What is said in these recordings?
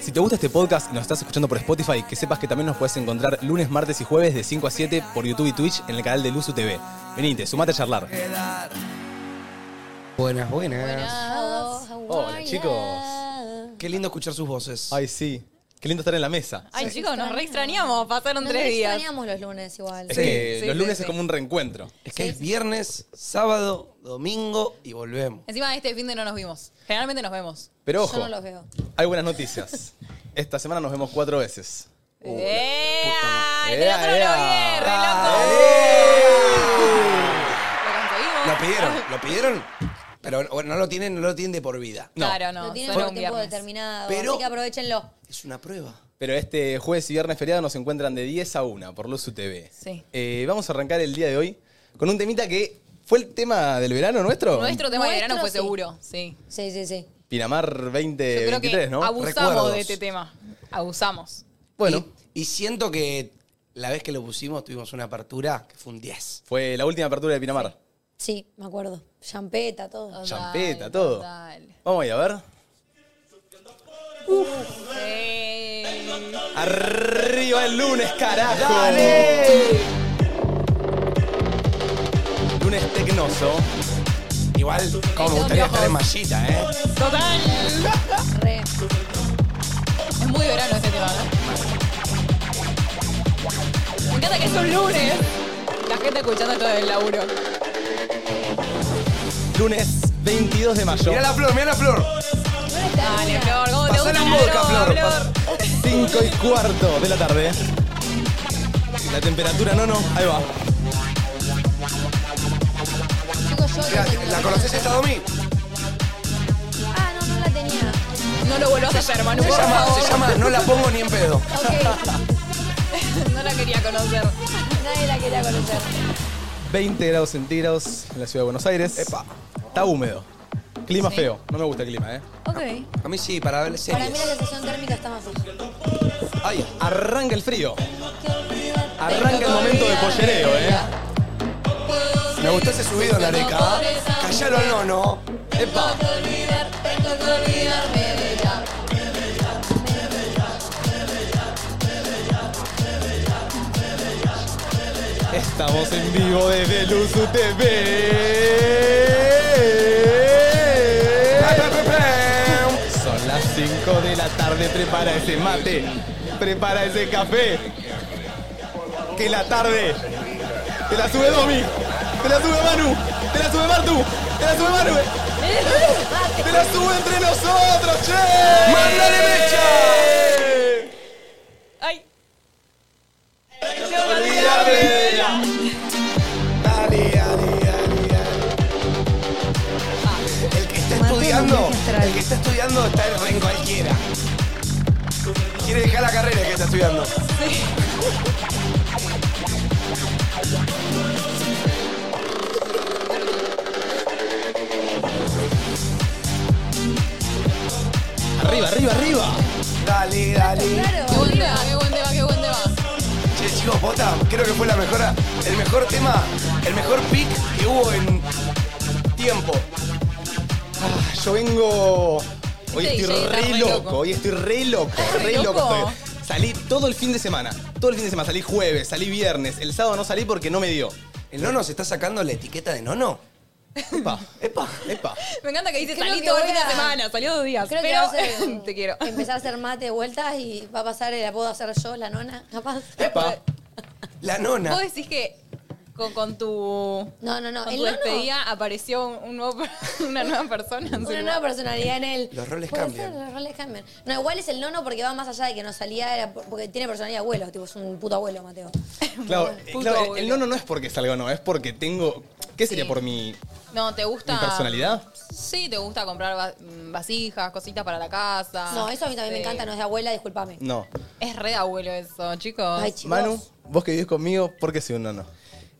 Si te gusta este podcast y nos estás escuchando por Spotify, que sepas que también nos puedes encontrar lunes, martes y jueves de 5 a 7 por YouTube y Twitch en el canal de Luzu TV. Venite, sumate a charlar. Buenas, buenas. Hola, chicos. Qué lindo escuchar sus voces. Ay, sí. Qué lindo estar en la mesa. Ay, chicos, nos re extrañamos. Pasaron Nos tres días. extrañamos los lunes igual. Es que sí, los sí, lunes sí. es como un reencuentro. Es que es viernes, sábado, domingo y volvemos. Encima este fin de no nos vimos. Generalmente nos vemos. Pero ojo, Yo no los veo. hay buenas noticias. Esta semana nos vemos cuatro veces. Uh, ¡Eh! madre. ¡El otro ¡Ea, lo ea! vi! ¡Re loco! Lo conseguimos. Lo pidieron, lo pidieron. Pero bueno, no lo tienen, no lo tienen de por vida. No. Claro, no. no tienen solo un un tiempo viernes. determinado, Pero- así que aprovechenlo. Es una prueba. Pero este jueves y viernes feriado nos encuentran de 10 a 1 por Luzu TV. Sí. Eh, vamos a arrancar el día de hoy con un temita que fue el tema del verano nuestro. Nuestro tema de Nuestro, verano fue sí. seguro, sí. Sí, sí, sí. Pinamar Yo creo que 2023, ¿no? abusamos Eh, Recuerdos. de este tema. Abusamos. Bueno, Y, y siento que la vez que lo pusimos tuvimos una apertura que fue un 10. fue la última apertura de Pinamar. Sí, me acuerdo. Champeta, todo. Champeta, Total, todo. total. Vamos a ir a ver. Eh, Arriba el lunes, carajo. Lunes tecnoso. Igual, como me gustaría estar en mallita, ¿eh? Total. Re. Es muy verano este tema, ¿no? Me encanta que es un lunes. La gente escuchando esto del laburo. Lunes 22 de mayo. Mira la flor, mira la flor. Dale, Flor, ¿cómo te gusta Pasala la en boca, droga, Flor. Flor? 5 y cuarto de la tarde. La temperatura, no, no, ahí va. Chicos, yo. Mira, no tengo ¿La conoces esta Domi? Ah, no, no la tenía. No lo vuelvas a hacer, Manu, Se por llama, favor. se llama No la pongo ni en pedo. Ok, No la quería conocer. nadie la quería conocer. 20 grados centígrados en la ciudad de Buenos Aires. Epa. Está húmedo. Clima feo. No me gusta el clima, ¿eh? Ok. A mí sí, para ver Para mí la series. sensación térmica está más fija. Ay, arranca el frío. Que olvidarte. Arranca el momento de pollereo, ¿eh? Me gustó ese subido en la areca. Callalo al nono. Epa. Estamos en vivo desde Luzu TV. Son las 5 de la tarde, prepara ese mate, prepara ese café. Que la tarde te la sube Domi, te la sube Manu, te la sube Martu, te la sube Manu, te la sube entre nosotros, che. ¡Mándale mecha! Ay. Dale, dale, dale, dale. El que está estudiando, el que está estudiando está en cualquiera. Quiere dejar la carrera el que está estudiando. Arriba, arriba, arriba. Dale, dale. Claro, Qué buen tema, qué buen tema, qué buen tema. Che, chicos, Bota, creo que fue la mejor, el mejor tema, el mejor pick que hubo en tiempo. Yo vengo. Hoy Este estoy DJ está re re loco. loco. hoy estoy re loco, ¿Estás re re loco. loco? estoy. Salí todo el fin de semana. Todo el fin de semana, salí jueves, salí viernes. El sábado no salí porque no me dio. ¿El nono se está sacando la etiqueta de nono? Epa, Epa. epa. Me encanta que dice Creo salí que todo el voy fin de a- semana, salió dos días. Creo que va pero a ser- te quiero. Empezar a hacer mate de vueltas y va a pasar el apodo a ser yo, la nona, capaz. Epa. La nona. Vos decís que con, con tu. No, no, no. Con el tu nono, despedida apareció un, un nuevo, una nueva persona. en su Una lugar. nueva personalidad en él. Los roles Puede cambian. ser, los roles cambian. No, igual es el nono porque va más allá de que no salía, era por- porque tiene personalidad de abuelo, tipo, es un puto abuelo, Mateo. Claro, eh, Puto claro, el abuelo. nono no es porque salga o no, es porque tengo. ¿Qué sería Sí. por mi, No, ¿te gusta? mi personalidad? Sí, te gusta comprar va- mm, vasijas, cositas para la casa. No, eso a mí también me Sí. encanta, no es de abuela, discúlpame. No. Es re de abuelo eso, chicos. Ay, chicos. Manu, vos que vivís conmigo, ¿por qué soy un nono?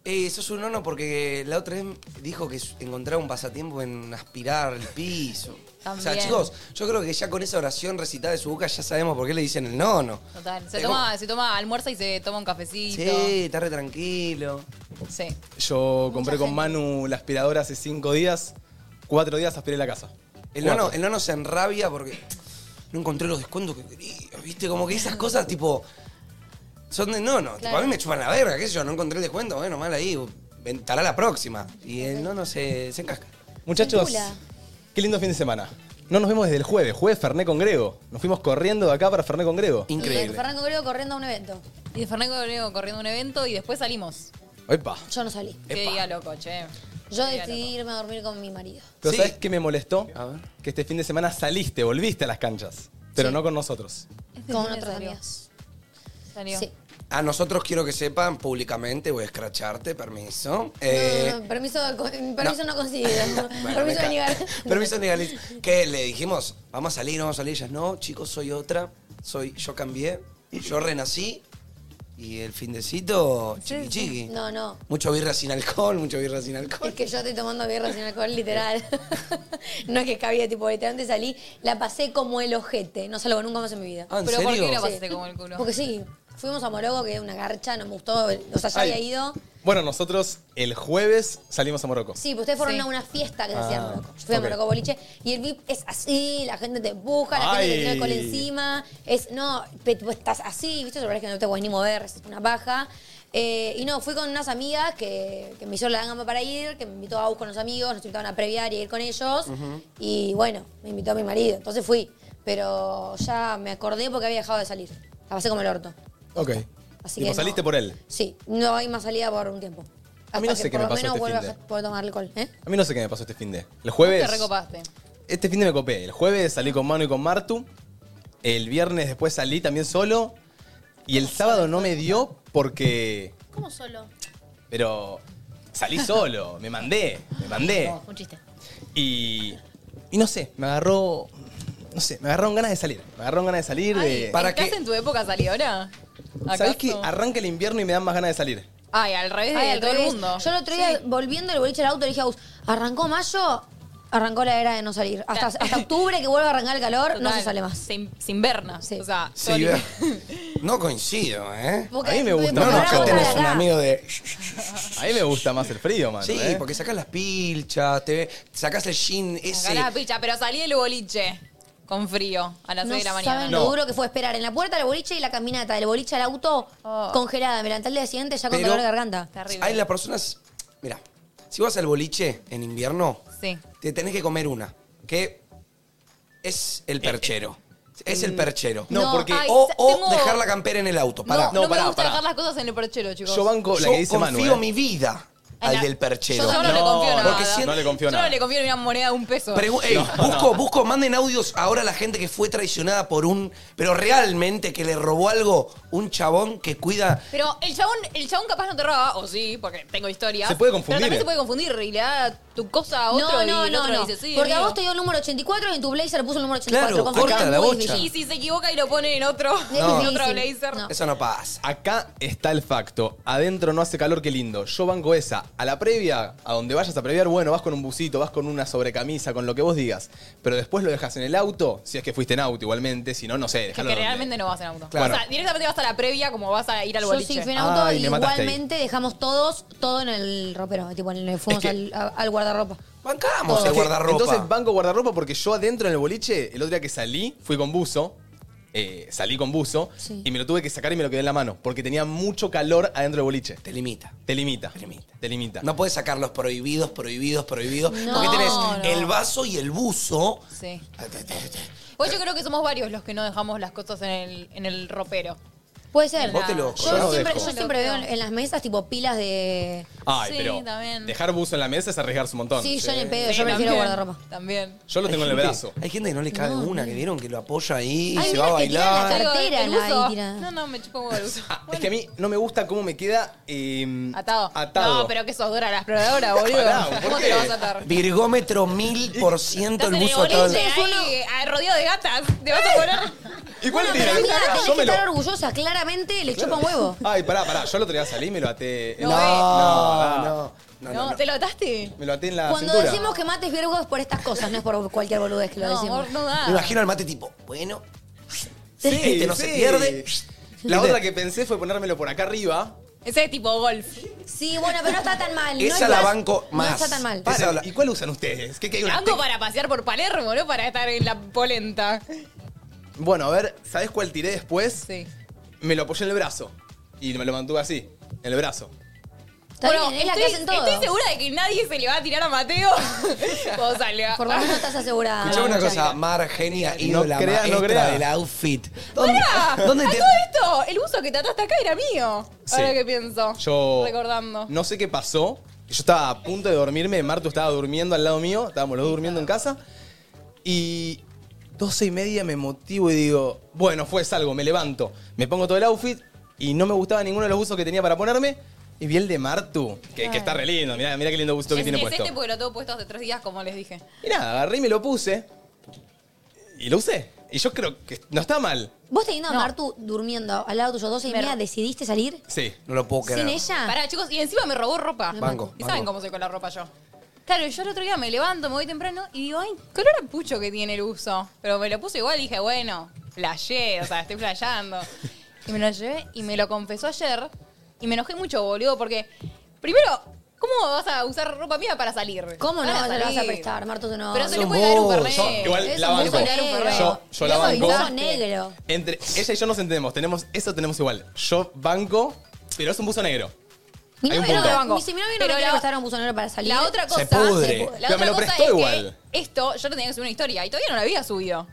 Eh, sos un nono porque la otra vez dijo que encontraba un pasatiempo en aspirar el piso. O sea, También. chicos, yo creo que ya con esa oración recitada de su boca ya sabemos por qué le dicen el nono. Total. Se Es toma, se toma almuerza y se toma un cafecito. Sí, está re tranquilo. Sí. Yo compré con gente. Manu la aspiradora hace cinco días. Cuatro días aspiré la casa. El Cuatro. nono, el nono se enrabia porque. no encontré los descuentos que quería, ¿viste? Como que esas cosas, tipo, son de no, no. Tipo, a mí me chupan la verga, qué sé yo, no encontré el descuento, bueno, mal ahí, estará la próxima. Y el no, no se, se encasca. Muchachos, Pula. qué lindo fin de semana. No nos vimos desde el jueves, jueves Ferné con Grego. Nos fuimos corriendo de acá para Ferné con Grego. Y Increíble. Fernando Grego corriendo a un evento. Y de Fernando Greco corriendo un evento y después salimos. Epa. Yo no salí. Qué Epa. día loco, che. Yo Qué día decidí irme a dormir con mi marido. Pero Sí. ¿sabes qué me molestó? A ver. Que este fin de semana saliste, volviste a las canchas. Pero Sí. no con nosotros. Este Con lunes otras salió. amigas. Salió. Sí. A nosotros quiero que sepan públicamente, voy a escracharte, permiso. No, Eh, no, no, permiso, permiso no, conseguido. Bueno, permiso me de ca- negar. Permiso de negar. Que le dijimos, vamos a salir, vamos a salir. Ellas, no, chicos, soy otra. Soy, yo cambié, yo renací. Y el findecito, chiqui chiqui. No, no. Mucho birra sin alcohol, mucho birra sin alcohol. Es que yo estoy tomando birra sin alcohol, literal. no es que cabía, tipo, literalmente salí, la pasé como el ojete. No salgo nunca más en mi vida. Ah, ¿en Pero ¿por serio? qué la pasaste como el culo? Porque sí, fuimos a Morogo, que es una garcha, no me gustó. O sea, ya Ay. había ido. Bueno, nosotros el jueves salimos a Morocco. Sí, pues ustedes fueron Sí. a una fiesta que se hacía en Ah, Morocco. Yo fui a ok. Morocco Boliche y el VIP es así, la gente te empuja, la gente te tira Ay. alcohol encima. Es, no, pe- tipo, estás así, ¿viste? La verdad es que no te puedes ni mover, es una paja. Eh, y no, fui con unas amigas que, que me hicieron la gama para ir, que me invitó a bus con los amigos, nos invitaban a previar y a ir con Mm. ellos. Y bueno, me invitó a mi marido, entonces fui. Pero ya me acordé porque había dejado de salir. La pasé como el orto. Ok. Así Tipo, que no. saliste por él. Sí, no hay más salida por un tiempo. A mí no Hasta sé que qué por me lo pasó menos este vuelva fin de. a poder tomar alcohol, ¿eh? A mí no sé qué me pasó este fin de. El Vos jueves. Te recopaste. Este fin de me copé. El jueves salí con Manu y con Martu. El viernes después salí también solo. Y el sábado no me dio porque. ¿Cómo solo? Pero. Salí solo. Me mandé. Me mandé. Un chiste. Y. Y no sé, me agarró. No sé, me agarraron ganas de salir. Me agarraron ganas de salir. de- Ay, ¿para ¿Estás qué? en tu época salidora? ¿Sabés que ¿Acaso? arranca el invierno y me dan más ganas de salir? Ay, al revés de Ay, al todo revés. el mundo. Yo el otro día, volviendo el boliche al auto, le dije a Gus, arrancó mayo, arrancó la era de no salir. Hasta, Claro. hasta octubre que vuelve a arrancar el calor, no Total, se sale más. Se, in- se inverna. Sí. O sea, Sí, sorry. ve- no coincido, ¿eh? Porque A mí me gusta No, porque no, ahora mucho. acá vamos para tenés un acá. amigo de. A mí me gusta más el frío, ¿eh? man. Sí, porque sacas las pilchas, te sacas el jean ese. Acá la picha, pero salí del boliche con frío a las No 6 de la mañana. saben No. lo duro que fue esperar en la puerta del boliche y la caminata del boliche al auto Oh. congelada. Me levanté al día siguiente ya con Pero- dolor de garganta. Terrible. Hay las personas. Mira, si vas al boliche en invierno, Sí. te tenés que comer una, que es el perchero. Es el perchero. Eh, No, porque- Mm. ay, o sa- o tengo- dejar la campera en el auto. Pará. No, no, No, pará, me gusta pará. dejar las cosas en el perchero, chicos. Yo banco la Yo que dice Manu. confío ¿eh? mi vida al la- del Yo perchero. solo no, le confío No, nada. porque si- no le confío Yo nada. no le confío ni una moneda de un peso. Pregu- Ey, busco, busco, manden audios ahora a la gente que fue traicionada por un. Pero realmente que le robó algo, un chabón que cuida. Pero el chabón, el chabón capaz no te roba, o sí, porque tengo historia. Se puede confundir, Pero también eh. se puede confundir y le da tu cosa a Ah, otro no, y no, el no, otro no. le dice, sí, porque a amigo. vos te dio el número 84 y en tu blazer puso el número Claro, 84. Confío corta que la es muy bocha. difícil. Y si se equivoca y lo pone en otro, No. en otro difícil. blazer. No. Eso no pasa. Acá está el facto. Adentro no hace calor, qué lindo. Yo banco esa. A la previa, a donde vayas a previar, bueno, vas con un busito, vas con una sobrecamisa, con lo que vos digas. Pero después lo dejas en el auto, si es que fuiste en auto igualmente, si no, no sé, Que, dejalo que donde- realmente no vas en auto. Claro. O sea, directamente vas a la previa como vas a ir al Yo boliche. sí fui en auto Ay, y me mataste ahí. igualmente dejamos todos, todo en el ropero. Tipo, en el, fuimos Es que- al, a- al guardarropa. Bancamos el Es que, guardarropa. Entonces banco guardarropa porque yo adentro en el boliche, el otro día que salí, fui con buzo. eh, salí con buzo Sí. y me lo tuve que sacar y me lo quedé en la mano porque tenía mucho calor adentro del boliche. Te limita. Te limita. Te limita. Te limita. No puedes sacar los prohibidos, prohibidos, prohibidos. No, porque tenés no. el vaso y el buzo. Sí. Pues yo creo que somos varios los que no dejamos las cosas en el, en el ropero. Puede ser. Vos te lo- yo, yo no siempre, dejo. yo siempre veo en, en las mesas tipo pilas de. Ay, Sí, pero también. dejar buzo en la mesa es arriesgarse un montón. Sí, yo ni en pedo, Sí, yo prefiero también, guardarropa. También. Yo lo tengo en el brazo. Hay gente que no le cabe una, que vieron que lo apoya ahí, Hay se va a unas que tiran la bailar. cara- Cartera, el no, ahí uso. tirada. No, no, me chupo un huevo el uso. Ah, Es que a mí no me gusta cómo me queda eh, Atado. atado. No, pero que sos dura la exploradora, boludo. Pará, ¿por ¿Cómo qué? te lo vas a atar? Virgómetro mil por ciento Estás el en el buzo atado. boliche ahí, ah, rodeado de gatas. Te vas a poner... ¿Y cuál Bueno, tira? pero mira, tenés Yo que me lo- estar orgullosa, claramente le chupa un huevo. Ay, pará, pará. Yo el otro día salí y me lo até. No, No, no, no. no, No, no. ¿te lo ataste? Me lo até en la Cuando cintura. decimos que mates virgos es por estas cosas, no es por cualquier boludez que lo No, decimos. amor, no da. Me imagino al mate tipo, bueno, Sí, este no se pierde. La otra que pensé fue ponérmelo por acá arriba. Ese es tipo golf. Sí, bueno, pero no está tan mal. no Esa es la más- banco más. No está tan mal. Esa- Paren, la- ¿Y cuál usan ustedes? ¿Qué, que hay una Algo tec- para pasear por Palermo, no para estar en la polenta. Bueno, a ver, ¿sabes cuál tiré después? Sí. Me lo apoyé en el brazo. Y me lo mantuve así, en el brazo. Está Bueno, bien, es la estoy, que hacen todos. estoy segura de que nadie se le va a tirar a Mateo. Vos Ah. salga. Por lo menos estás asegurada. Escuchame una Muchas cosa, gracias. Mar, genia, ídola, creas, no maestra creas. del outfit. ¡Pará! ¿Dónde a te...? todo esto, el uso que trataste acá era mío. Sí. Ahora que pienso. Yo. Recordando. No sé qué pasó. Yo estaba a punto de dormirme. Marto estaba durmiendo al lado mío. Estábamos los dos durmiendo en casa. Y. 12 y media me motivo y digo, bueno, fue algo, me levanto. Me pongo todo el outfit y no me gustaba ninguno de los buzos que tenía para ponerme. Y vi el de Martu, que, que está re lindo. Mirá, mirá qué lindo buzo es, que tiene es puesto. este porque lo tengo puesto hace tres días, como les dije. Y nada, agarré y me lo puse. Y lo usé. Y yo creo que no está mal. Vos teniendo a No. Martu durmiendo al lado tuyo 12 y Pero- media, ¿decidiste salir Sí. No lo puedo creer. sin ella? Pará, chicos, y encima me robó ropa. Banco, Y saben banco. cómo soy con la ropa yo. Claro, yo el otro día me levanto, me voy temprano y digo, ay, color a pucho que tiene el uso. Pero me lo puse igual y dije, bueno, flashé, o sea, estoy flasheando. Y me lo llevé y me lo confesó ayer. Y me enojé mucho, boludo, porque primero, ¿cómo vas a usar ropa mía para salir? ¿Cómo no? Van Te la vas a salir. prestar, Martu, no. Pero se le Son puede dar un vos. perreo. Yo igual la Eso banco. es muy negro. Yo, yo la Eso es banco. muy negro. Entre ella y yo nos entendemos, tenemos eso tenemos igual. Yo banco, pero es un buzo negro. Mi Hay un novio no punto. me- Banco. mi- si mi novio no Pero me quiere la- prestar un buzo negro para salir. La otra cosa. Se pudre. la Pero otra me lo cosa prestó es igual. que esto yo lo tenía que subir una historia y todavía no la había subido.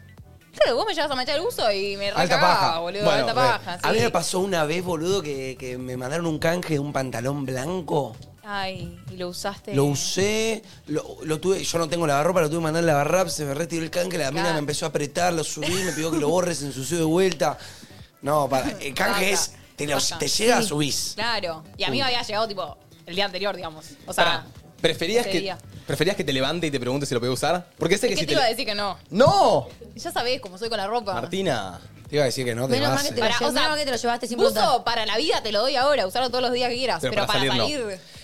Claro, vos me llevas a meter el uso y me Alta recagaba, paja. eh, boludo. Bueno, alta re. paja. A sí. mí me pasó una vez, boludo, que, que me mandaron un canje de un pantalón blanco. Ay, y lo usaste. Lo usé, lo, lo tuve, yo no tengo lavarropa, lo tuve que mandar a lavarrap, se me retiró el canje, la mina Claro. me empezó a apretar, lo subí, me pidió que lo borres, se ensució de vuelta. No, para, el canje Basta, es, te, lo- basta. te llega, subís. Claro. Y a mí me había llegado tipo el día anterior, digamos. O sea, Pará, ¿preferías ese que, día. ¿preferías que te levante y te pregunte si lo puedo usar? Porque sé ¿qué que si te te. iba a decir que no? ¡No! Ya sabés cómo soy con la ropa. Martina. Te iba a decir que no, te Menos mal vas. que te eh. lo Pará, llevaste, o sea, menos mal que te lo llevaste sin Uso preguntar. para la vida te lo doy ahora, usarlo todos los días que quieras. Pero, para, salir,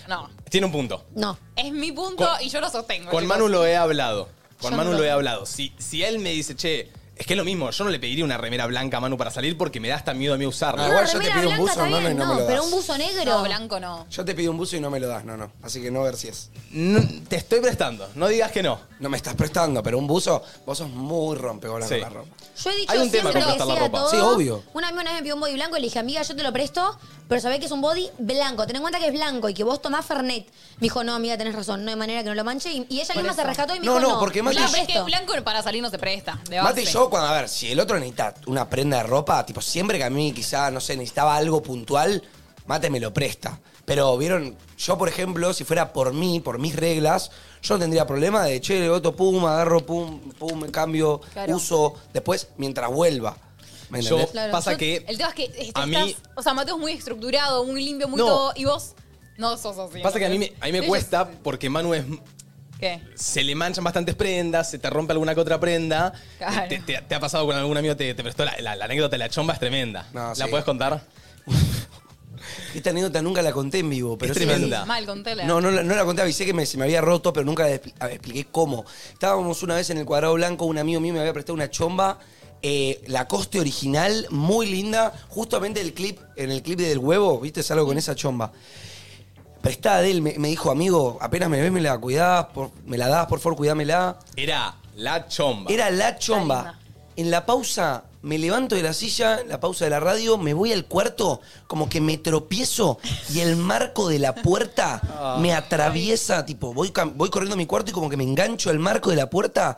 no. Tiene un punto. No. Es mi punto Con- y yo lo sostengo. Con chicos. Manu lo he hablado. Con Yo Manu no lo- lo he hablado. Si, si él me dice, che, es que es lo mismo, yo no le pediría una remera blanca a Manu para salir porque me da hasta miedo a mí usarla. Ah, Una igual yo te remera pido un blanca buzo, está hermano, bien, y no me lo pero das. un buzo negro. No, blanco no. Yo te pido un buzo y no me lo das, no, no. Así que no ver si es. No, te estoy prestando, no digas que no. No me estás prestando, pero un buzo, vos sos muy rompebolas Sí. con la ropa. Yo he dicho Hay un tema siempre con que prestar la sea ropa. todo. Sí, obvio. Una amiga una vez me pidió un body blanco y le dije, amiga, yo te lo presto, pero sabés que es un body blanco. Ten en cuenta que es blanco y que vos tomás Fernet. Me dijo, no, amiga, tenés razón, no hay manera que no lo manche. Y, y ella misma se rescató y me No, dijo, no, porque más te lo Claro, Mate, es que presto. blanco para salir no se presta. de Mate y base. yo, cuando, a ver, si el otro necesita una prenda de ropa, tipo, siempre que a mí quizá, no sé, necesitaba algo puntual, Mate me lo presta. Pero, ¿vieron? Yo, por ejemplo, si fuera por mí, por mis reglas, yo no tendría problema de, che, le boto pum, agarro pum, pum, me cambio, Claro. uso, después, mientras vuelva. ¿Me Yo- entendés? Claro, Pasa yo- que El tema es que est- a estás. mí- o sea, Mateo es muy estructurado, muy limpio, muy No. todo. Y vos no sos así. Pasa que a mí me, ¿entendés? a mí me Entonces, cuesta porque Manu es ¿Qué? se le manchan bastantes prendas, se te rompe alguna que otra prenda. Claro. Te, te- te ha pasado con algún amigo te, te prestó la, la- la anécdota de la chomba es tremenda. No, ¿La sí. puedes contar? Esta anécdota nunca la conté en vivo, pero Es sí- tremenda. Mal, contela. No, no, la- no la conté, avisé que me, se me había roto, pero nunca le expli- a- expliqué cómo. Estábamos una vez en el cuadrado blanco, un amigo mío me había prestado una chomba, eh, la coste original, muy linda, justamente el clip, en el clip del huevo, ¿viste? Salgo con esa chomba. Prestada de él, me, me dijo, amigo, apenas me ves, me la cuidás, por- me la das, por favor, cuidámela. Era la chomba. Era la chomba. linda. En la pausa me levanto de la silla, en la pausa de la radio, me voy al cuarto, como que me tropiezo y el marco de la Ah. puerta me atraviesa, tipo, voy, cam- voy corriendo a mi cuarto y como que me engancho al marco de la puerta.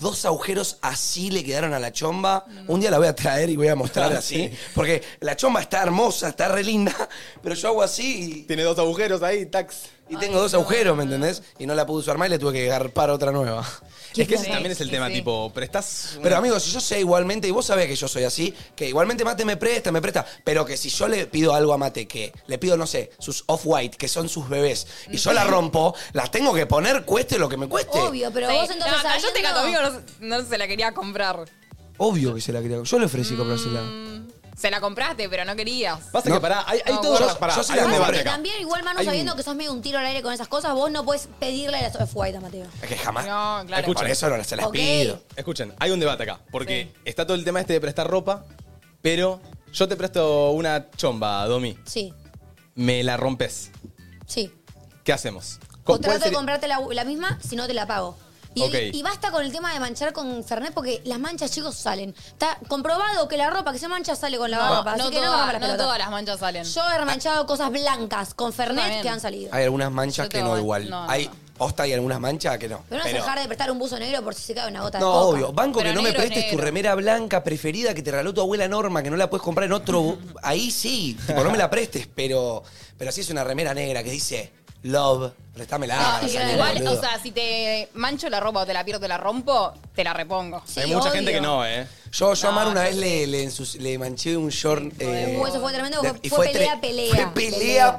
Dos agujeros así le quedaron a la chomba. Mm. Un día la voy a traer y voy a mostrar así. Porque la chomba está hermosa, está re linda, pero yo hago así Tiene dos agujeros ahí, tax. y, y tengo dos agujeros, ¿me entendés? Y no la pude usar más y le tuve que garpar otra nueva. Es que ese feo. también es el Ah, Sí, tema, sí. tipo, prestás. un- Pero amigos, si yo sé igualmente, y vos sabés que yo soy así, que igualmente Mate me presta, me presta, pero que si yo le pido algo a Mate, que le pido, no sé, sus off-white, que son sus bebés, y yo la rompo, las tengo que poner, cueste lo que me cueste. Obvio, pero Sí. vos entonces No, sabiendo... Yo te cato amigo, no, no se la quería comprar. Obvio que se la quería. Yo le Mm. ofrecí comprársela. Se la compraste, pero no querías. Pasa que No. pará, hay, hay No, todo. yo- pará, yo sí Ah, hay la un Pasa debate que acá. también, igual, Manu, Hay un- sabiendo que sos medio un tiro al aire con esas cosas, vos no podés pedirle las F-White a Mateo. Es que jamás. No, claro. Escucha. Por eso no se las Ok. pido. Escuchen, hay un debate acá, porque está todo el tema este de prestar ropa, pero yo te presto una chomba, Domi. Sí, Me la rompes. sí. ¿Qué hacemos? O ¿Con- cuál trato de sería- comprarte la, la misma, si no te la pago. Y, el- Ok. y basta con el tema de manchar con Fernet porque las manchas, chicos, salen. Está comprobado que la ropa que se mancha sale con la ropa. no, así que toda- no, rompa las no pelotas. todas las manchas salen. Yo he manchado cosas blancas con Fernet también. que han salido. Hay algunas manchas Yo que tengo no man- igual. no, no, hay no. posta hay algunas manchas que no. Pero no vas a dejar de prestar un buzo negro por si se cae una gota No, de coca. obvio. Banco Pero que no me negro es prestes tu negro. remera blanca preferida que te regaló tu abuela Norma, que no la puedes comprar en otro. Ahí sí, tipo, no me la prestes, pero, pero sí es una remera negra que dice Love, préstamela. No, o sea, claro. no, Ah, igual, Ah, boludo. o sea, si te mancho la ropa o te la pierdo, te la rompo, te la repongo. Sí, Hay mucha obvio. gente que no, ¿eh? Yo, yo a Mar una vez le, le, ensuci- le manché un short. eh, Uh, eso fue tremendo, de- fue- y fue tre- pelea, pelea. Fue pelea,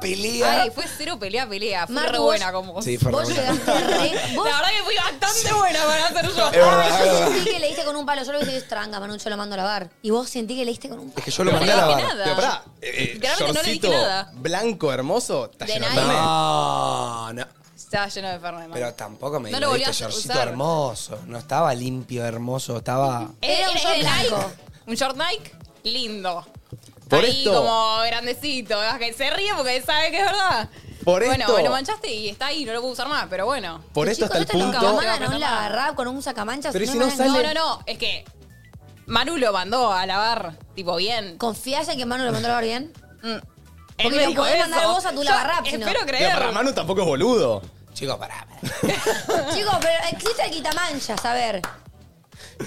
Pelea. pelea. Ay, fue cero pelea, pelea. Fue Martu, re vos- buena con vos. sí, fue Vos re buena. llegaste re- vos- La verdad que fui bastante buena para hacer yo. Es verdad, es Yo verdad. sentí que le diste con un palo. Yo lo hubiese dicho, tranca, Manu, yo lo mando a lavar. Y vos sentí que le diste con un Es palo. que yo lo No mandé a le la dije barra. nada. Pero pará, eh, eh, Literalmente no le dije shortcito nada. blanco, hermoso, está De lleno de nadie. Fernet. No, no. Estaba lleno de Fernet. man. Pero tampoco me No no lo diste volvías a shortcito usar. hermoso. No estaba limpio, hermoso. Estaba. Era un short de blanco. Nike, Eh, Un short Nike lindo. Por Ahí esto- como grandecito. ¿verdad? Que se ríe porque sabe que es verdad. Por bueno, esto- me lo manchaste y está ahí, no lo puedo usar más, pero bueno. Por esto hasta el Eh, Chicos, yo te punto. nunca más no la agarraba con un sacamanchas. Pero si me no hagas- sale- No, no, no. Es que Manu lo mandó a lavar, tipo bien. ¿Confías en que Manu lo mandó a lavar bien? Mm. Porque Él me lo dijo podés eso. mandar vos a tu Yo lavarrap, si no. Espero Pero para creerlo. Manu tampoco es boludo. Chicos, pará, pará. Chicos, pero existe el quitamanchas, a ver.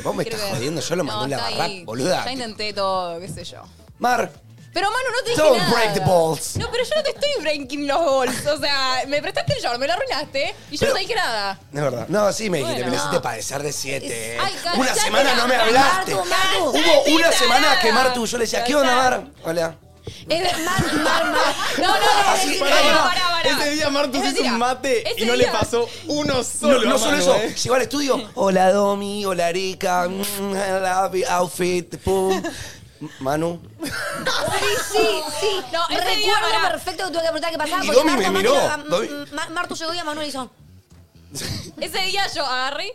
Vos me Creo estás que- jodiendo. Yo lo mandé a la está barra, ahí. boluda. Ya intenté todo, qué sé yo. Mar, Pero Manu, no te dije Don't nada. break the balls. No, pero yo no te estoy breaking los balls. O sea, me prestaste el short, me lo arruinaste y yo Pero- no te dije nada. es verdad. No, sí me dijiste, Bueno. me lo hiciste padecer de siete. eh. Ay, cállate, una semana Mar, no me Mar, hablaste. Martu, Martu. Hubo una Cállate, semana tarada. que Martu, yo le decía, ¿qué onda, Mar? Hola. Es Mar, Mar, Mar. No, no, no. Así, es pará, mentira, pará. pará, pará. Ese día Martu Es se hizo mentira. un mate Ese y no le día- pasó uno No, solo. no a solo Manu, eso, ¿eh? llegó al estudio. Hola Domi, hola Areca, mm, I love you, outfit, pum. Manu. Sí, sí. No, ese día Recuerdo para- perfecto que tuve que preguntar qué pasaba. Y porque Domi Marta me Manu- miró. a- Domi- M- mm, Ma- Martu llegó y a Manuel hizo. Ese día yo agarré,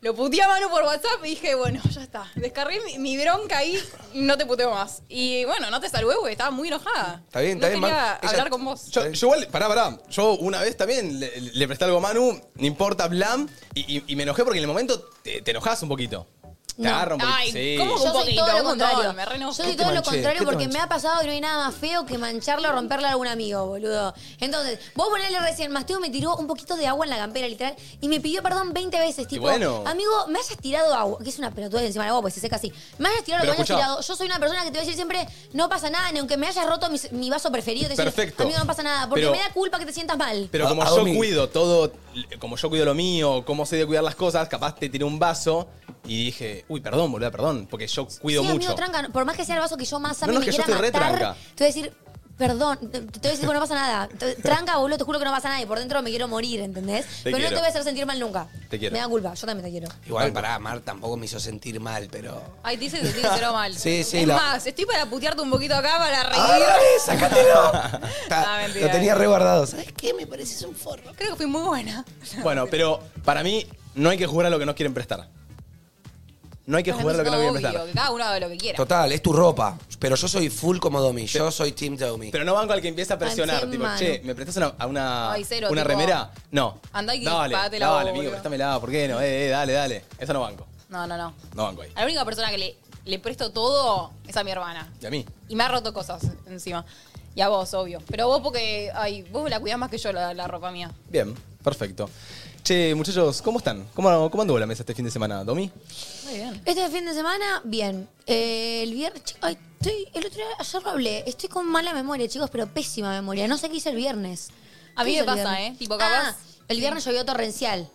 lo puteé a Manu por WhatsApp y dije, bueno, ya está. Descargué mi, mi bronca ahí, no te puteo más. Y bueno, no te saludé porque estaba muy enojada. Está bien, está no bien, quería Mar. Ella- hablar con vos. Yo, yo igual, pará, pará. Yo una vez también le, le presté algo a Manu, no importa, blam, y, y- y me enojé porque en el momento te, te enojás un poquito. Te No. agarra un poquito. Ay, sí. ¿cómo? Yo Un soy poquito, todo un lo montón, contrario. me re Yo enojo. soy ¿Qué te todo lo manché? ¿Qué contrario te porque me manché? ha pasado que no hay nada más feo que mancharla o romperla a algún amigo, boludo. Entonces, vos ponele recién, Masteo me tiró un poquito de agua en la campera, literal, y me pidió perdón 20 veces, tipo, bueno. amigo, me hayas tirado agua, que es una pelotuda encima de agua, pues se seca así. Me hayas tirado lo Pero que me hayas escuchá. tirado. Yo soy una persona que te voy a decir siempre, no pasa nada, ni aunque me hayas roto mis- mi, vaso preferido, te voy a decir, Perfecto. amigo, no pasa nada, porque Pero- me da culpa que te sientas mal. Pero A- como a yo Domi. cuido todo, como yo cuido lo mío, cómo sé de cuidar las cosas, capaz te tiré un vaso y dije, uy, perdón, boluda, perdón, porque yo cuido sí, mucho. amigo, tranca. Por más que sea el vaso que yo más ame No, no, y es me que yo quiera estoy re matar, tranca. te voy a decir, perdón, te te voy a decir, bueno, no pasa nada. Te- Tranca, boludo, te juro que no pasa nada y por dentro me quiero morir, ¿entendés? Pero no quiero. te voy a hacer sentir mal nunca. Te quiero. Me da culpa, yo también te quiero. Igual, pará, Mar tampoco me hizo sentir mal, pero. Ay, te hice sentir cero mal. Sí, sí, Es la- más, estoy para putearte un poquito acá para reír. ¡Agárrale, sácatelo! Ah, Ta- mentira. lo tenía re guardado. ¿Sabes qué? Me pareces un forro. Creo que fui muy buena. Bueno, pero para mí no hay que jugar a lo que no quieren prestar. No hay que Para jugar a mí lo que no es quieren obvio, prestar. que cada uno haga lo que quiera. Total, es tu ropa. Pero yo soy full como Domi. Yo soy Team Domi. Pero no banco al que empieza a presionar, Encima, tipo, mano. che, ¿me prestas una, a una, Ay, cero, una tipo, remera? No. andá y dale, pagate la Dale, vos, amigo, boludo. préstamela, ¿por qué no? Eh, eh, dale, dale. Eso no banco. No, no, no. No banco ahí. A la única persona que le, le presto todo es a mi hermana. Y a mí. Y me ha roto cosas encima. Y a vos, obvio. Pero vos porque, ay, vos la cuidás más que yo la, la ropa mía. Bien, perfecto. Che, muchachos, ¿cómo están? ¿Cómo, cómo anduvo la mesa este fin de semana, Domi? Muy bien. Este fin de semana, bien. Eh, el viernes, chi- ay, estoy, el otro día, ayer lo hablé. Estoy con mala memoria, chicos, pero pésima memoria. No sé qué hice el viernes. A mí ¿Qué hice me el pasa, viernes? ¿eh? Tipo, capaz- Ah, el viernes llovió torrencial.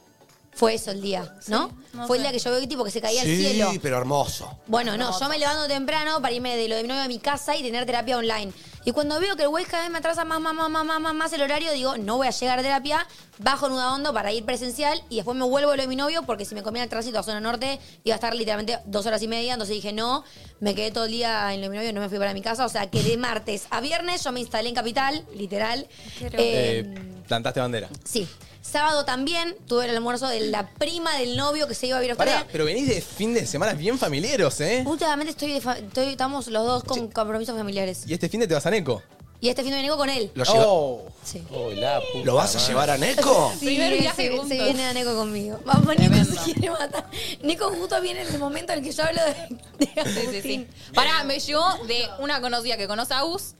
Fue eso el día, ¿no? no Fue sé. el día que llovió, tipo, que se caía el cielo. Sí, pero hermoso. Bueno, no, yo me levanto temprano para irme de lo de mi novio a mi casa y tener terapia online. Y cuando veo que el güey cada vez me atrasa más, más, más, más, más, más, más el horario, digo, no voy a llegar a terapia, bajo en una onda para ir presencial y después me vuelvo a lo de mi novio porque si me comía el tránsito a zona norte iba a estar literalmente dos horas y media. Entonces dije, no, me quedé todo el día en lo de mi novio, no me fui para mi casa. O sea que de martes a viernes yo me instalé en Capital, literal. Eh, Eh, plantaste bandera. sí. Sábado también tuve el almuerzo de la prima del novio que se iba a ir a Australia. Pará, pero venís de fin de semana bien familiaros, ¿eh? Últimamente estoy, de fa- estoy- estamos los dos con compromisos familiares. Y este fin de te vas a Neco. Y este fin de vengo con él. ¿Lo, lleva- Oh. Oh, Sí. ¿Lo vas a llevar a Neco? Sí, Primer viaje se- juntos. Se viene a Neko conmigo. Mamá, Nico se quiere matar. Nico justo viene en el momento en el que yo hablo de, de Sí, sí, sí. Agustín. Pará, me llegó de una conocida que conoce a Agus,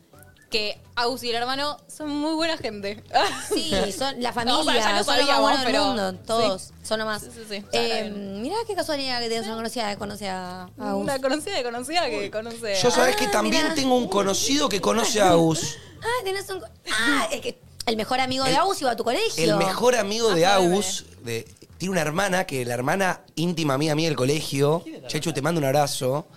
que Agus y el hermano son muy buena gente. Sí, son la No, familia, o sea, ya lo son los más sabíamos, buenos del pero- mundo, todos, son nomás. Sí, sí, sí. Ya Eh, está bien. mirá qué casualidad que tenés una conocida que conoce a, a Agus. Una conocida de conocida que conoce. Yo sabés que Ah, también mirá. tengo un conocido que conoce a Agus. Ah, tenés un... co- Ah, es que el mejor amigo de El- Agus iba a tu colegio. El mejor amigo de Ah, joder. Agus de- tiene una hermana que la hermana íntima mía mía del colegio. Chechu, te mando un abrazo.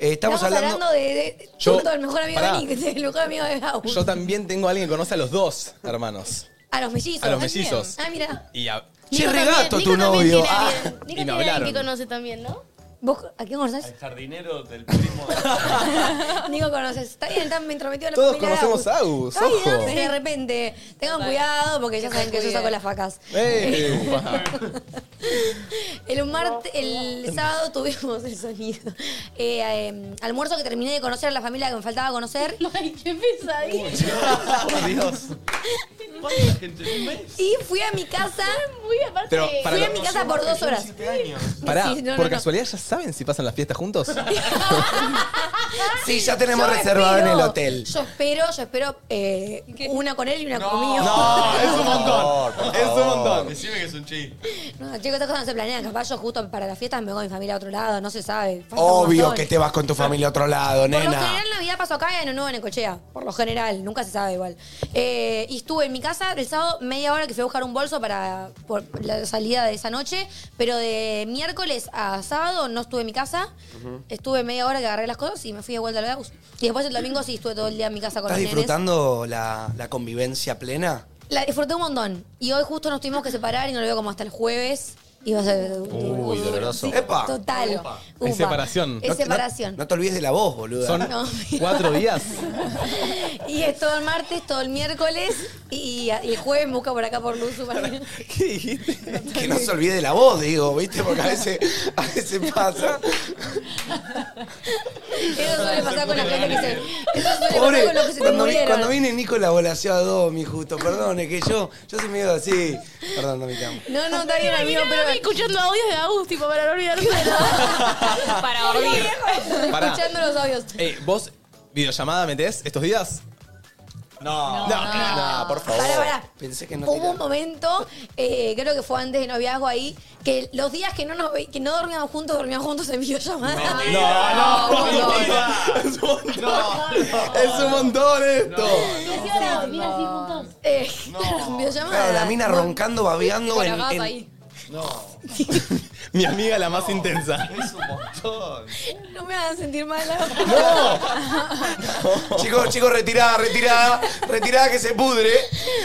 Eh, estamos, hablando. de... de- Yo- junto al mejor amigo pará. de Nick, el mejor amigo de Agus. Yo también tengo a alguien que conoce a los dos hermanos. A los mellizos. A los mellizos. Ah, mira. Y a- Che, Nico también- regato Nico tu también novio. tiene Ah. alguien- Nico Y me tiene alguien hablaron. que conoce también, ¿no? ¿Vos a quién conoces? El jardinero del primo. Nico conoces. Está bien, están intrometidos en la Todos familia de conocemos a Agus, Ay, ojo. no, de repente. Tengan cuidado porque ya saben que yo saco las facas. ¡Ey! El, mart- el sábado tuvimos el sonido. Eh, eh, almuerzo que terminé de conocer a la familia que me faltaba conocer. Ay, qué pesadilla. Dios. ¿Cuánta gente? ¿Un mes? Y fui a mi casa. Muy aparte. Pero para Fui a lo- mi casa por dos horas. Siete años. Pará, Sí, no, no, por no. casualidad ya saben si pasan las fiestas juntos. Ah, Sí, ya tenemos Yo reservado en espero- el hotel. Yo espero, yo espero eh, una con él y una conmigo. No, Ah, es un montón. Es un montón. Decime que es un chiste. No, chicos, estas cosas no se planean. Capaz yo justo para las fiestas me voy con mi familia a otro lado, no se sabe. Falta un Obvio montón. que te vas con tu familia a otro lado, Por lo nena. general Navidad paso acá y Año Nuevo en Ecochea. Por lo general, nunca se sabe igual. Eh, y estuve en mi casa el sábado media hora que fui a buscar un bolso para por la salida de esa noche, pero de miércoles a sábado no estuve en mi casa. Estuve media hora que agarré las cosas y me fui de vuelta al Gaus. Y después el domingo sí estuve todo el día en mi casa con ¿Estás los nenes. disfrutando la, la convivencia plena? La disfruté un montón. Y hoy justo nos tuvimos que separar y no lo veo como hasta el jueves. Y va a ser... Uy, doloroso. Uh, Epa. Total. Es Upa. separación. Es No te- no- separación. No, te olvides de la voz, boluda. Son No. cuatro días. Y es todo el martes, todo el miércoles y, y el jueves me busca por acá por Luzu. para mí. ¿Qué dijiste? Que no se olvide de la voz, digo, ¿viste? Porque a veces, a veces pasa. Eso suele pasar con la gente que se. Eso suele Pobre, pasar con los que se te cuando, vi- murieron. cuando viene Nico la volaseó a Domi, justo. Perdón, es que yo, yo soy medio así. Perdón, Domi, te amo. No, no, está bien, amigo, pero. escuchando audios de Agus, tipo, para no olvidarme de para dormir. Pará. Escuchando los audios. Eh, ¿Vos videollamada metés estos días? No. No, no, Ah, por favor. Pará, pará. Pensé que no Hubo un tiraba. momento, eh, creo que fue antes de noviazgo ahí, que los días que no nos ve- que no dormíamos juntos, dormíamos juntos en videollamada. No, no, no. Es un montón. Es un montón esto. Encima, mira así juntos. Eh, en videollamada. Claro, la mina roncando, babeando Con la en, en- gata ahí. Mi amiga la más intensa. Es un montón. No me hagan sentir mal. Chicos, chicos, retirada, retirada, retirada que se pudre.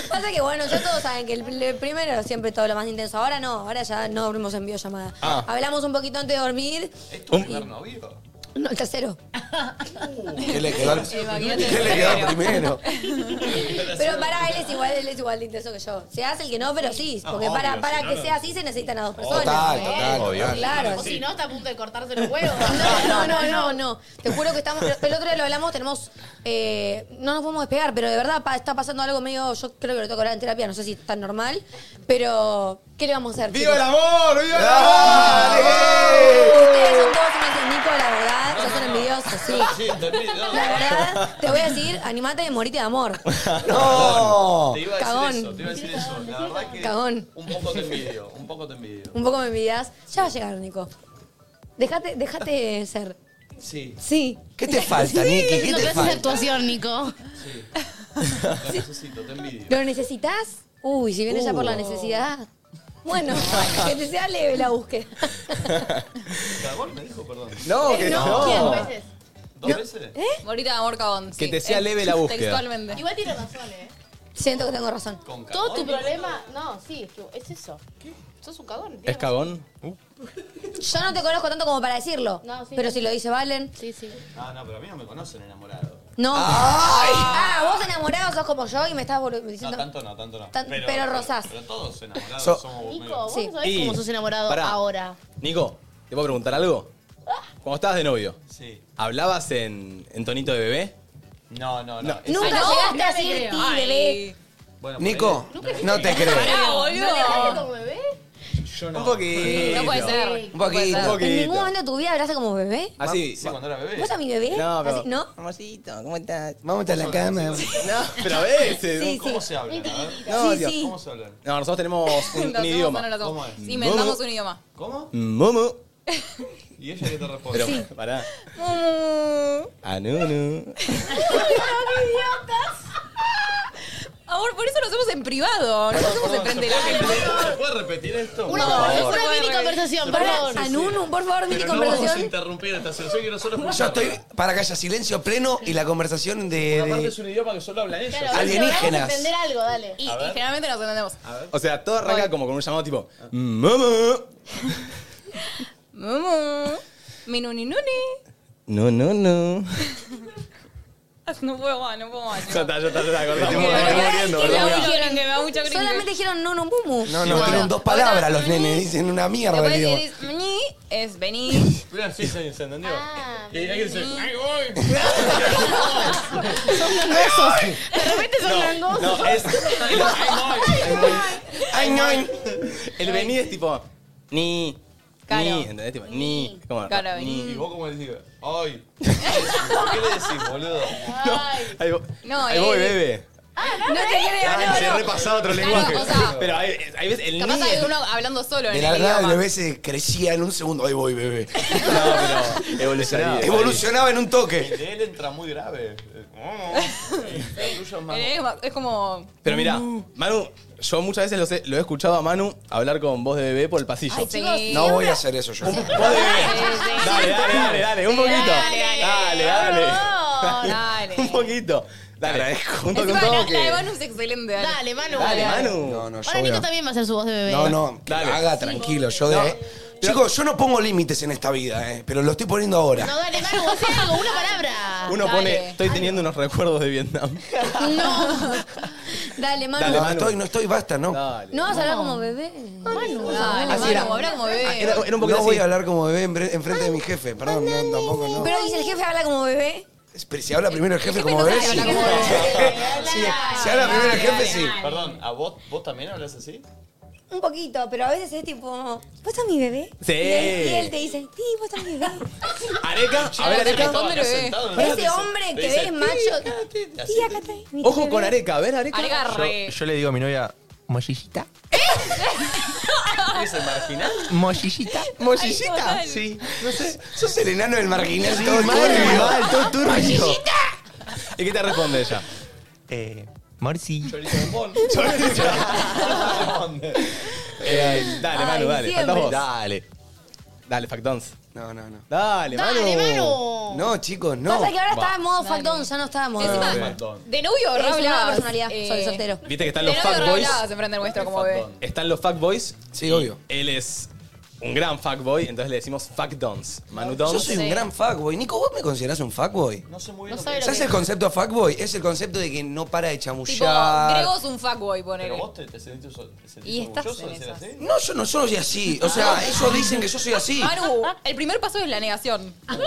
Pasa que bueno, ya todos saben que el, el primero siempre todo lo más intenso. Ahora no, ahora ya no dormimos en videollamada. Ah. Hablamos un poquito antes de dormir. ¿Es tu primer novio? No, el tercero. ¿Qué le quedó al, Imagínate qué le quedó al primero? Pero para él es igual, él es igual de intenso que yo. Se hace el que no, pero sí. Porque obvio, para, para si no, que no. sea así se necesitan a dos personas. Total, Eh, total, Obvio. total. Claro, O sí. si no, está a punto de cortarse los huevos. No, no, no, no, no. Te juro que estamos. El otro día lo hablamos, tenemos. eh, no nos podemos despegar, pero de verdad pa- está pasando algo medio. Yo creo que lo tengo que hablar en terapia, no sé si es tan normal. Pero, ¿qué le vamos a hacer? ¡Viva el chicos? amor! ¡Viva el amor! Ustedes son todos unos Nico, la verdad, ya son envidiosos, sí. Sí, entendí, no. La verdad, te voy a decir, animate y morite de amor. ¡No! Te iba a decir Cagón. eso, te iba a decir eso. La verdad que Cagón. un poco te envidio, un poco te envidio. Un poco me envidias. Ya va a llegar, Nico. Déjate, déjate ser. Sí, Sí. ¿Qué te falta, Niki? ¿Qué Lo que haces te es falta? actuación, Nico. lo necesito, te envidio. ¿Lo necesitas? Uy, si viene ya por la necesidad. Bueno, que te sea leve la búsqueda. Cagón me dijo, perdón. Eh, No, que Dos no. veces. ¿Dos veces? ¿Eh? Morita de amor cagón. Que sí. te sea Eh, leve la búsqueda. Textualmente. Igual tiene razón, ¿eh? Siento que tengo razón. Con Todo tu cagón. problema. No, sí, es, que es eso. Sos un cagón. tiene ¿Es razón. cagón? Yo no te conozco tanto como para decirlo. No, sí. Pero si lo dice Valen. Sí, sí. Ah, no, pero a mí no me conocen enamorado. No. ¡Ay! Ah, vos enamorado sos como yo y me estás bolu- No, diciendo. Ah, tanto no, tanto no. Tan- pero rosás. Pero, todos enamorados So- somos Nico, medio- vos Sí. no sabés Y- cómo sos enamorado pará. ahora. Nico, ¿te puedo preguntar algo? Cuando estabas de novio, Sí. ¿hablabas en, en tonito de bebé? No, no, no. Es- Nunca Ah, no, llegaste no a te sentir, creo. bebé. Bueno, por Nico, no te creo. Pará, ¿No le hablaste boludo. como bebé? ahí, yo no. Un poquito. No puede ser. Sí. no Un puede poquito. ser. Un poquito. ¿En ningún momento de tu vida hablaste como bebé? Así. Sí, cuando era bebé. ¿Vos a mi bebé? No, pero- Así, ¿no? Amorcito, ¿cómo estás? Vamos a la cama. No, pero a veces. Sí, ¿Cómo sí. se habla? A ver. No, sí, Dios. sí. ¿Cómo se habla? No, nosotros tenemos Lo un, hacemos un o no lo idioma. hacemos? ¿Cómo es? Inventamos un idioma. ¿Cómo? Momo. ¿Y ella qué te responde? Pero pará. Mm. Anunu. Amor, por eso lo hacemos en privado. No lo hacemos Perdón, enfrente de ¿se la puede- gente. ¿se puede repetir esto? Una, Por favor. no se una puede mini reír. conversación, Pará, perdón. Anunu, por favor, mini Pero no vamos a conversación. interrumpir esta sesión y nosotros Yo estoy para que haya silencio pleno y la conversación de. Aparte de- es un idioma que solo hablan ellos. Claro, Alienígenas. logramos entender algo, dale. Y, y generalmente nos entendemos. O sea, todo arranca como con un llamado tipo. Momo. Mumu. Minuninuni. No, no, no. Ah, No puedo más, no puedo más. Ya está, ya está, ya está. Pero cortamos. Estamos pará, muriendo, ¿qué ¿verdad? le Me hago? dijeron que me da mucha cringe. Solamente dijeron Nunu Mumu. No, no, tienen dos palabras los nenes, dicen una mierda. Después digo. decís, "Mni", es venir. Mira, sí, se se entendió. Ah, Y hay que decir, ¡ay, voy! De repente son langos. No, es. ¡Ay, voy! Ay, no. El vení es tipo. Ni. Claro. Ni. ¿Entendés? Tipo, ni. ¿Cómo? Claro, vení. Y vos, ¿cómo le decís? ¡Ay! ¿Qué le decís, boludo? Ay. Ahí vo- No, ahí voy, eh, bebe. No te creo, no, Ay, se no. repasaba otro Claro, lenguaje. o sea, Pero hay, hay veces el Capaz ni hay es- uno hablando solo De en la el nada, idioma. el bebé se crecía en un segundo. Ahí voy, bebé. No, pero evolucionaba. Evolucionaba en un El toque. de él entra muy grave. El tuyo es más- Eh, Es, ma- es como. Pero mira, Mm. Manu, yo muchas veces los he- lo he escuchado a Manu hablar con voz de bebé por el pasillo. Ay, Sí. chicos, No voy a hacer eso yo. Voz de bebé. Sí, sí. Dale, dale, dale, dale, un poquito. dale, Ah, Dale, dale. dale. No, dale. Un poquito. Dale, junto con Encima la, todo la de que. Manu es excelente. Dale. Dale, Manu. Dale, Manu. No, no, yo Ahora voy Nico a... también va a hacer su voz de bebé. No, no, que Dale. haga tranquilo. Yo de. Chicos, yo no pongo límites en esta vida, eh, pero lo estoy poniendo ahora. No, dale, Manu, vos hacés algo, una palabra. Uno Dale. pone, estoy teniendo unos recuerdos de Vietnam. Dale, Dale, No, Manu. no Manu. estoy, no estoy, basta, no. No, Dale. No vas a hablar como bebé. Manu. Dale, Así Manu, era. habla como bebé. Ah, Era, era un poquito voy así. a hablar como bebé en bre- enfrente de mi jefe, perdón, no, tampoco no. Pero dice el jefe habla como bebé. Pero si habla primero el jefe El como jefe no bebé, sabe sí. hablar como Sí, Si habla primero el jefe, sí. Perdón, ¿a vos, vos también hablas así? Un poquito, pero a veces es tipo, ¿vos sos mi bebé? Sí. Y él, y él te dice, sí, vos sos mi bebé. Areca, a ver, Che, Areca. ¿dónde lo ves? Ese hombre que ves macho. Sí, acá está. mi Ojo bebé. con Areca, a ver, Areca. Agarre. Yo le digo a mi novia, mollillita. ¿Es el marginal? Mollillita. Mosillita. total. Sí. Sos el enano del marginal, Sí, todo mal, turbio. mal, todo turbio. ¿Y qué te responde ella? Eh, Morsi. Chorizo bombón. Eh, dale, Ay, Manu, dale. siempre. Faltás vos. Dale. Dale, Factons. No, no, no. Dale, Manu. Dale, Manu. No, chicos, no. Pasa que ahora está en modo factón, ya no está en modo. Encima, Es Fantón. de novio una re hablabas, personalidad, eh, soy soltero. Viste que De están los novio re fuckboys. hablabas enfrente del nuestro como bebé. Fantón. Están los fuckboys. Sí, obvio. Él es un gran fuckboy, entonces le decimos fuckdons. Manu Yo Dons. soy un gran fuckboy. Nico, ¿vos me considerás un fuckboy? No sé muy No bien sabe lo lo ¿Sabes que el concepto de fuckboy? Es el concepto de que no para de Tipo, chamullar. Grego es un fuckboy, que... Pero ponele. vos te, te sentís, te sentís Y estás orgulloso de en ser esas. así. No, yo no soy así. O sea, ellos dicen que yo soy así. Manu, el primer paso es la negación. Ah,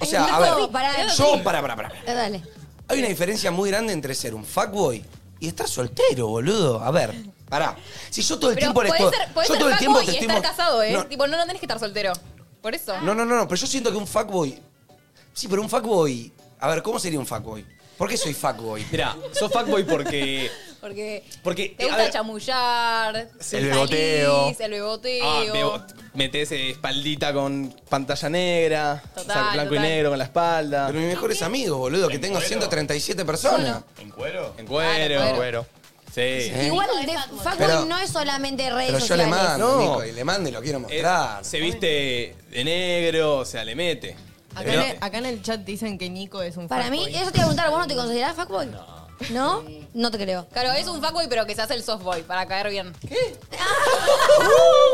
O sea, a Nico, ver, pará. yo, para, para, para. Eh, Dale. Hay una diferencia muy grande entre ser un fuckboy y estar soltero, boludo. A ver, pará. Si yo todo el Pero tiempo puede le estoy- ser, puede yo ser todo el tiempo fuckboy te y estoy estar mo- casado, ¿eh? No, Tipo, no, no tenés que estar soltero. Por eso. No, no, no, no, pero yo siento que un fuckboy. Sí, pero un fuckboy. A ver, ¿cómo sería un fuckboy? ¿Por qué soy fuckboy? Mirá, sos fuckboy porque. Porque, Porque, te eh, a gusta ver- chamullar, El salís, beboteo. el beboteo. Ah, veo- metés eh, espaldita con pantalla negra, o sea, Total, blanco total. y negro con la espalda. Pero mis mejores amigos, boludo, que tengo 137 personas. ¿En cuero? En cuero. Claro, Bueno. Sí. ¿Eh? Igual, de Pero- fuckboy no es solamente redes Pero yo le sociales. mando, No. Nico, y le mando y lo quiero Eh, mostrar. se viste de negro, o sea, le mete. Acá, Pero- en el, acá en el chat dicen que Nico es un Para mí, fuckboy. eso te iba a preguntar, ¿vos no te considerás fuckboy? No. ¿No? No te creo. Claro, es un fuckboy, pero que se hace el softboy para caer bien.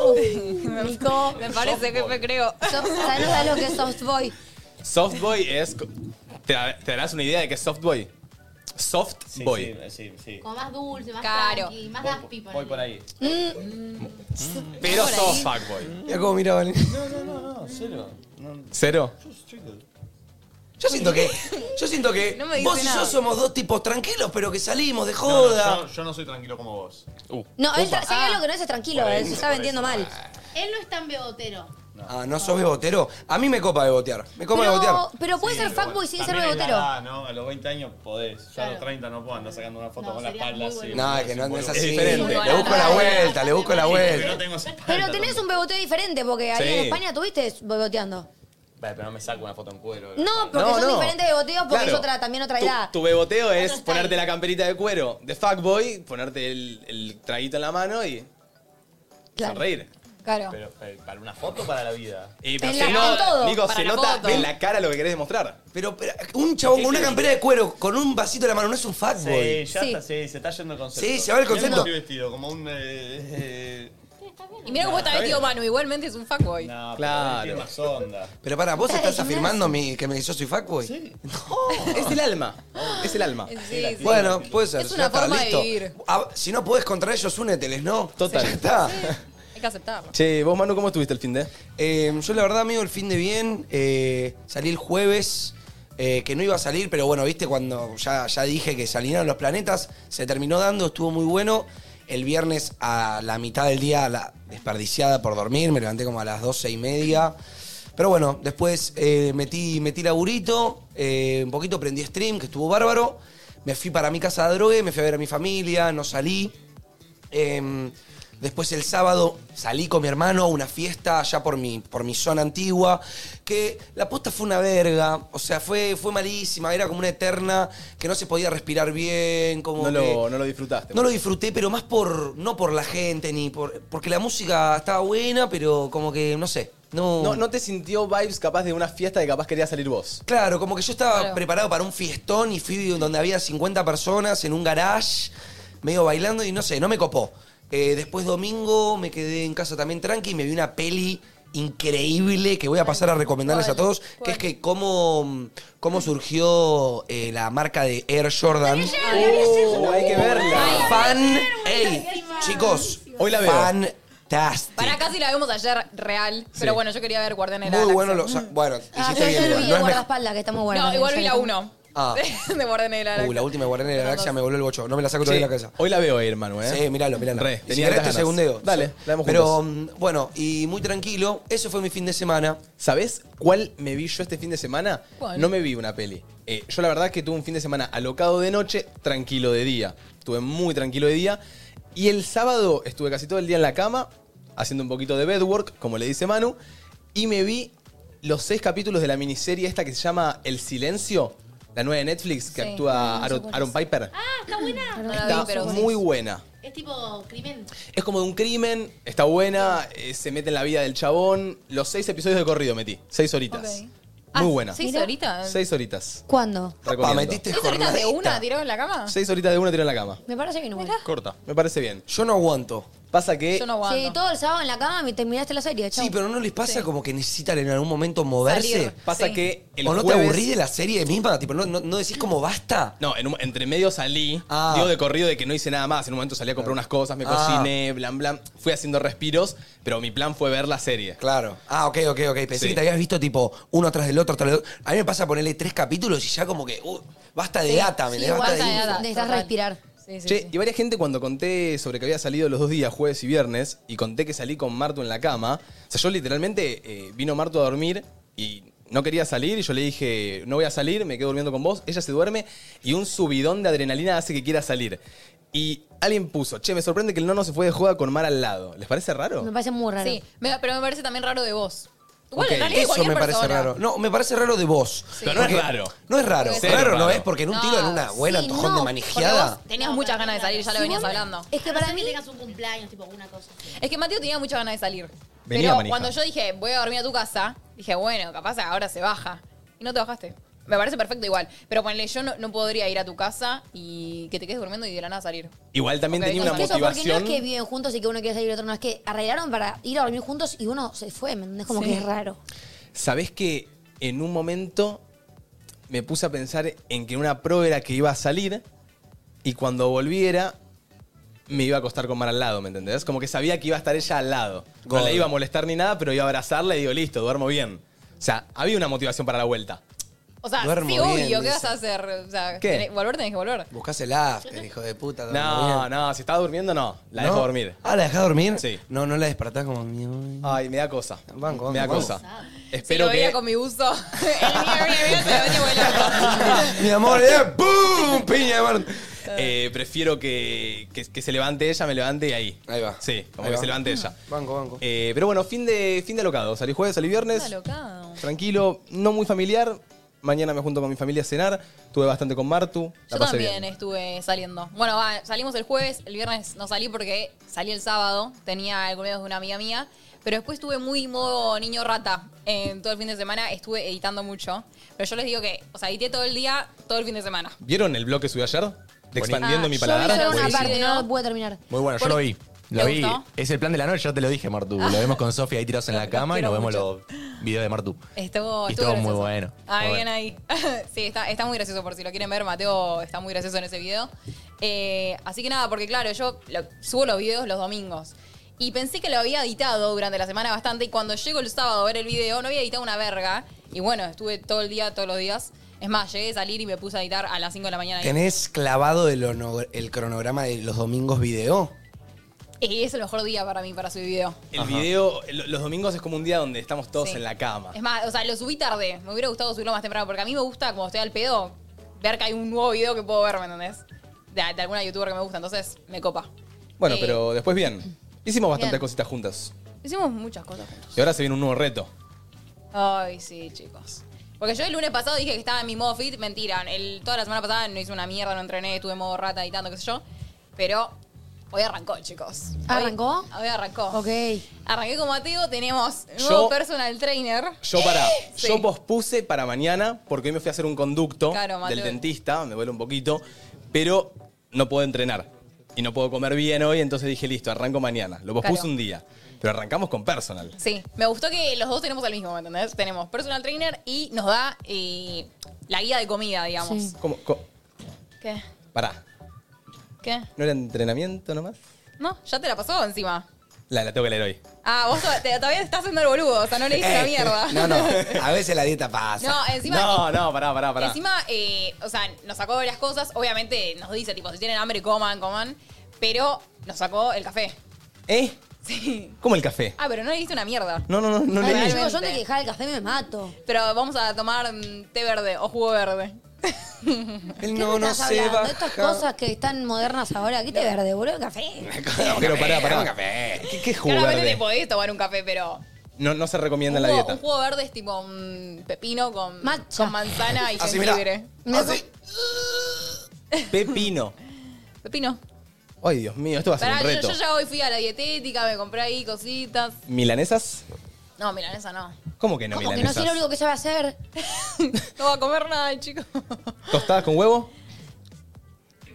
Uh, Nico. Me parece, Softboy. que me creo. ¿Sabes lo que es softboy? Softboy es. ¿Te, te darás una idea de qué es softboy? Sí, Softboy. sí, sí, sí. Como más dulce, más Claro. tranqui, más Mm. Voy, daspi. voy por ahí. Pero sos fuckboy. Mira cómo mira, Valen. No, no, no, no, cero. No, ¿Cero? yo soy de- Yo siento que, yo siento que No me dice vos y yo nada. somos dos tipos tranquilos, pero que salimos de No, joda. no, yo, yo no soy tranquilo como vos. Uh. No, él tra- si hay algo que no es tranquilo, él se está vendiendo mal. Él no es tan bebotero. Ah, ¿no sos bebotero? A mí me copa bebotear. Me copa bebotear. Pero, pero puede ser pero fuckboy bueno, sin ser también es la bebotero. edad, ¿no? A los 20 años podés. Ya a los Claro. 30 no puedo andar sacando una foto No, con la sería espalda muy así. bueno. No, es que no, no es así. diferente. Le busco la vuelta, le busco la Pero vuelta. no tengo esa espalda. Pero tenés un beboteo diferente, porque ahí en Sí. España tuviste beboteando. Vale, pero no me saco una foto en cuero. No, porque No, son no. diferentes beboteos porque es Claro. otra, también otra Tu, edad. tu beboteo es style. ponerte la camperita de cuero de fuckboy, ponerte el, el traguito en la mano y Claro. sonreír. Claro. Pero, pero, para una foto o para la vida. Y En se la- con todo. Nico, Para se la nota foto. en la cara lo que querés demostrar. Pero, pero, un chabón con una campera de cuero, con un vasito en la mano, no es un Sí, fatboy. ya Sí. está, sí, se está yendo el concepto. Sí, se va el Mirá concepto. cómo estoy vestido, como un... eh, eh, Y mira cómo está vestido Manu, igualmente es un fuckboy. no, pero Claro. tiene más onda. Pero para, ¿vos Está de estás afirmando mi- que me- yo soy fuckboy? Es el alma. Es el alma. Sí, sí. Bueno, puede ser. Es ya una está, forma de listo. vivir. Ah, si no podés contra ellos, úneteles, ¿no? Total. Ya está. Hay que aceptarlo. Che, vos, Manu, ¿cómo estuviste el fin de? Eh, yo la verdad, amigo, el fin de bien, eh, salí el jueves, eh, que no iba a salir, pero bueno, viste, cuando ya, ya dije que se alinearon los planetas, se terminó dando, estuvo muy bueno. El viernes a la mitad del día, la desperdiciada por dormir, me levanté como a las doce y media. Pero bueno, después eh, metí, metí laburito, eh, un poquito prendí stream, que estuvo bárbaro. Me fui para mi casa de drogue, me fui a ver a mi familia, no salí. Em, después el sábado salí con mi hermano a una fiesta allá por mi, por mi zona antigua, que la posta fue una verga, o sea, fue, fue malísima, era como una eterna, que no se podía respirar bien, como No que- lo, no lo disfrutaste. no lo disfruté, pero más por, no por la gente, ni por, porque la música estaba buena, pero como que, no sé, no... No, no te sintió vibes capaz de una fiesta que capaz quería salir vos. Claro, como que yo estaba Claro. preparado para un fiestón y fui donde había 50 personas en un garage, medio bailando y no sé, no me copó. Eh, después domingo me quedé en casa también tranqui y me vi una peli increíble que voy a pasar a recomendarles a todos, que es que cómo, cómo surgió eh, la marca de Air Jordan. Oh, hay que verla. Fan, ey, chicos, Hoy la veo. fantástico. Para casi la vemos ayer real, pero bueno, yo quería ver Guardianes de la Muy bueno, Galaxia. lo- o sea, bueno, Ah, hiciste yo vi bien. igual, el no video de es mejor. guardaespaldas, que está muy bueno. No, igual vi la 1. Ah. De Guardianes de la Galaxia. Uh, la última Guardiana de la Galaxia me voló el bocho, no me la saco todavía de la cabeza. Hoy la veo, hermano, ¿eh? Sí, míralo, míralo. Re, Y si tenía querés ganas. te segundeo. Dale, Sí. la vemos Pero juntos. mm, bueno, y muy tranquilo. Eso fue mi fin de semana. ¿Sabés cuál me vi yo este fin de semana? ¿Cuál? No me vi una peli. Eh, yo la verdad que tuve un fin de semana alocado de noche, tranquilo de día. Estuve muy tranquilo de día. Y el sábado estuve casi todo el día en la cama, haciendo un poquito de bedwork, como le dice Manu. Y me vi los seis capítulos de la miniserie esta que se llama El Silencio, la nueva de Netflix, que Sí. actúa Aaron, Aaron Piper. Ah, está buena. No la vi, Está pero sí. muy buena. Es tipo crimen. Es como de un crimen, está buena, eh, se mete en la vida del chabón. Los seis episodios de corrido metí, seis horitas. Ok. Ah, Muy buena. ¿Seis Mira. horitas? Seis horitas. ¿Cuándo? Pa, Recomiendo. metiste ¿Seis horitas de jornadita. una tirado en la cama? Seis horitas de una tiro en la cama. Me parece bien igual. Corta. Me parece bien. Yo no aguanto. Pasa que. Yo no aguanto. Sí, todo el sábado en la cama me terminaste la serie, chau. Eh, Sí, pero ¿no les pasa como que necesitan en algún momento moverse? Salir. Pasa Sí. que el ¿O no jueves- te aburrís de la serie misma? Tipo, ¿no, no, no decís como basta? No, en un- entre medio salí, Ah. digo de corrido de que no hice nada más. En un momento salí a comprar unas cosas, me Ah. cociné, blan, blan. Fui haciendo respiros, pero mi plan fue ver la serie. Claro. Ah, ok, ok, ok. Pensé Sí. que te habías visto tipo uno tras del otro, tras del otro. A mí me pasa ponerle tres capítulos y ya como que, uh, basta de data, me sí, le basta basta de de info. data. Necesitas Total. respirar. Sí, sí, Che, sí. y varias gente cuando conté sobre que había salido los dos días, jueves y viernes, y conté que salí con Martu en la cama, o sea, yo literalmente eh, vino Martu a dormir y no quería salir, y yo le dije, no voy a salir, me quedo durmiendo con vos, ella se duerme, y un subidón de adrenalina hace que quiera salir. Y alguien puso, che, me sorprende que el nono se fue de joda con Mar al lado. ¿Les parece raro? Me parece muy raro. Sí, me- pero me parece también raro de vos. Igual, Ok, en realidad, de Eso me cualquier parece persona. raro. No, me parece raro de vos. Pero no es raro. No es raro. Cero raro no raro. es porque en un tiro, en una buena Ah, sí, antojón no, de porque manijeada. Tenías No, muchas para ganas de mí, salir, ya lo si venías vos- hablando. Es que A no para ser mí... que tengas un cumpleaños, tipo una cosa así. Es que Mateo tenía muchas ganas de salir. Venía, pero manija. cuando yo dije, voy a dormir a tu casa, dije, bueno, capaz ahora se baja. Y no te bajaste. Me parece perfecto igual. Pero ponle, yo no, no podría ir a tu casa y que te quedes durmiendo y de la nada salir. Igual también Ok, tenía Es una que eso, porque no motivación. es que viven juntos y que uno quiere salir y otro no. Es que arreglaron para ir a dormir juntos y uno se fue, ¿me entendés? Como Sí. que es raro. ¿Sabés que en un momento me puse a pensar en que una pro era que iba a salir y cuando volviera me iba a acostar con Mar al lado, ¿me entendés? Como que sabía que iba a estar ella al lado. God. No le iba a molestar ni nada, pero iba a abrazarla y digo, listo, duermo bien. O sea, había una motivación para la vuelta. O sea, Duermo sí, bien, obvio, ¿qué dice. vas a hacer? O sea, ¿Qué? tenés- volver tenés que volver. Buscás el after, hijo de puta. duermo No, bien. no, si está durmiendo, no. La dejo ¿No? dormir. Ah, ¿la dejás dormir? Sí. No, no la despertás como miedo. Ay, me da cosa. Banco, me da banco, cosa. Si Espero lo veía que. con mi buzo. El mío, mío, mío, se lo llevo el otro. Mi amor, eh, ¡pum! Piña de mar- eh, prefiero que, que, que se levante ella, me levante y ahí. Ahí va. Sí, como Ahí que va. se levante ella. Banco, banco. Eh, pero bueno, fin de, fin de alocado. Salí jueves, salí viernes. Alocado. Tranquilo, no muy familiar. Mañana me junto con mi familia a cenar. Tuve bastante con Martu. La Yo pasé también eh. bien. estuve saliendo. Bueno, va, salimos el jueves, el viernes no salí porque salí el sábado, tenía el cumpleaños de una amiga mía, pero después estuve muy modo niño rata. En todo el fin de semana estuve editando mucho, pero yo les digo que, o sea, edité todo el día, todo el fin de semana. ¿Vieron el blog que subí ayer? De expandiendo Ah, mi Yo vi paladar. solo una Buenísimo. parte, no lo pude terminar. Muy bueno, yo Por- lo vi. Lo ¿Te vi. gustó? Es el plan de la noche, yo te lo dije, Martu. Lo vemos con Sofía ahí tirados en la cama y nos quiero vemos los videos de Martu. Estuvo, Y estuvo todo muy gracioso. bueno. Ah, Muy bien bueno. ahí. sí, está, está muy gracioso por si lo quieren ver. Mateo está muy gracioso en ese video. Eh, así que nada, porque claro, yo lo- subo los videos los domingos. Y pensé que lo había editado durante la semana bastante. Y cuando llego el sábado a ver el video, no había editado una verga. Y bueno, estuve todo el día, todos los días. Es más, llegué a salir y me puse a editar a las 5 de la mañana. ¿Tenés clavado el, ono- el cronograma de los domingos video? Y es el mejor día para mí para subir video. El video, lo- los domingos es como un día donde estamos todos Sí. Eh, en la cama. Es más, o sea, lo subí tarde. Me hubiera gustado subirlo más temprano porque a mí me gusta, como estoy al pedo, ver que hay un nuevo video que puedo ver, ¿me entendés? De, de alguna youtuber que me gusta, entonces me copa. Bueno, Eh, pero después bien. Hicimos bastantes Bien. cositas juntas. Hicimos muchas cosas juntos. Y ahora se viene un nuevo reto. Ay, sí, chicos. Porque yo el lunes pasado dije que estaba en mi modo fit, mentira. El, toda la semana pasada no hice una mierda, no entrené, estuve en modo rata editando, qué sé yo. Pero hoy arrancó, chicos. Hoy- ¿Arrancó? Hoy arrancó. Ok. Arranqué con Mateo, tenemos Yo- nuevo personal trainer. Yo para, Sí. yo pospuse para mañana porque hoy me fui a hacer un conducto Claro, Mateo. del dentista, me duele un poquito, pero no puedo entrenar y no puedo comer bien hoy, entonces dije, listo, arranco mañana. Lo pospuse Claro. un día, pero arrancamos con personal. Sí, me gustó que los dos tenemos el mismo, ¿me entendés? Tenemos personal trainer y nos da eh, la guía de comida, digamos. Sí. ¿Cómo? Co- ¿Qué? pará, ¿Qué? ¿no era entrenamiento nomás? No, ya te la pasó encima. La, la tengo que leer hoy. Este, Ah, vos to- te- todavía estás haciendo el boludo, o sea, no le diste la Eh, mierda. No, no. A veces la dieta pasa. No, encima. no, no, pará, pará, pará. Encima, eh, o sea, nos sacó varias cosas. Obviamente nos dice, tipo, si tienen hambre, coman, coman. Pero nos sacó el café. ¿Eh? Sí. ¿Cómo el café? Ah, pero no le diste una mierda. No, no, no, no Ay, leí. Realmente. chicos, yo antes que dejar el café me mato. Pero vamos a tomar mm, té verde o jugo verde. Él ¿Qué no, me no estás se hablando? baja. Estas cosas que están modernas ahora. ¿Qué te verde, boludo? Café. Pero pará, pará. ¿Qué, qué jugo Claramente verde? te podés tomar un café, pero. No, no se recomienda Un en la jugo, dieta. un jugo verde es tipo un pepino con, Matcha. con manzana y Así, mirá. jengibre. Así. Pepino. Pepino. Ay, Dios mío, esto va a ser Pará, un yo, reto. yo ya hoy fui a la dietética, me compré ahí cositas. ¿Milanesas? No, milanesa no. ¿Cómo que no Como que no milanesas? sé lo único que sabe hacer. No va a comer nada, chicos. ¿Tostadas con huevo?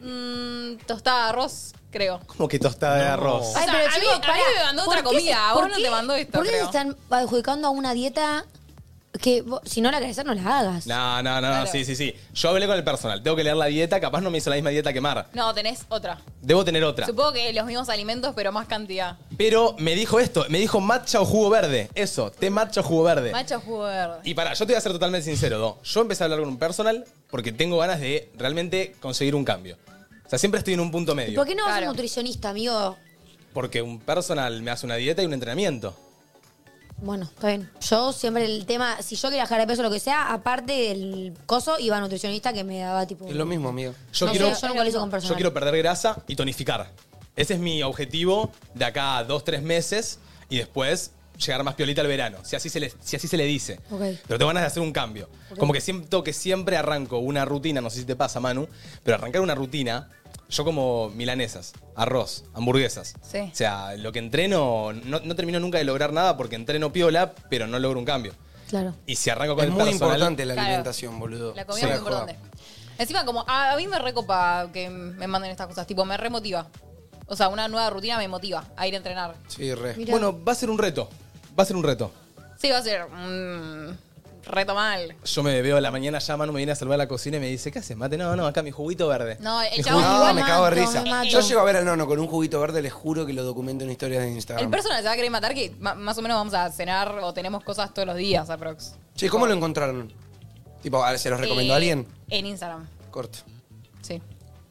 Mm, tostada de arroz, creo. ¿Cómo que tostada de arroz? sea, a mí- a mí pará, me mandó ¿por otra qué se- comida, a vos por no qué- te mandó esto, ¿Por qué creo. se están adjudicando a una dieta que vos- si no la querés hacer, no la hagas? No, no, no, Claro. sí, sí, sí. Yo hablé con el personal. Tengo que leer la dieta. Capaz no me hizo la misma dieta que Mar. No, tenés otra. Debo tener otra. Supongo que los mismos alimentos, pero más cantidad. Pero me dijo esto. Me dijo matcha o jugo verde. Eso, té matcha o jugo verde. Macho jugo verde. Y para, yo te voy a ser totalmente sincero, Do. Yo empecé a hablar con un personal porque tengo ganas de realmente conseguir un cambio. O sea, siempre estoy en un punto medio. ¿Por qué no vas a ser Claro. nutricionista, amigo? Porque un personal me hace una dieta y un entrenamiento. Bueno, está bien. Yo siempre el tema, si yo quería bajar de peso o lo que sea, aparte del coso, iba a nutricionista que me daba tipo. Es lo mismo, amigo. Yo No sé, quiero. yo nunca lo hice con personal. Yo quiero perder grasa y tonificar. Ese es mi objetivo de acá a dos, tres meses y después llegar más piolita al verano, si así se le, si así se le dice. Ok. Pero tengo ganas de hacer un cambio. Como que siento que siempre arranco una rutina, no sé si te pasa, Manu, pero arrancar una rutina, yo como milanesas, arroz, hamburguesas. Sí. O sea, lo que entreno, no, no termino nunca de lograr nada porque entreno piola, pero no logro un cambio. Claro. Y si arranco con Es el muy personal- importante la Claro. alimentación, boludo. La comida es muy Fuera de joda. importante. Encima, como a, a mí me recopa que me manden estas cosas. Tipo, me remotiva. O sea, una nueva rutina me motiva a ir a entrenar. Sí, re. Mirá. Bueno, va a ser un reto. Va a ser un reto. Sí, va a ser mm, reto mal. Yo me veo a la mañana ya, Manu me viene a saludar a la cocina y me dice, ¿qué haces, mate? No, no, acá mi juguito verde. No, el Mi chabón juguito- No, igual me mato, cago de me risa. mato. Yo llego a ver al nono con un juguito verde, les juro que lo documento en historias de Instagram. El personal se va a querer matar que ma- más o menos vamos a cenar o tenemos cosas todos los días, aprox. Che, ¿cómo lo encontraron? Tipo, a- ¿se los recomendó Eh, a alguien? En Instagram, Corto. sí.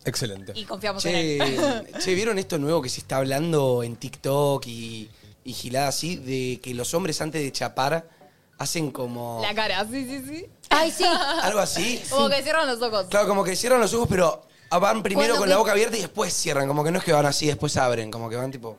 Excelente. Y confiamos Che, en él. che, ¿vieron esto nuevo que se está hablando en TikTok y, y gilada así? De que los hombres antes de chapar hacen como... La cara, sí, sí, sí. Ay, sí. Algo así. Como que cierran los ojos. Claro, como que cierran los ojos, pero van primero Cuando con la que- boca abierta y después cierran. Como que no es que van así, después abren. Como que van tipo...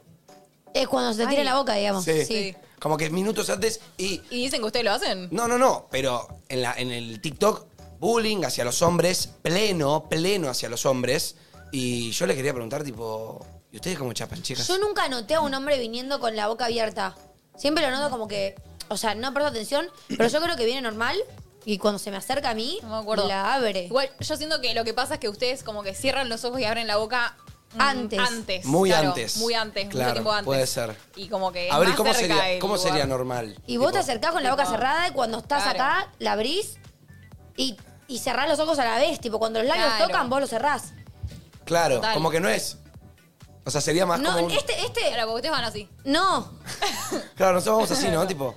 Es cuando se te tira Ay. la boca, digamos. Sí. Sí. Como que minutos antes y... ¿Y dicen que ustedes lo hacen? No, no, no, pero en, la, en el TikTok, bullying hacia los hombres, pleno, pleno hacia los hombres. Y yo le quería preguntar, tipo, ¿y ustedes cómo chapan, chicas? Yo nunca noté a un hombre viniendo con la boca abierta. Siempre lo noto como que, o sea, no presto atención, pero yo creo que viene normal y cuando se me acerca a mí, No me acuerdo. la abre. Igual, yo siento que lo que pasa es que ustedes como que cierran los ojos y abren la boca mm, Antes. Antes. Muy claro, antes. Muy antes, Claro, mucho tiempo antes. puede ser. Y como Eh, que. A ver, ¿y más cómo cerca sería, el cómo lugar. sería normal? Y vos Tipo, te acercás con la boca cerrada y cuando estás Claro. acá, la abrís y, y cerrás los ojos a la vez. Tipo, cuando los labios Claro. tocan, vos los cerrás. Claro, Total. como que no es. O sea, sería más no, como. un- este, este, Claro, porque ustedes van así. no. Claro, nosotros vamos así, ¿no? tipo.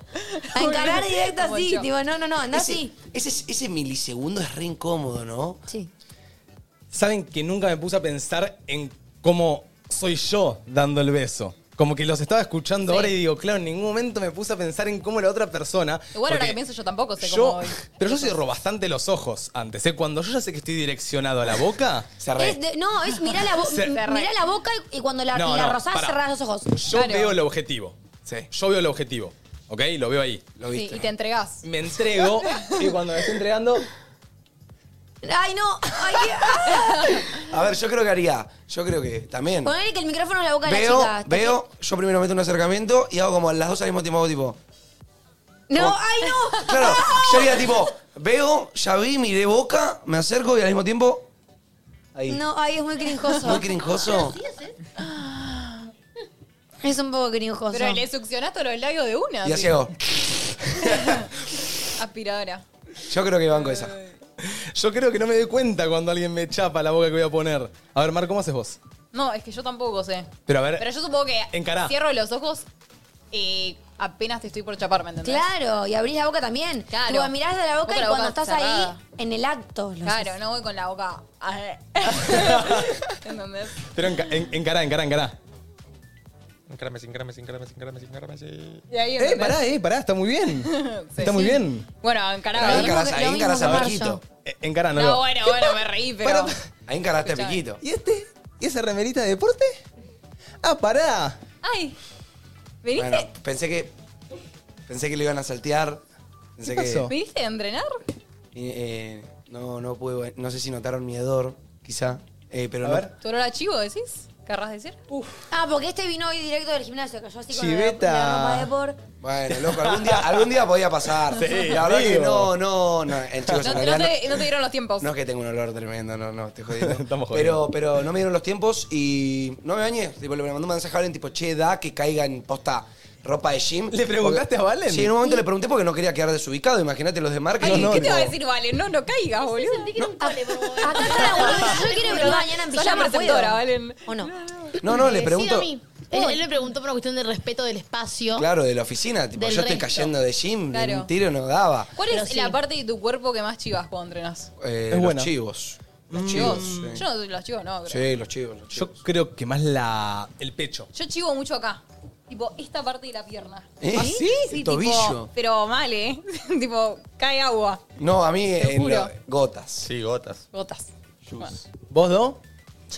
A encarar directo Como así. yo. Tipo, no, no, no, andá Ese, así. ese, ese milisegundo es re incómodo, ¿no? Sí. Saben que nunca me puse a pensar en cómo soy yo dando el beso. Como que los estaba escuchando ahora y digo, claro, en ningún momento me puse a pensar en cómo la otra persona. Igual ahora porque que pienso yo tampoco sé yo- cómo voy. Pero yo cierro bastante los ojos antes, ¿eh? Cuando yo ya sé que estoy direccionado a la boca. Cerré. Es de- no, es mirá la, bo- Se- mirá la boca y, y cuando la, No, la no, rozás, pará. cerrás los ojos. Yo Claro. veo el objetivo. Sí. Yo veo el objetivo. ¿Ok? Lo veo ahí. Lo Sí, viste. y te entregás. Me entrego y cuando me estoy entregando. Ay, no. Ay, qué- A ver, yo creo que haría. Yo creo que también. Ponele que el micrófono es la boca Veo, de la chica. veo, yo primero meto un acercamiento y hago como las dos al mismo tiempo, hago tipo. No, como- ay, no. Claro, yo haría tipo, veo, ya vi, miré boca, me acerco y al mismo tiempo. Ahí. No, ay, es muy crinjoso. Muy cringoso. Es un poco crinjoso. Pero le succionaste los labios de una. así. Y así hago. Aspiradora. Yo creo que banco esa. Yo creo que no me doy cuenta cuando alguien me chapa la boca que voy a poner. A ver, Mar, ¿cómo haces vos? No, es que yo tampoco sé. Pero a ver. Pero yo supongo que Encará. cierro los ojos y apenas te estoy por chapar, ¿me entendés? Claro, y abrís la boca también. Claro. Tipo, mirás a la boca Boca y la cuando boca estás cerrada. ahí, en el acto. lo Claro, haces. no voy con la boca. ¿Entendés? Pero enca- en- encará, encará, encará. Encárame, encárame, encárame, encárame, encárame. Y ahí Eh, ¿entendés? pará, eh, pará, está muy bien. Está muy bien. Bueno, encaraba. Ahí mismo encaras, que- ahí lo encaras mismo a que Marquito. Eh, encará, no, No, lo- bueno, bueno, me reí, pero. Ahí encaraste a Escuchame. Piquito. ¿Y este? ¿Y esa remerita de deporte? Ah, pará. ¡Ay! ¿Viniste? Bueno, pensé que. Pensé que le iban a saltear. Pensé ¿Qué pasó? que. ¿Viniste a entrenar? eh, no, no pude. No sé si notaron mi hedor, quizá. Eh, pero A no- ver. ¿Tu olor a chivo decís? ¿Querrás decir? Ah, porque este vino hoy directo del gimnasio, cayó así con la- Chiveta. la ropa de por. Bueno, loco, algún día, algún día podía pasar. Sí, la verdad que no, amigo. no, no. El chico No, en no realidad no- te, no te dieron los tiempos. No es que tengo un olor tremendo, no, no, estoy jodiendo. Estamos Pero, jodiendo. pero no me dieron los tiempos y no me bañé. Tipo, le mandé un mensaje a Valen, tipo, che, da que caiga en posta ropa de gym. ¿Le preguntaste Porque- a Valen? Sí, en un momento le pregunté porque no quería quedar desubicado. Imagínate los de marca. Ay, No, ¿Qué no, te va a tipo, decir, vale? No, no caigas, boludo. Sentí que era un cole por un momento. Acá está la boluda, Yo quiero venir mañana en Soy la pijama, ¿puedo? preceptora, Valen. ¿O no? No, no, le Sí, pregunto. a mí. Él, él me preguntó por una cuestión de respeto del espacio. Claro, de la oficina, tipo, Del yo estoy resto. cayendo de gym, de Claro. un tiro no daba. ¿Cuál Pero es sí. la parte de tu cuerpo que más chivas cuando entrenas? Eh, Es los buena. chivos. Los Chivos. chivos. sí. Yo no soy los chivos, no, creo. Sí, los chivos, los Yo chivos. creo que más la. el pecho. Yo chivo mucho acá. Tipo, esta parte de la pierna. ¿Eh? ¿Ah, sí? El tipo, tobillo. pero mal, ¿eh? tipo, cae agua. No, a mí en juro. lo- gotas. Sí, gotas. Gotas. Bueno. ¿Vos, Do?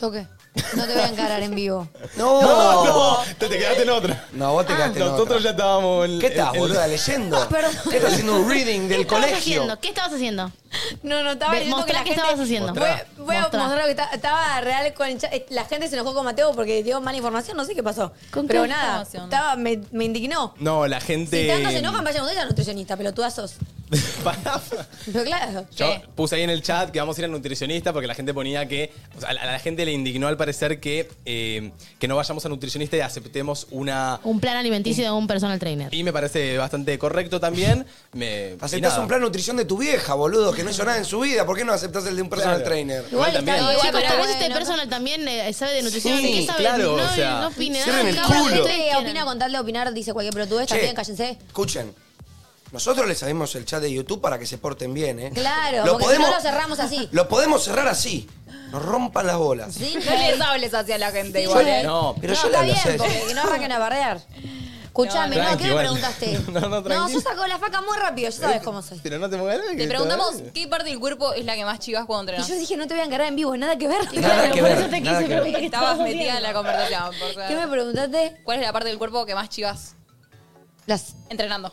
¿Yo qué? No te voy a encarar en vivo. No, No, te, te quedaste en otra. No, vos te quedaste en Nosotros otra. ya estábamos. en- ¿Qué estás, en- en- boluda? Ah, ¿Leyendo? ¿Qué estás haciendo un reading ¿Qué del estabas colegio? haciendo? ¿Qué estabas haciendo? No, no, estaba Ve- diciendo mostrá que qué la gente... estabas haciendo. Voy, voy a Mostrá. mostrar lo que está- estaba real con el chat. Eh, La gente se enojó con Mateo porque dio mala información, no sé qué pasó. ¿Con Pero qué nada, información? estaba, me, me indignó. No, la gente. Si tanto se enojan, vayan ustedes a nutricionista, pelotudazos. Pará. Pero claro. Yo ¿Qué? puse ahí en el chat que vamos a ir al nutricionista porque la gente ponía que. o sea, a la a la gente le indignó al parecer que, eh, que no vayamos al nutricionista y aceptemos una. Un plan alimenticio de un personal trainer. Y me parece bastante correcto también. Me, y Aceptás nada. un plan de nutrición de tu vieja, boludo, que no hizo nada en su vida. ¿Por qué no aceptás el de un personal Claro. trainer? Igual Igual también. está Chicos, igual, tal pará, vez este bueno, personal también eh, sabe de nutrición. Sí, ¿Qué sabe? claro, no, o sea, no opine cierren nada. el hagan lo que culo. ustedes Usted quieran. opina con tal de opinar, dice cualquier pelotudez, Che, también cállense. Escuchen. Nosotros les abrimos el chat de YouTube para que se porten bien, ¿eh? Claro, Lo porque podemos- si no lo cerramos así. Lo podemos cerrar así. Nos rompan las bolas. Sí, No les hables hacia la gente Sí, igual, yo- ¿eh? No, pero no, yo está le hablo bien, serio. porque que no arranquen a bardear. Escuchame, No, no, ¿qué no, tranqui, me bueno. preguntaste? No, no, no, tranqui. yo saco la faca muy rápido, ya sabes cómo soy. Pero no te mueves. que Te te- preguntamos qué parte del cuerpo es la que más chivas cuando Y entrenás. yo dije, no te voy a encarar en vivo, nada que ver. Nada que por ver. eso te nada quise que ver. preguntar. Estabas Estabas metida en la viendo. conversación. por favor. ¿Qué me preguntaste? ¿Cuál es la parte del cuerpo que más chivas Las... entrenando?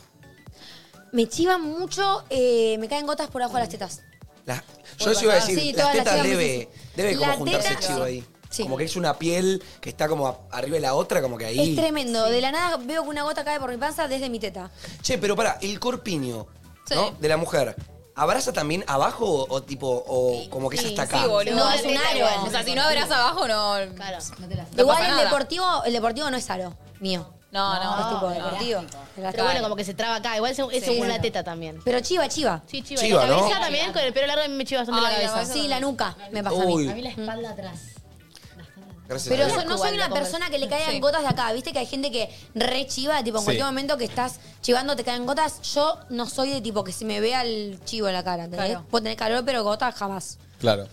Me chivan mucho, eh, me caen gotas por abajo de las tetas. La- yo eso iba a decir, Sí, las todas las tetas chivas debe, debe como La juntarse teta- chivo ahí. Sí. Como que es una piel que está como a- arriba de la otra, como que Es ahí. tremendo. De la nada veo que una gota cae por mi panza desde mi teta. Che, pero pará, el corpiño Sí. ¿no? de la mujer, ¿abraza también abajo o, o tipo, o como que es hasta acá? Sí, boludo. No, es un aro. O sea, si no abrás abajo, no. Claro. No Igual pasa el nada. deportivo, el deportivo no es aro mío. No, no. es tipo no. deportivo. Pero bueno, como que se traba acá. Igual es es según la teta también. Pero chiva, chiva. Sí, chiva. Chiva, y la ¿no? cabeza también, con el pelo largo a mí me chiva bastante Ay, la la cabeza. cabeza. Sí, la nuca me pasa a mí. Uy, la espalda atrás. gracias. Pero a yo Dios. no soy una persona que le caigan Sí. gotas de acá. Viste que hay gente que re chiva, tipo en Sí. cualquier momento que estás chivando te caen gotas. Yo no soy de tipo que se me vea el chivo en la cara. ¿entendés? Claro. Puedo tener calor, pero gotas jamás. Claro.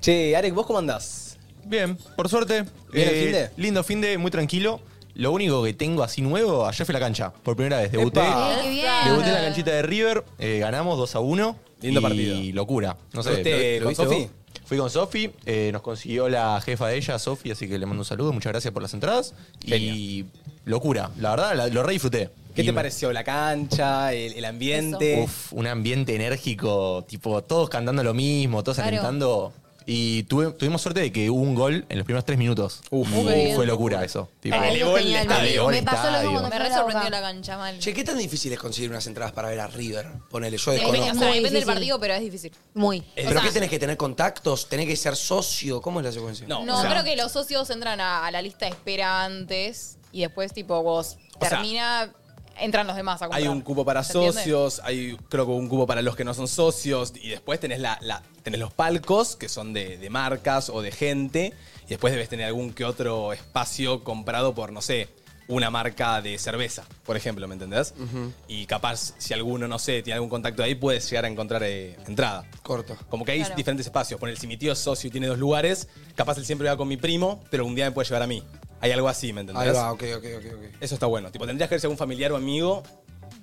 Che, Arek, ¿vos cómo andás? Bien, por suerte. Eh, Bien, el fin de. Lindo fin de, muy tranquilo. Lo único que tengo así nuevo, ayer fui a la cancha. Por primera vez, debuté. Epa. Eh, qué bien. Debuté en la canchita de River, eh, ganamos 2 a 1. Lindo y partido. locura. No sé, ¿Fuiste con viste Sofi? vos? Fui con Sofi, eh, nos consiguió la jefa de ella, Sofi, así que le mando un saludo, muchas gracias por las entradas. Y locura, la verdad, la- lo re disfruté. ¿Qué Y te me- pareció la cancha, el, el ambiente? Uf, un ambiente enérgico, tipo, todos cantando lo mismo, todos Claro. alentando. Y tuve- tuvimos suerte de que hubo un gol en los primeros tres minutos. Uf. Y fue locura eso. tipo. Ay, elevó el genial. estadio, Me el pasó lo mismo estadio. Me cuando fui a re la sorprendió la Boca. cancha, mal. Che, ¿qué tan difícil es conseguir unas entradas para ver a River? Ponele, yo Depende, o desconozco. Eh, sea, Muy depende del difícil. partido, pero es difícil. Muy. ¿Pero o sea- qué tenés que tener contactos? ¿Tenés que ser socio? ¿Cómo es la secuencia? No, No, o sea- creo que los socios entran a, a la lista de espera antes y después, tipo, vos O sea, termina, entran los demás a comprar. Hay un cupo para ¿Se entiende? socios, hay creo que un cupo para los que no son socios, y después tenés, la, la- tenés los palcos, que son de, de marcas o de gente, y después debes tener algún que otro espacio comprado por, no sé, una marca de cerveza, por ejemplo, ¿me entendés? Y capaz, si alguno, no sé, tiene algún contacto ahí, puedes llegar a encontrar eh, entrada. Corto. Como que hay Claro. diferentes espacios. Por el si mi tío es socio y tiene dos lugares, capaz él siempre va con mi primo, pero un día me puede llevar a mí. Hay algo así, ¿me entendés? Ahí va, ok, ok, ok. ok. Eso está bueno. Tipo, tendrías que ver si algún familiar o amigo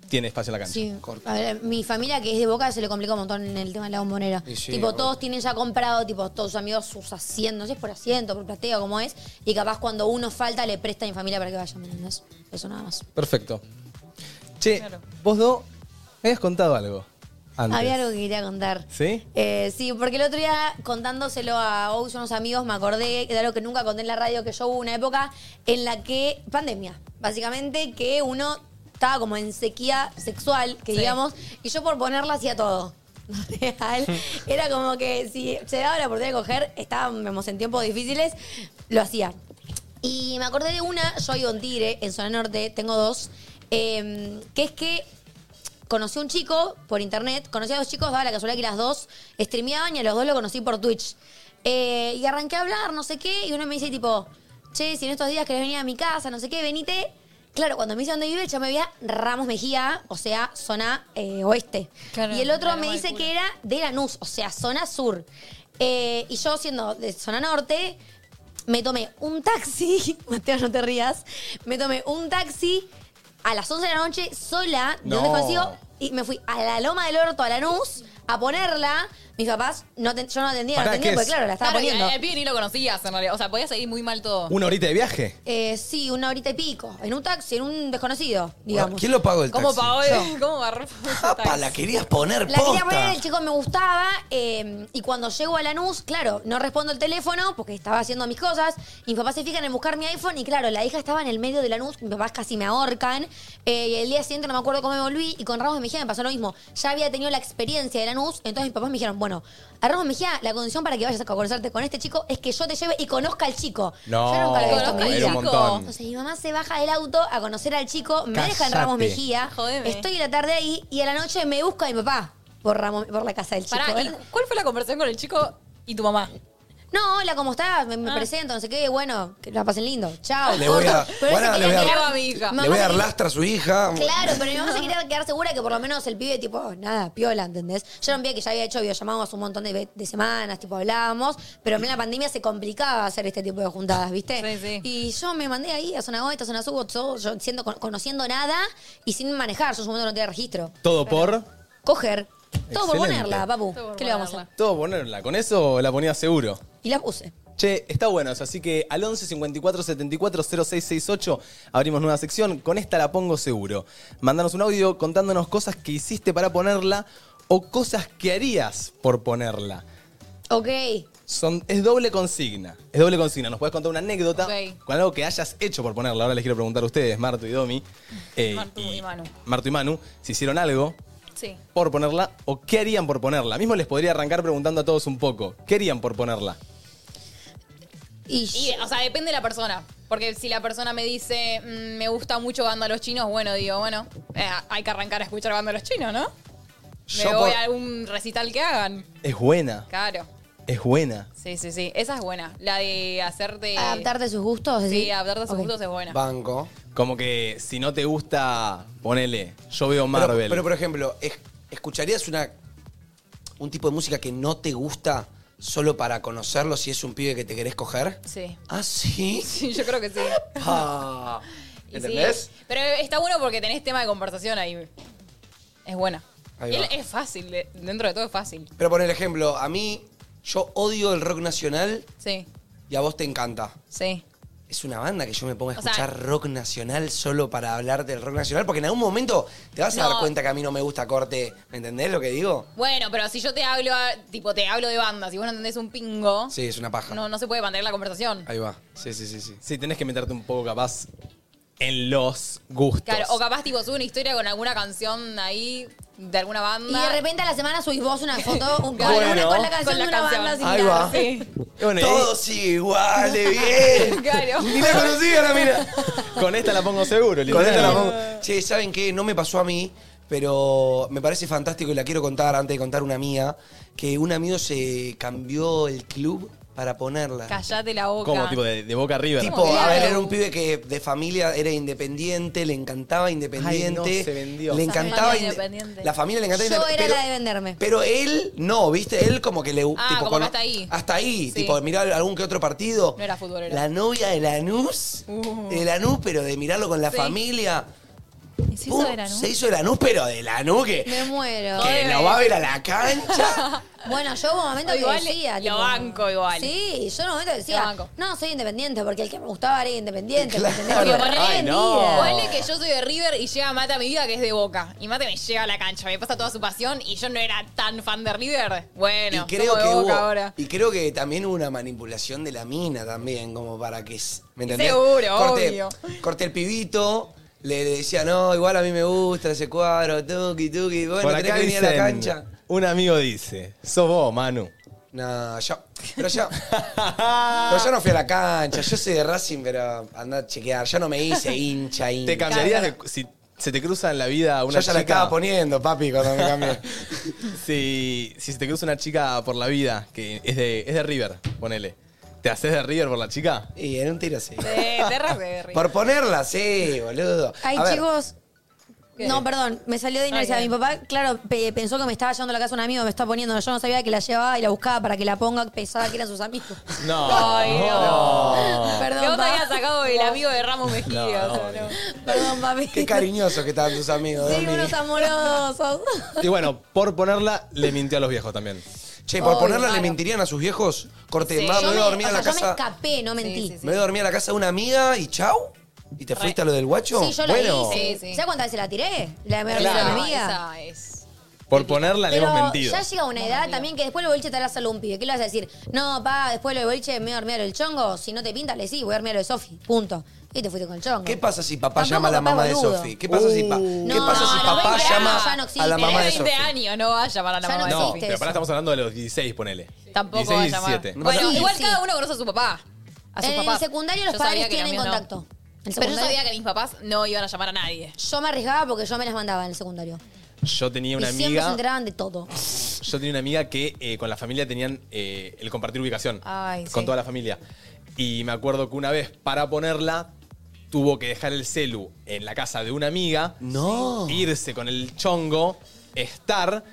tiene espacio en la cancha. Sí. Corto. A ver, mi familia que es de Boca se le complicó un montón en el tema de la bombonera. Y sí, tipo, obvio. todos tienen ya comprado, tipo, todos sus amigos sus asientos, no sé, es por asiento, por plateo, como es. Y capaz cuando uno falta le presta a mi familia para que vayan, ¿me entendés? Eso nada más. Perfecto. Che, vos dos me habías contado algo antes. Había algo que quería contar. ¿Sí? Eh, sí, porque el otro día contándoselo a Ous, unos amigos, me acordé de algo que nunca conté en la radio, que yo hubo una época en la que, pandemia, básicamente, que uno estaba como en sequía sexual, que Sí. digamos, y yo por ponerla hacía todo. Real. Era como que si se daba la oportunidad de coger, estábamos en tiempos difíciles, lo hacía. Y me acordé de una, yo vivo en Tigre, en zona norte, tengo dos, eh, que es que conocí a un chico por internet, conocí a dos chicos, daba la casualidad que las dos streameaban y a los dos lo conocí por Twitch. Eh, y arranqué a hablar, no sé qué, y uno me dice tipo, che, si en estos días querés venir a mi casa, no sé qué, venite. Claro, cuando me dice dónde vive, yo me veía Ramos Mejía, o sea, zona eh, oeste. Claro, y el otro la me loma del dice culo. que era de Lanús, o sea, zona sur. Eh, y yo siendo de zona norte, me tomé un taxi, Mateo, no te rías, me tomé un taxi a las 11 de la noche sola, de No. donde consigo, y me fui a la Loma del Orto, a Lanús, a ponerla. Mis papás, no ten- yo no atendía, no Pará, atendía, ¿qué porque es? claro, la estaba Claro, y poniendo. al- al pibe ni lo conocías en realidad. O sea, podías seguir muy mal todo. ¿Una horita de viaje? Eh, sí, una horita y pico, en un taxi, en un desconocido, digamos. ¿Quién lo pagó el ¿Cómo taxi? pagó? ¿Cómo barró? ¡Apa! La querías poner La quería posta. poner, el chico me gustaba. eh, y cuando llego a Lanús, claro, no respondo el teléfono porque estaba haciendo mis cosas. Y mis papás se fijan en buscar mi iPhone. Y claro, la hija estaba en el medio de Lanús. Mis papás casi me ahorcan. eh, y el día siguiente no me acuerdo cómo me volví. Y con Ramos Mejía me pasó lo mismo. Ya había tenido la experiencia de Lanús. Entonces mis papás me dijeron, bueno, a Ramos Mejía, la condición para que vayas a conocerte con este chico es que yo te lleve y conozca al chico. No, yo nunca lo había visto en mi Conozca al vida. era un chico. montón. Entonces mi mamá se baja del auto a conocer al chico, me deja en Cállate. Ramos Mejía, Jodeme. estoy la tarde ahí y a la noche me busca mi papá por, Ramos, por la casa del chico. Pará, ¿y ¿eh? ¿cuál fue la conversación con el chico y tu mamá? Ah. No, hola, ¿cómo estás? Me, me presento, no sé qué, bueno, que la pasen lindo. Chao. Le voy a- corto. Pero Juana, él se le voy quería a- quedar- a mi hija. Mamá Le voy se a dar quería- lastra a su hija. Claro, pero mi mamá se quería quedar segura que por lo menos el pibe, tipo, "Oh, nada, piola, ¿entendés? Yo era un pibe que ya había hecho videollamadas un montón de, ve- de semanas, tipo, hablábamos, pero en la pandemia se complicaba hacer este tipo de juntadas, ¿viste? Sí, sí. Y yo me mandé ahí a zona oeste, a zona sur, todo, yo siendo, con- conociendo nada y sin manejar, yo en su momento no tenía registro. Todo por. Coger. Todo por Excelente. ponerla, papu. Todo por ¿Qué le vamos a ponerla. hacer? Todo ponerla. Con eso la ponía seguro. Y la puse. Che, está bueno eso, así que al 11 54 74 0668 abrimos nueva sección. Con esta la pongo seguro. Mandanos un audio contándonos cosas que hiciste para ponerla o cosas que harías por ponerla. Ok. Son, es doble consigna. Es doble consigna. Nos puedes contar una anécdota Ok. con algo que hayas hecho por ponerla. Ahora les quiero preguntar a ustedes, Marto y Domi. eh, Martu y Manu. Martu y Manu, si hicieron algo Sí. por ponerla o qué harían por ponerla. Mismo les podría arrancar preguntando a todos un poco. ¿Qué harían por ponerla? Y, Y, o sea, depende de la persona. Porque si la persona me dice, "Mm, me gusta mucho Banda Los Chinos, bueno, digo, bueno, eh, hay que arrancar a escuchar Banda Los Chinos, ¿no? Me Yo voy por- a algún recital que hagan. Es buena. Claro. Es buena. Sí, sí, sí. Esa es buena. La de hacerte... adaptarte a sus gustos. Sí, adaptarte a sus Ok. gustos es buena. Banco. Como que si no te gusta, ponele, yo veo Pero- Marvel. Pero, por ejemplo, es- ¿escucharías una, un tipo de música que no te gusta solo para conocerlo si es un pibe que te querés coger? Sí. Ah, sí. Sí, yo creo que sí. Pa. Y ¿Entendés? sí. Pero está bueno porque tenés tema de conversación ahí. Es buena. Ahí Y él- va. es fácil, de- dentro de todo es fácil. Pero por el ejemplo, a mí yo odio el rock nacional Sí, y a vos te encanta. sí. Es una banda que yo me pongo a O sea- escuchar rock nacional solo para hablar del rock nacional, porque en algún momento te vas a dar No. cuenta que a mí no me gusta corte. ¿Me entendés lo que digo? Bueno, pero si yo te hablo, a- tipo, te hablo de bandas y vos no entendés un pingo, Sí, es una paja. no, no se puede mantener la conversación. Ahí va. Sí, sí, sí, sí. Sí, tenés que meterte un poco capaz en los gustos. Claro, o capaz, tipo, sube una historia con alguna canción ahí de alguna Y banda. de repente a la semana subís vos una foto un Claro. con una- con Bueno. la canción Con la de una canción. banda similar. Ahí va. Y bueno, eh. y Todos iguales, bien. Claro. Ni la conocía la mina. con esta la pongo seguro. Con literal. esta la pongo. Che, ¿saben qué? No me pasó a mí, pero me parece fantástico y la quiero contar antes de contar una mía. Que un amigo se cambió el club para ponerla. Callate la boca. ¿Cómo? Tipo de, de boca arriba. Tipo, Claro. a ver, era un pibe que de familia era independiente, le encantaba independiente. Ay, no, se vendió. Le Esa encantaba familia inde- independiente. La familia le encantaba Yo independ- era la de venderme. Pero él no, ¿viste? Él como que le Ah, tipo, como cono- que hasta ahí. Hasta ahí, Sí. tipo, de mirar algún que otro partido. No era futbolero. Uh. La novia de Lanús, de Lanús, pero de mirarlo con la Sí. familia. ¿Es Pum, eso era, no? Se hizo de Lanús, pero de Lanús que, Me muero. que Ay. lo va a ver a la cancha. Bueno, yo hubo un momento O que igual decía. lo banco igual. Sí, yo en un momento Lo decía, banco. no, soy independiente, porque el que me gustaba era independiente. Claro. ¿me entendés? Porque Ay, re no. vendida. Ponle que yo soy de River y llega Mate a mi vida que es de Boca. Y Mate me llega a la cancha, me pasa toda su pasión y yo no era tan fan de River. Bueno, y creo somos de que Boca hubo- ahora. y creo que también hubo una manipulación de la mina también como para que s- me entendés Seguro, corte, obvio. corte el pibito le decía no igual a mí me gusta ese cuadro tuki tuki bueno Por tenés acá que venir a la dicen, cancha Un amigo dice, sos vos, Manu. no yo pero yo pero yo no fui a la cancha yo soy de Racing pero andá a chequear yo no me hice hincha hincha ¿Te cambiarías de- si se te cruza en la vida yo una ya chica? la estaba poniendo papi cuando me cambié si, si se te cruza una chica por la vida que es de, es de River, ponele. ¿Te haces de River por la chica? y en un tiro sí De Terra de River. por ponerla sí boludo Ay, A ver, chicos. No, perdón, me salió de inercia. Ay, Mi papá, claro, pe- pensó que me estaba llevando a la casa un amigo, me estaba poniendo. Yo no sabía que la llevaba y la buscaba para que la ponga, pensaba que eran sus amigos. No. Ay, no. Perdón, Que vos te pa. habías sacado el amigo de Ramos Mejía. o sea, no. Perdón, papi. Qué cariñosos que estaban tus amigos. Sí, Domi. unos amorosos. Y bueno, por ponerla, le mintió a los viejos también. Che, por Ay, ponerla le claro. mentirían a sus viejos. Corte, Sí. ma, me Yo voy a dormir o a la sea, yo me casa. escapé, no mentí. sí, sí. Me voy a dormir a la casa de una amiga y chau. ¿Y te fuiste a lo del guacho? Sí, yo Bueno. la hice. Sí, sí. ¿Sabes cuántas veces la tiré? La me Esa- la amiga. esa es. Por ponerla, le hemos Pero mentido. ya llega una edad también que después lo boliche te la solo un pibe. ¿Qué le vas a decir? No, pa, después lo boliche me voy a dormir a lo del chongo. Si no te pinta, le sí, voy a dormir a lo de Sofi. Punto. Y te fuiste con el chongo. ¿Qué pasa si papá Tampoco llama a la papá mamá de boludo. Sofi? ¿Qué pasa si, pa- ¿qué No, pasa si no, no, papá no, llama ya no existe. a la mamá de Tenés 20 Sofi? años, no va a llamar a la Ya mamá no de No, Sofi. existe pero eso. pará, estamos hablando de los 16, ponele. Tampoco va a 16, llamar. 17. Bueno, Sí, igual sí. cada uno conoce a su papá. A su En papá. el secundario los Yo sabía padres que tienen los míos no. contacto. En el Pero yo secundario- sabía que mis papás no iban a llamar a nadie. Yo me arriesgaba porque yo me las mandaba en el secundario. Yo tenía una y siempre se amiga. enteraban de todo. Yo tenía una amiga que eh, con la familia tenían eh, el compartir ubicación. Ay, con sí. toda la familia. Y me acuerdo que una vez, para ponerla, tuvo que dejar el celu en la casa de una amiga, No. irse con el chongo, estar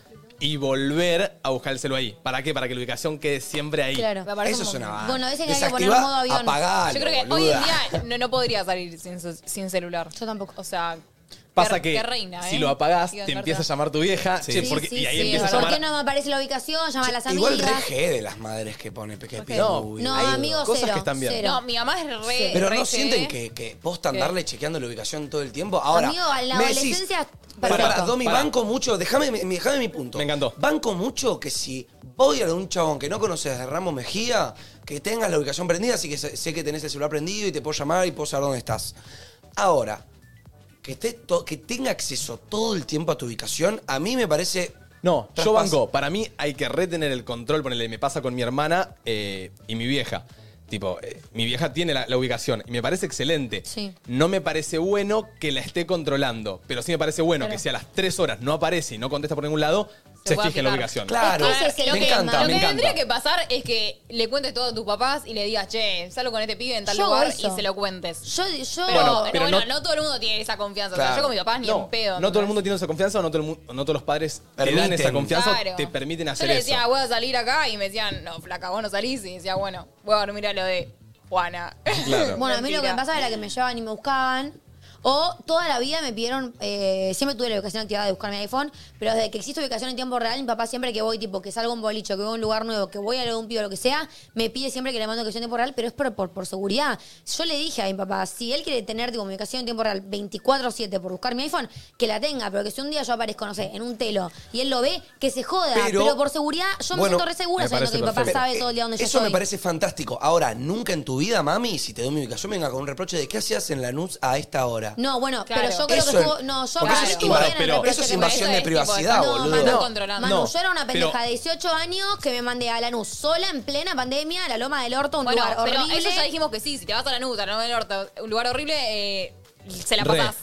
y volver a buscar el celu ahí. ¿Para qué? Para que la ubicación quede siempre ahí. Claro. Eso es una Bueno, banda. dicen que hay que poner Desactivá, modo avión. apagalo, Yo creo que hoy boluda. en día no, no podría salir sin, su- sin celular. Yo tampoco. O sea, Pasa qué- que qué reina, si ¿eh? lo apagás, Digo, te en empieza a verdad. llamar tu vieja. che, Sí, porque- sí, y ahí sí, empieza a ¿Por qué llamar. no me aparece la ubicación? Llama a las amigas. Igual reje de las madres que ponen pequeño No, amigo, cosas cero. que están bien. cero. No, mi mamá es re. Pero re no CD. sienten que, que posta andarle chequeando la ubicación todo el tiempo. Ahora, Amigo, a la me decís, adolescencia, Pará, perfecto. pará, Domi, Pará. banco mucho, déjame mi- déjame mi punto. Me encantó. Banco mucho que si voy a lo de un chabón que no conoces de Ramos Mejía, que tengas la ubicación prendida, así que sé sé que tenés el celular prendido y te puedo llamar y puedo saber dónde estás. Ahora, que, esté to- que tenga acceso todo el tiempo a tu ubicación, a mí me parece... No, yo Traspaso. banco. Para mí hay que retener el control. Ponele, me pasa con mi hermana eh, y mi vieja. Tipo, eh, mi vieja tiene la, la ubicación y me parece excelente. Sí. No me parece bueno que la esté controlando, pero sí me parece bueno que si a las tres horas no aparece y no contesta por ningún lado, Se se, pueda fije en la fijar. ubicación. Claro, Es que ese es el me tema. encanta, Lo me que encanta. tendría que pasar es que le cuentes todo a tus papás y le digas, che, salgo con este pibe en tal Yo lugar eso. y se lo cuentes. Yo, yo Pero, Bueno, no, pero bueno, no- no todo el mundo tiene esa confianza. O sea, Claro. yo con mi papá ni en pedo. no todo el ¿entendés? mundo tiene esa confianza o no, todo el mu- o no todos los padres te dan Permiten. esa confianza o Claro. te permiten hacer Yo le decía, eso. voy a salir acá y me decían, no, flaca, vos no salís. Y decía, bueno, voy a dormir a lo de Juana. Claro. Bueno, a mí lo que Mentira. me pasaba era que me llevaban y me buscaban. O toda la vida me pidieron, eh, siempre tuve la ubicación activada de buscar mi iPhone, pero desde que existe ubicación en tiempo real, mi papá siempre que voy, tipo, que salgo a un bolicho, que voy a un lugar nuevo, que voy a lo de un pibe, lo que sea, me pide siempre que le mando ubicación en tiempo real, pero es por, por, por seguridad. Yo le dije a mi papá, si él quiere tener tipo, mi ubicación en tiempo real 24-7 por buscar mi iPhone, que la tenga, pero que si un día yo aparezco, no sé, en un telo y él lo ve, que se joda. Pero- Pero, por seguridad, yo me Bueno, siento re segura me sabiendo que parece mi papá perfecto. sabe todo el día dónde yo Eso estoy. me parece fantástico. Ahora, nunca en tu vida, mami, si te doy mi ubicación, venga con un reproche de qué hacías en Lanús a esta hora. No, bueno, Claro. pero yo creo Eso que es- estuvo. No, yo porque creo eso que es estuvo invas- bien el pero reproche eso es que me invasión hizo. de tipo, privacidad, no, boludo. Manu, No, controlando. Manu, No, yo era una pendeja pero- de 18 años que me mandé a Lanús sola en plena pandemia a la Loma del Orto, un Bueno, lugar pero horrible. eso ya dijimos que sí, si te vas a la nuta, no del orto, un lugar horrible, eh, se la Re. pasás.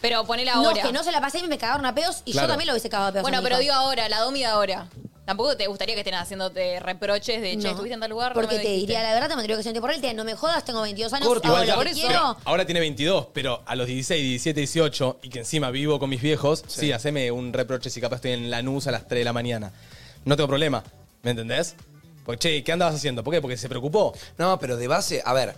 Pero ponela no, ahora. que no se la pasé y me cagaron a pedos y Claro. yo también lo hubiese cagado a pedos. bueno, a mi pero hija. digo ahora, la domi de ahora. Tampoco te gustaría que estén haciéndote reproches de, che, No, estuviste en tal lugar. no Porque me te dijiste. diría la verdad, te mandé ubicación por él, te no me jodas, tengo 22 años, Corto, hago Igual ya- lo que pero Ah, quiero. ahora tiene 22, pero a los 16, 17, 18, y que encima vivo con mis viejos, sí, haceme un reproche si capaz estoy en Lanús a las 3 de la mañana. No tengo problema, ¿me entendés? Porque, che, ¿qué andabas haciendo? ¿Por qué? Porque se preocupó. No, pero de base, a ver,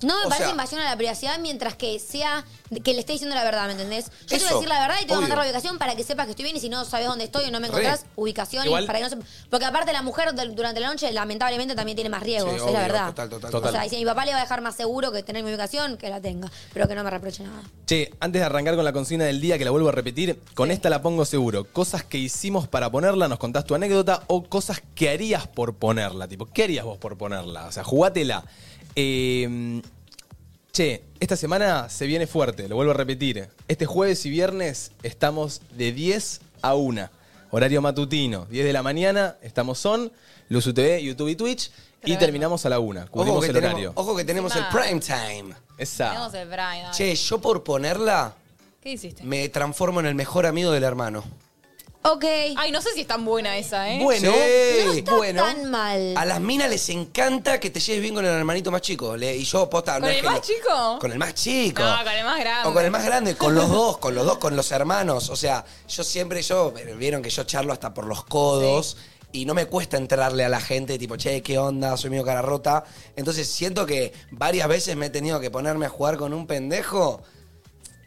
No me O parece sea- invasión a la privacidad mientras que sea que le esté diciendo la verdad, ¿me entendés? Yo te voy Eso, a decir la verdad y te voy a obvio. mandar la ubicación para que sepas que estoy bien y si no sabes dónde estoy o no me Re. encontrás, ubicaciones Igual- para que no se- Porque aparte la mujer del- durante la noche lamentablemente también tiene más riesgos, Sí, es obvio, la verdad. total, total, Total. O sea, y si a mi papá le va a dejar más seguro que tener mi ubicación, que la tenga, pero que no me reproche nada. Che, antes de arrancar con la consigna del día, que la vuelvo a repetir, con esta la pongo seguro. Cosas que hicimos para ponerla, nos contás tu anécdota, o cosas que harías por ponerla. Tipo, ¿qué harías vos por ponerla? O sea, jugátela. Eh, che, esta semana se viene fuerte, lo vuelvo a repetir. Este jueves y viernes estamos de 10 a 1. Horario matutino, 10 de la mañana, estamos on, Luzu TV, YouTube y Twitch. Y Tremendo. terminamos a la 1. ojo Cubrimos que el tenemos, horario. ojo que tenemos el Encima- prime time. Esa. Tenemos el Brian. dale. Ah. Che, yo por ponerla, ¿Qué hiciste? me transformo en el mejor amigo del hermano. Ok. Ay, no sé si es tan buena esa, ¿eh? Bueno, Sí. No está bueno. tan mal. A las minas les encanta que te lleves bien con el hermanito más chico. Le- y yo, posta, no ¿Con es el que más lo- chico? Con el más chico. No, con el más grande. O con el más grande, con los dos, con los dos, con los hermanos. O sea, yo siempre, yo, eh, vieron que yo charlo hasta por los codos. Y no me cuesta entrarle a la gente, tipo, che, ¿qué onda? Soy medio cara rota. Entonces siento que varias veces me he tenido que ponerme a jugar con un pendejo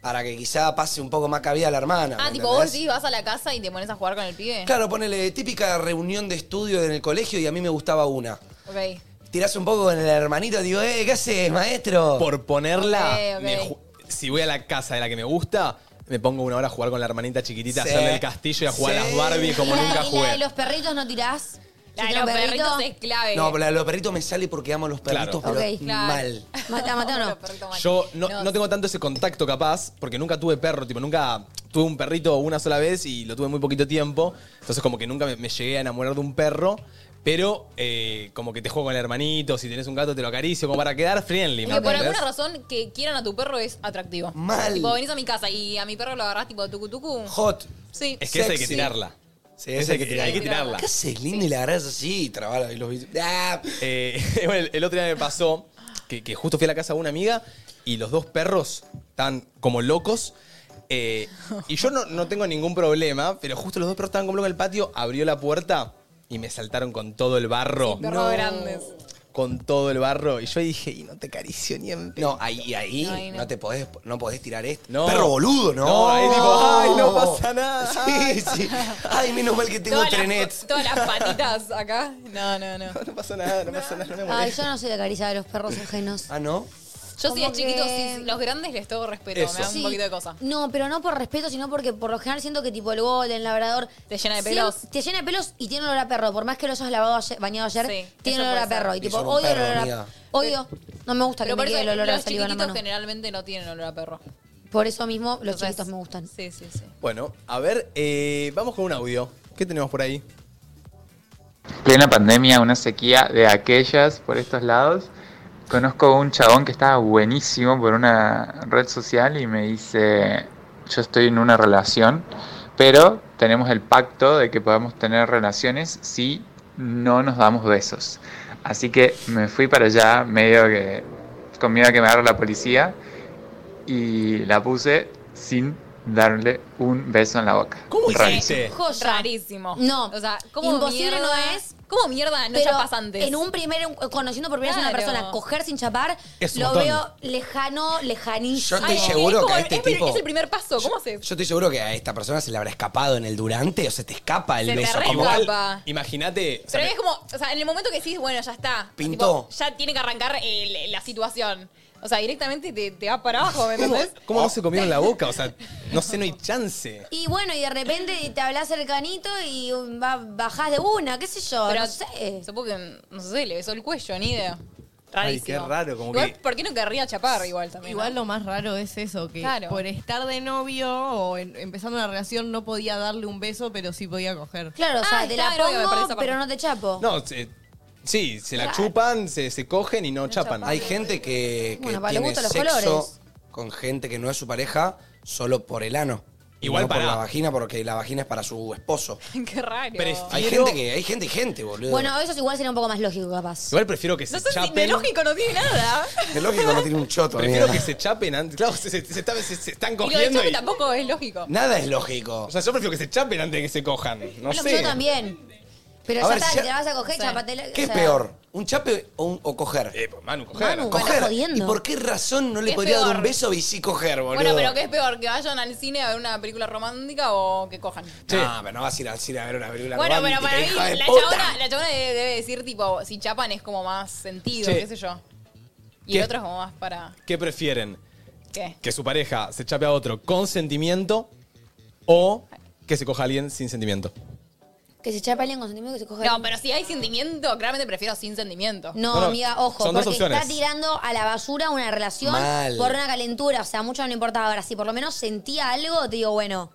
para que quizá pase un poco más cabida a la hermana. Ah, ¿me tipo, vos entendés? sí vas a la casa y te pones a jugar con el pibe. Claro, ponele típica reunión de estudio en el colegio y a mí me gustaba una. Ok. Tirás un poco con el hermanito, digo, eh, ¿qué haces, maestro? por ponerla, Ok, ok. me ju- si voy a la casa de la que me gusta, me pongo una hora a jugar con la hermanita chiquitita, Sí. a hacerle el castillo y a jugar a Sí. las Barbie como y la, nunca y la de jugué. los perritos no tirás. La de Yo los tengo perrito. perritos es clave. No, pero la de los perritos me sale porque amo los perritos, Claro. pero Ok. Claro. mal. Mata, mata o no. Los perritos mal. Yo no, no tengo tanto ese contacto capaz, porque nunca tuve perro, tipo, nunca tuve un perrito una sola vez y lo tuve muy poquito tiempo. Entonces como que nunca me, me llegué a enamorar de un perro. Pero eh, como que te juego con el hermanito, si tenés un gato te lo acaricio, como para quedar friendly. Es ¿me que por entendés? alguna razón que quieran a tu perro es atractivo. Mal. Tipo, venís a mi casa y a mi perro lo agarrás tipo tucu tucu. Hot. Sí. Es que esa hay que Sexy. tirarla. Sí, Esa hay que tirarla. Hay que tirarla. ¿Qué haces, linda? Y la agarrás así y trabala y los bíceps. ¡Ah! Eh, bueno, el, el otro día me pasó que, que justo fui a la casa de una amiga y los dos perros estaban como locos. eh, y yo no, no tengo ningún problema, pero justo los dos perros estaban como locos en el patio, abrió la puerta y me saltaron con todo el barro. Perros grandes. Con todo el barro. Y yo dije, y no te acaricio ni en pe-". No, ahí, ahí Ay, no. no. te podés, no podés tirar esto. No. Perro boludo, ¿no? No, ahí tipo, ay, no pasa nada. Oh". Sí, sí. Ay, menos mal que tengo Todas las- trenet. todas las patitas acá. No, no, no. No pasa nada, no pasa nada, no me Ay, molesta. yo no soy de acariciar a los perros ajenos. Ah, ¿no? Yo sí, es Como chiquito, que- sí, los grandes les tengo respeto, Eso. me da un Sí. poquito de cosa. No, pero no por respeto, sino porque por lo general siento que tipo el golden, labrador... Te llena de pelos. siem- Te llena de pelos y tiene olor a perro. Por más que los hayas lavado ayer- bañado ayer, Sí, tiene eso olor a puede ser. perro. Y Y tipo, son un odio perro, el olor amiga. a... Odio. No me gusta Pero que por me eso quede el olor a los saliva en la chiquititos mano. generalmente no tienen olor a perro. Por eso mismo los Entonces- chiquitos me gustan. Sí, sí, sí. Bueno, a ver, eh, vamos con un audio. ¿Qué tenemos por ahí? plena pandemia, una sequía de aquellas por estos lados. Conozco un chabón que estaba buenísimo por una red social y me dice, yo estoy en una relación, pero tenemos el pacto de que podemos tener relaciones si no nos damos besos. Así que me fui para allá medio que con miedo a que me agarre la policía y la puse sin darle un beso en la boca. ¿Cómo Rarísimo. hiciste? Joya. Rarísimo. No. O sea, ¿cómo Imposible mierda, no es, ¿Cómo mierda no Ah, Pero chapas antes? en un primer, en- conociendo por primera vez a una Claro. persona, coger sin chapar, Es un lo montón. veo lejano, lejanísimo. Yo estoy es seguro como- que a este es, pri- tipo- Es el primer paso, ¿cómo haces? Yo estoy seguro que a esta persona se le habrá escapado en el durante o se te escapa el Se te beso. re como- escapa. Igual, Papá. imagínate. o sea, Pero me- es como, o sea, en el momento que decís, bueno, ya está. Pintó. Tipo, ya tiene que arrancar el- la situación. O sea, directamente te, te va para abajo, ¿me ¿Cómo, entendés? cómo Oh. no se comieron la boca? O sea, no sé, no hay chance. Y bueno, y de repente te hablas cercanito y um, va- bajás de una, qué sé yo, Pero no sé. supongo que, no sé, le besó el cuello, ni idea. Rarísimo. qué raro, como Igual, que- ¿Por qué no querría chapar igual también? Igual no? lo más raro es eso, que Claro. Eh, por estar de novio o en- empezando una relación no podía darle un beso, pero sí podía coger. Claro, o sea, Ah, te está, la obvio, me parece pongo, esa pero parte. no te chapo. No, se- sí, se la chupan, se, se cogen y no, chapan. Hay gente que, que Bueno, para los tiene gustos, los sexo colores. con gente que no es su pareja solo por el ano. y Igual no por pará. la vagina, porque la vagina es para su esposo. qué raro. Pero- Hay Quiero- gente que, hay gente y gente, boludo. Bueno, eso es igual sería un poco más lógico, capaz. Igual prefiero que se No sé si de chapen. lógico no tiene nada. es lógico, no tiene un choto, prefiero amiga. que se chapen antes. Claro, se, se- se está- se- se están Y lo de cogiendo. chape y- tampoco es lógico. Nada es lógico. o sea, yo prefiero que se chapen antes de que se cojan. No Bueno, sé. Yo también. Pero A ya ver, está, si si ya- te vas a coger, Sí. chapatela. ¿Qué o es sea, peor? ¿Un chape o, un- o coger? Eh, Manu, coger. Manu. pues, coger. Bueno, jodiendo. ¿Y por qué razón no le Es podría dar un peor. beso y sí coger, boludo? Bueno, pero ¿qué es peor? ¿Que vayan al cine a ver una película romántica o que cojan? No, pero no vas a ir al cine a ver una película Bueno, pero romántica, para mí hija de la puta. chabona, la chabona debe, debe decir, tipo, si chapan es como más sentido, Che. qué sé yo. Y ¿Qué? el otro es como más para... ¿Qué prefieren? ¿Qué? ¿Que su pareja se chape a otro con sentimiento o que se coja a alguien sin sentimiento? Que se chapa alguien con sentimiento que se coge. No, pero si hay sentimiento, claramente prefiero sin sentimiento. No, No, no, amiga, ojo, son dos porque opciones. está tirando a la basura una relación Mal. por una calentura. O sea, mucho no importaba. Ahora, si por lo menos sentía algo, te digo, bueno.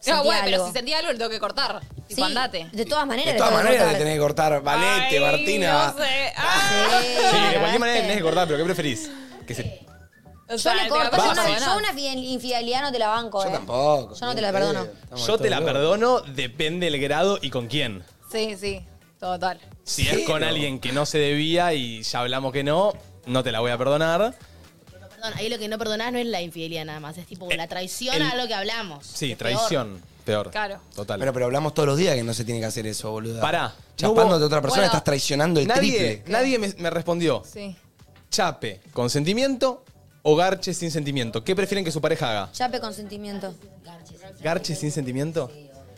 sentía No, bueno, pero algo. si sentí algo, lo tengo que cortar. Tipo, Sí, andate. De todas maneras, De todas le tengo que maneras le cortar. tenés que cortar Ay, Valete, Martina. No sé. Ah, Sí, Sí, de ¿cagaste? cualquier manera tenés que cortar, pero ¿qué preferís? Que se... o Yo sea, le te corto. capaz Yo no una, perdonás. yo una fidel- infidelidad no te la banco, Yo eh. tampoco. Yo no te la perdono. Yo te la perdono, depende el grado y con quién. Sí, sí, total. Si es con alguien que no se debía y ya hablamos que no, no te la voy a perdonar. Perdón, ahí lo que no perdonás no es la infidelidad nada más, es tipo Eh, la traición el- a lo que hablamos. Sí, Es peor. traición. Peor. Claro. Total. Bueno, pero hablamos todos los días que no se tiene que hacer eso, boludo. Pará, no Chapándote hubo- a otra persona, Bueno. estás traicionando el nadie triple. nadie me, me respondió. Sí. Chape con sentimiento o garche sin sentimiento. ¿Qué prefieren que su pareja haga? Chape con sentimiento. ¿Garche sin sentimiento?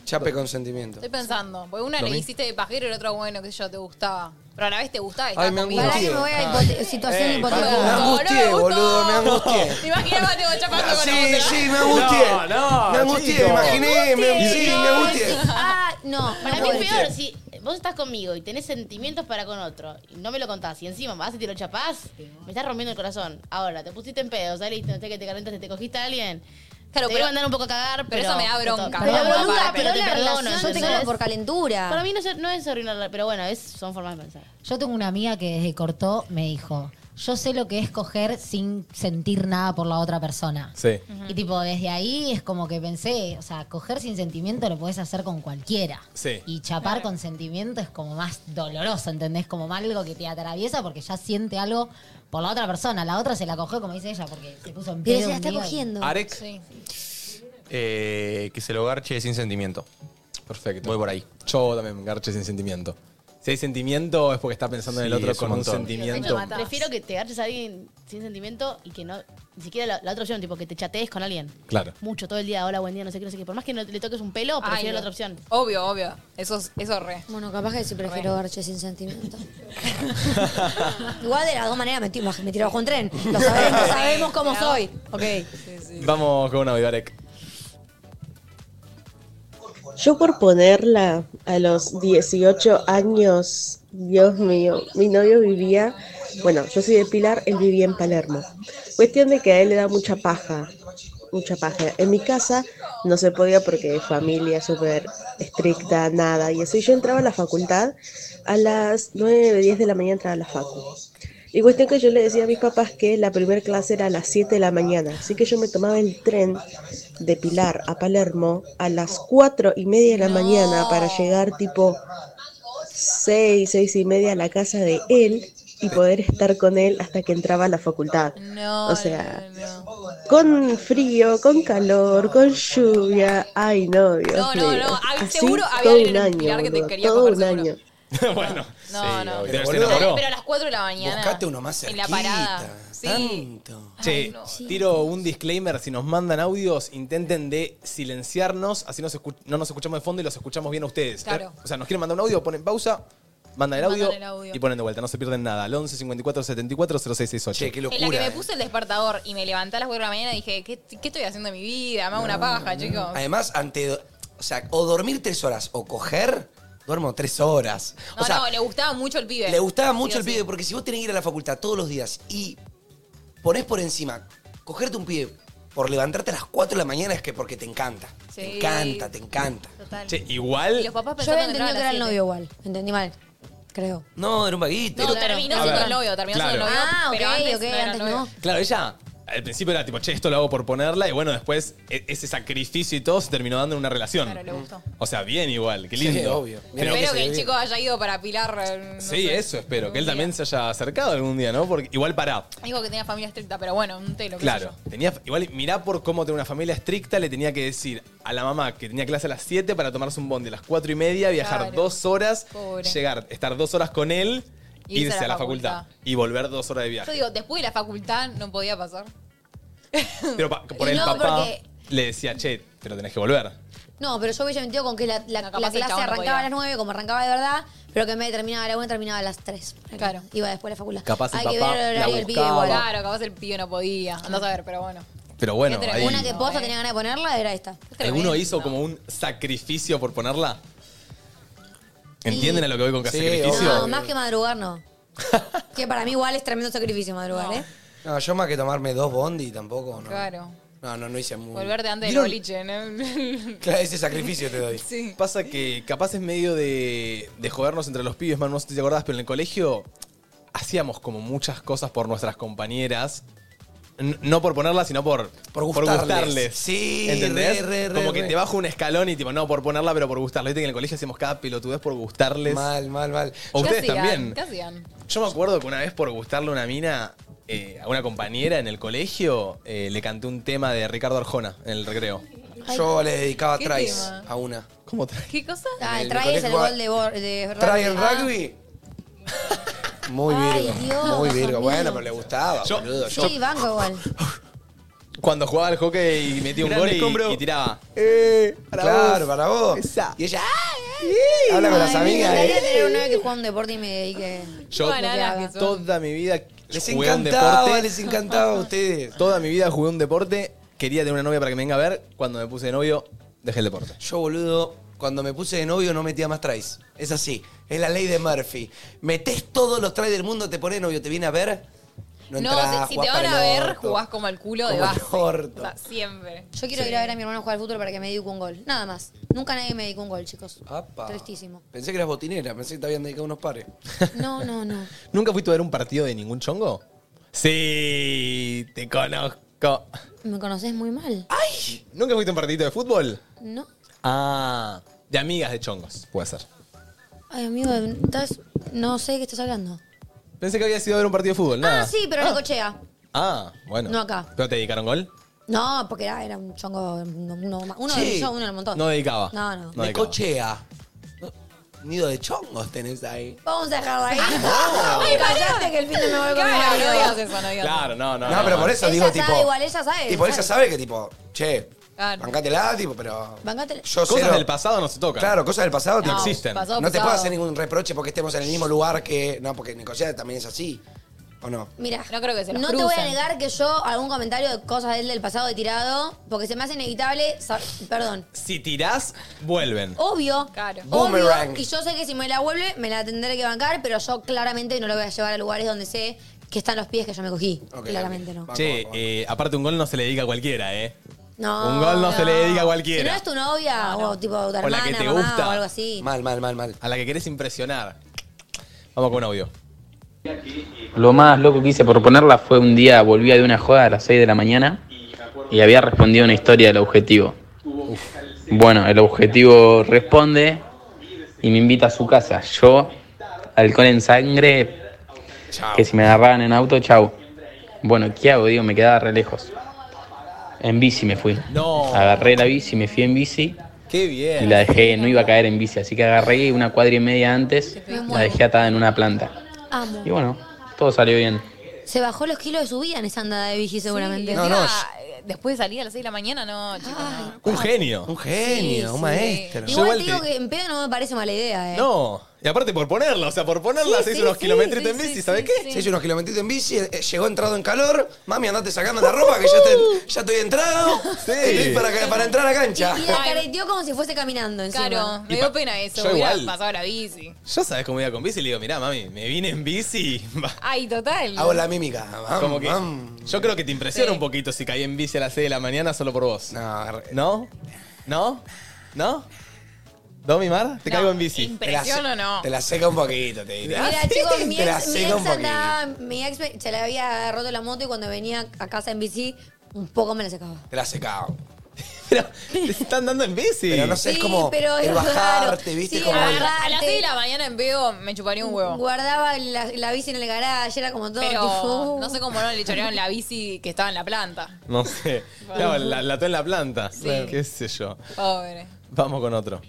Chape con sentimiento. Estoy pensando, porque una ¿Lo le vi? hiciste de pajero y la otra, bueno, qué sé yo, te gustaba. Pero a la vez te gustaba y Ay, estaba me conmigo. Para angustia. que me voy a hipote- situación Ey, hipotética. Me angustié, No me gustó. boludo, me angustié. ¿Te imaginas tengo chapando con la Ah, Sí, otra? sí, me angustié. No, no, me angustié, chico. me imaginé, me, sí, me angustié. Ah, no. Para no mí puedo. es peor, si vos estás conmigo y tenés sentimientos para con otro y no me lo contás y encima vas y te lo chapás, me estás rompiendo el corazón. Ahora, te pusiste en pedo, saliste, no sé qué, te calentaste, te cogiste a alguien. Claro, te voy a mandar un poco a cagar, pero. pero eso me da bronca. Pero, Pero bronca, boluda, pero pero te la perdono. relación ¿entendés? tenganlo por calentura. Para mí no es, no es arruinarla, pero bueno, es, son formas de pensar. Yo tengo una amiga que desde cortó me dijo, yo sé lo que es coger sin sentir nada por la otra persona. Sí. Y tipo, desde ahí es como que pensé, o sea, coger sin sentimiento lo podés hacer con cualquiera. Sí. Y chapar con sentimiento es como más doloroso, ¿entendés? Como más algo que te atraviesa porque ya siente algo por la otra persona. La otra se la cogió, como dice ella, porque se puso en Pero pie. se la está cogiendo. Arek. Sí. Eh, que se lo garche sin sentimiento. Perfecto. Voy por ahí. Yo también me engarché sin sentimiento. Si hay sentimiento es porque está pensando en el Sí, otro es un con un, montón. sentimiento. Prefiero que te garches a alguien sin sentimiento y que no. Ni siquiera la, la otra opción, tipo que te chatees con alguien. Claro. Mucho, todo el día, hola, buen día, no sé qué, no sé qué. Por más que no le toques un pelo, prefiero Ay, la otra opción. Obvio, obvio. Eso, es- eso es re. Bueno, capaz que sí prefiero garche sin sentimiento. Igual de las dos maneras me tiro, bajo- me tiro bajo un tren. Lo sabemos, sabemos cómo soy. Ok. Vamos con una Vivarek. Yo por ponerla a los 18 años, Dios mío, mi novio vivía, bueno, yo soy de Pilar, él vivía en Palermo. Cuestión de que a él le da mucha paja, mucha paja. En mi casa no se podía porque familia súper estricta, nada. Y así yo entraba a la facultad a las 9, 10 de la mañana entraba a la facu. Y cuestión que yo le decía a mis papás que la primera clase era a las 7 de la mañana, así que yo me tomaba el tren de Pilar a Palermo a las 4 y media de la mañana para llegar tipo 6, 6 y media a la casa de él y poder estar con él hasta que entraba a la facultad. o sea, con frío, con calor, con lluvia. Ay, no, Dios No, no, mío. no, hab- Así seguro había todo alguien un en año, Pilar que te boludo, quería todo coger, un año. bueno. No, no. obvio. Pero Se boludo, enamoró. Pero a las 4 de la mañana. Buscate uno más En la cerquita. parada. Sí. Che, tiro un disclaimer, si nos mandan audios, intenten de silenciarnos, así nos escu- no nos escuchamos de fondo y los escuchamos bien a ustedes. Claro. O sea, nos quieren mandar un audio, ponen pausa, mandan el audio, Mandan el audio. y ponen de vuelta, no se pierden nada. Al 11 54 74 0668. Che, qué eh. En la que me puse el despertador y me levanté a las 4 de la mañana y dije, ¿qué, qué estoy haciendo de mi vida? Me hago una paja, chicos. Además, ante, do- o sea, o dormir tres horas o coger, duermo tres horas. No, o sea, no, le gustaba mucho el pibe. le gustaba Sí mucho o el sí. pibe porque si vos tenés que ir a la facultad todos los días y ponés por encima, cogerte un pibe por levantarte a las 4 de la mañana es que porque te encanta. Sí. Te encanta, te encanta. Total. Che, igual. Y los papás Yo había pensaban entendido que era el novio igual. Entendí mal. Creo. No, era un vaguito. No, terminó A siendo ver, el novio, terminó claro. siendo el novio. Ah, pero ok, antes ok, no era antes novio. no. Claro, ella al principio era tipo, che, esto lo hago por ponerla, y bueno, después e- ese sacrificio y todo se terminó dando en una relación. Claro, Mm. le gustó. O sea, bien igual, qué Sí, lindo. obvio. Pero- Espero que el chico haya ido para Pilar. eh, no sí, sé. eso espero, que él también se haya acercado algún día, ¿no? Porque igual pará. Dijo que tenía familia estricta, pero bueno, un telo. qué Claro, sé tenía, igual mirá por cómo tenía una familia estricta, le tenía que decir a la mamá que tenía clase a las 7 para tomarse un bondi a las 4 y media, viajar Claro. dos horas, Pobre. llegar, estar dos horas con él, Y irse, a la facultad. y volver dos horas de yo. Yo viaje. digo, después de la facultad no podía pasar. Pero pa- por Y el no, papá porque- le decía, che, pero tenés que volver. No, pero yo hubiera mentido con que la, la- No, capaz la el clase chabón no arrancaba podía. a las 9, como arrancaba de verdad, pero que en vez de terminar a las 1, terminaba a las 3. Claro. Iba después a la facultad. Capaz el Hay que papá ver el la horario del pibe buscaba. igual. Claro, capaz el pibe no podía. Andás a ver, pero bueno. eh. Pero bueno, Qué ahí, tremendo. Una que posta tenía ganas de ponerla era esta. ¿alguno hizo como un sacrificio por ponerla? ¿Entienden a lo que voy con que Sí, sacrificio? No, más que madrugar no. que para mí igual es tremendo sacrificio madrugar, ¿eh? No, yo más que tomarme dos bondi tampoco, no. Claro. No, no, no hice muy. Volverte antes del ¿Vieron? boliche, ¿no? Claro, ese sacrificio te doy. Sí. Pasa que capaz es medio de, de jodernos entre los pibes, man, no sé si te acordás, pero en el colegio hacíamos como muchas cosas por nuestras compañeras. N- No por ponerlas, sino por, Por gustarles. Sí, Sí, ¿entendés? re, re, re, como que re. te bajo un escalón y tipo, no, por ponerla, pero por gustarles. Viste que en el colegio hacíamos cada pelotudez por gustarles. Mal, mal, mal. O ustedes ¿Qué hacían? también. ¿Qué hacían? Yo me acuerdo que una vez por gustarle a una mina, eh, a una compañera en el colegio, eh, le canté un tema de Ricardo Arjona en el recreo. Yo le dedicaba ¿Qué Trice tema? a una. ¿Cómo traes? ¿Qué cosa? Ah, el el trae es el colegio- gol de, bor- de rugby. Trae el Ah. rugby. Muy Ay, virgo. Dios, muy virgo. amigo. Bueno, pero le gustaba, Yo- boludo. Yo- Sí, banco igual. Cuando jugaba al hockey y metía un Grande, gol y- Combro. y, tiraba. eh. claro, para vos. Y ella, ¡ay, ay! Habla con Ay, las me amigas. encantaría ¿eh? tener un novio que juega un deporte y me dedique. Yo Bananas que son. toda mi vida Les jugué a un encantaba, deporte. les encantaba a ustedes. Toda mi vida jugué a un deporte. Quería tener una novia para que me venga a ver. Cuando me puse de novio, dejé el deporte. Yo, boludo, cuando me puse de novio no metía más tries. Es así. Es la ley de Murphy. Metés todos los tries del mundo, te pones novio, te viene a ver. no No, si, entrás, si jugás te van para a el ver, orto. jugás como el culo de Como el base. O orto. sea, siempre. Yo quiero Sí. ir a ver a mi hermano jugar al fútbol para que me dedique un gol. Nada más. Nunca nadie me dedicó un gol, chicos. Apa. Tristísimo. Pensé que eras botinera, pensé que te habían dedicado unos pares. No, no, no. ¿Nunca fuiste a ver un partido de ningún chongo? Sí, te conozco. Me conoces muy mal. ¿Nunca fuiste a un partidito de fútbol? No. Ah, de amigas de chongos, puede ser. Ay, amigo, estás- no sé de qué estás hablando. Pensé que había sido a ver un partido de fútbol, nada. Ah, sí, pero no cochea. Ah, bueno. No acá. ¿Pero te dedicaron gol? No, porque era, era un chongo, uno, uno, uno Sí. del show, uno del montón. No dedicaba. No, no. Me cochea. No, Nido de chongos tenés ahí. Vamos a dejarla ahí. No. Ay, callate que el fin de me voy con mi Claro, marido. no digas eso, no digas Claro, no, no. No, pero por eso Ella digo, sabe tipo. igual, ella sabe. Tipo, ella sabe que, tipo, che, Claro. bancátela, tipo, pero. Bancate. Yo Cosas cero- del pasado no se tocan. Claro, cosas del pasado No, tipo, existen. pasado, no te pasado. puedo hacer ningún reproche porque estemos en el mismo lugar que. No, porque Nicosia también es así. ¿O no? Mira, no creo que se los no te voy a crucen. negar que yo algún comentario de cosas de él del pasado he tirado, porque se me hace inevitable. sa- Perdón. Si tirás, vuelven. Obvio. Claro. Boomerang. Y yo sé que si me la vuelve, me la tendré que bancar, pero yo claramente no la voy a llevar a lugares donde sé que están los pies que yo me cogí. claramente no. Che, eh, aparte un gol no se le dedica a cualquiera, ¿eh? No. un gol no, se le dedica a Si no cualquiera. es tu novia o tipo tu O la que hermana, te mamá gusta. o algo así. Mal, mal, mal, mal. A la que querés impresionar. Vamos con un audio. Lo más loco que hice por ponerla fue un día, volvía de una joda a las 6 de la mañana y había respondido una historia del objetivo. Bueno, el objetivo responde y me invita a su casa. Yo, alcohol en sangre, que si me agarraban en auto, chau. Bueno, ¿qué hago? Digo, me quedaba re lejos. En bici me fui. No. Agarré la bici, me fui en bici Qué bien. y la dejé, no iba a caer en bici, así que agarré una cuadra y media antes, la dejé atada en una planta. Amo. Y bueno, todo salió bien. Se bajó los kilos de su vida en esa andada de bici seguramente. No, no, eh, Después de salir a las 6 de la mañana, no, chicos. no. Un genio. Ah, Un genio, un maestro. Igual te digo que en pedo no me parece mala idea, eh. No. Y aparte por ponerla, o sea, por ponerla Sí, se hizo sí, unos sí, kilometritos sí, en bici, sí, ¿sabes qué? Se hizo unos kilometritos en bici, eh, llegó entrado en calor. Mami, andate sacando la ropa que ya, te- ya estoy entrado. Estoy para, que- para entrar a cancha. Uh. Y la careteó como si fuese caminando encima. Claro, me Y dio pa- pena eso. yo Hubiera igual. pasado la bici. Yo sabes cómo iba con bici, le digo, mirá, mami, me vine en bici. Va. Ay, total. mímica. Como que, yo creo que te impresiona Sí. un poquito si caí en bici a las 6 de la mañana solo por vos. No. ¿No? ¿No? ¿No? ¿Domi Mar? Te caigo en bici. ¿Impresión o no? Te la seca un poquito, te diré. Mira, chicos, mi Te la ex, mi seca un ex poquito. andaba, mi ex me- se le había roto la moto y cuando venía a casa en bici, un poco me la sacaba. Te la secaba. Te están dando en bici. Pero no sé, es Sí, como pero el es bajarte, raro. ¿viste? Sí, ah, como el- A las 6 de la mañana en Veo me chuparía un huevo. Guardaba la, la bici en el garage, Ah, era como todo Pero tipo, uh. no sé cómo no le chorearon la bici que estaba en la planta. No sé. Claro, la, la ató en la planta. ¿Qué sé yo? Pobre. Vamos con otro.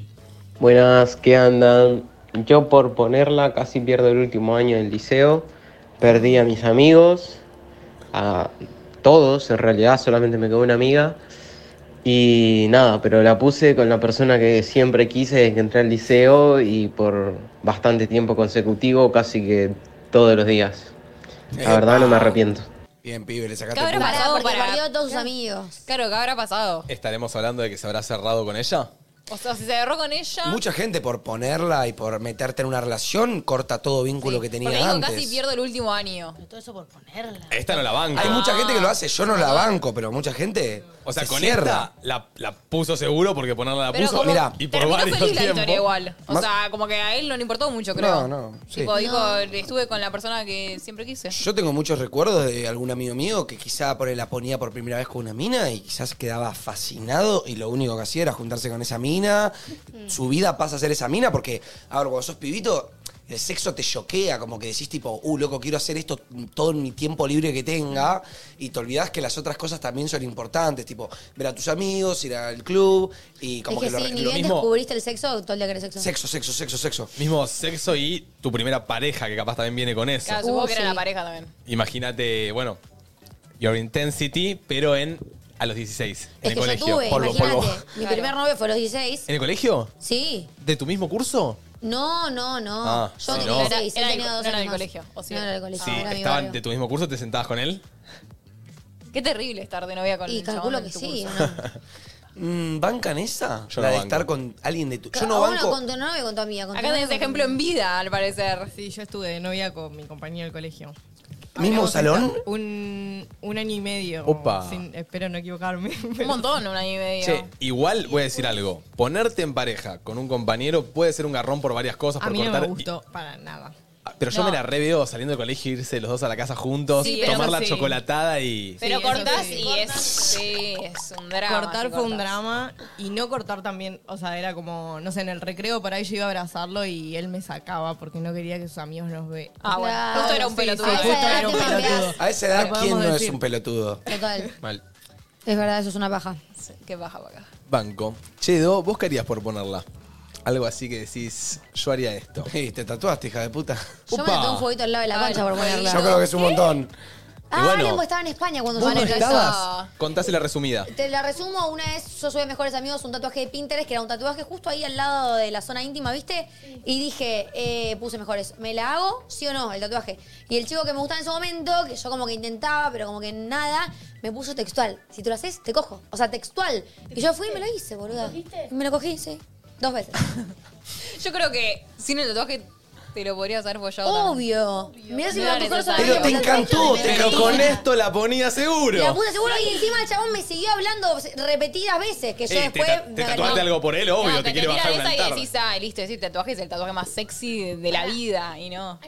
Buenas, ¿qué andan? Yo por ponerla casi pierdo el último año del liceo. Perdí a mis amigos, a todos, en realidad solamente me quedó una amiga. Y nada, pero la puse con la persona que siempre quise desde que entré al liceo y por bastante tiempo consecutivo, casi que todos los días. La verdad no me arrepiento. Bien, pibe, le ¿Qué sacaste habrá punta. pasado porque para- perdió a todos sus amigos. Claro, ¿qué habrá pasado? ¿Estaremos hablando de que se habrá cerrado con ella? O sea, si se agarró con ella. Mucha gente por ponerla y por meterte en una relación corta todo vínculo que tenía porque digo, antes. casi pierdo el último año. Todo eso por ponerla. Esta no la banca. Hay mucha gente que lo hace, yo no la banco, pero mucha gente. O sea, se con cierra. esta la, la puso seguro porque ponerla la Pero puso. como- Mirá, y por terminó varios feliz la tiempos. historia igual. O Más- sea, como que a él no le importó mucho, creo. No, no, sí. Tipo, dijo, No. estuve con la persona que siempre quise. Yo tengo muchos recuerdos de algún amigo mío que quizá por él la ponía por primera vez con una mina y quizás quedaba fascinado y lo único que hacía era juntarse con esa mina. Mm. Su vida pasa a ser esa mina porque, ahora cuando sos pibito, el sexo te choquea, como que decís tipo, uh, loco, quiero hacer esto todo mi tiempo libre que tenga y te olvidás que las otras cosas también son importantes, tipo ver a tus amigos, ir al club y como es que, que, lo- sí, ni lo, bien descubriste el sexo, todo el día querés sexo. Sexo, sexo, sexo, sexo. Mismo sexo y tu primera pareja que capaz también viene con eso. Claro, supongo Uh, que era sí. la pareja también. Imagínate, bueno, Your Intensity, pero en a los 16, en Es el que yo colegio. tuve, Polvo, imagínate. polvo. Mi primer novio fue a los 16. ¿En el colegio? Sí. ¿De tu mismo curso? No, no, no. Ah, Yo sí, tenía no. 16, él Era- era tenía del- dos no era años del más. colegio, o sí. No era del colegio, sí, era mi estaban barrio. de tu mismo curso, te sentabas con él. Qué terrible estar de novia con Y el chabón calculo de que tu sí, curso. Mm, ¿Bancan esa? Yo la no de banco. estar con alguien de tu. Yo A no uno banco. con tu novio, con tu amiga. Con tu Acá tenés novio, con tu ejemplo en amiga. vida, al parecer. Sí, yo estuve de novia con mi compañero del colegio. ¿Mismo salón? Un, un año y medio. Opa. Sin- espero no equivocarme. Un montón, un año y medio. Che, igual voy a decir algo. Ponerte en pareja con un compañero puede ser un garrón por varias cosas, A por mí no cortar. me y- gustó para nada. pero yo No. me la reveo saliendo del colegio, irse los dos a la casa juntos, Sí, pero tomar la sí. chocolatada y. Pero Sí, eso cortás sí. y es, sí, es un drama. cortar si fue un cortás. drama y no cortar también, o sea, era como, no sé, en el recreo por ahí yo iba a abrazarlo y él me sacaba porque no quería que sus amigos nos vean. Ah, bueno. Claro, Justo era un sí, pelotudo. sí, A esa justo edad era un te pelotudo. A esa edad, Lo podemos ¿quién no es decir. un pelotudo? Total. Mal. Es verdad, eso es una paja. Qué paja acá. Banco. Che, Do, ¿vos qué harías por ponerla? Algo así que decís, yo haría esto. te tatuaste, hija de puta. Yo me metí un jueguito al lado de la concha por ponerla. Yo creo que es un montón. Ah, bueno. Lemo estaba en España cuando ¿Vos no salió eso. estabas? Contásela resumida. Te la resumo, una vez yo subí a Mejores Amigos un tatuaje de Pinterest, que era un tatuaje justo ahí al lado de la zona íntima, ¿viste? Y dije, eh, puse Mejores, ¿me la hago? ¿Sí o no? El tatuaje. Y el chico que me gustaba en ese momento, que yo como que intentaba, pero como que nada, me puso textual. Si tú lo haces, te cojo. O sea, textual. Y yo fui y me lo hice, boluda. Y me lo cogí, sí. Dos veces. Yo creo que sin el tatuaje te lo podrías haber follado. Obvio. Mirá si me No lo era tocó el necesario. Pero te encantó, te Pero encantó. con esto la ponía seguro. La puse seguro y encima el chabón me siguió hablando repetidas veces, que yo Eh, te después... ta- te, me tatuaste algo por él, obvio, No, que te te quiere bajar tiran un esa y altar. decís, ah, listo, ese tatuaje es el tatuaje más sexy de, de la vida. Y no.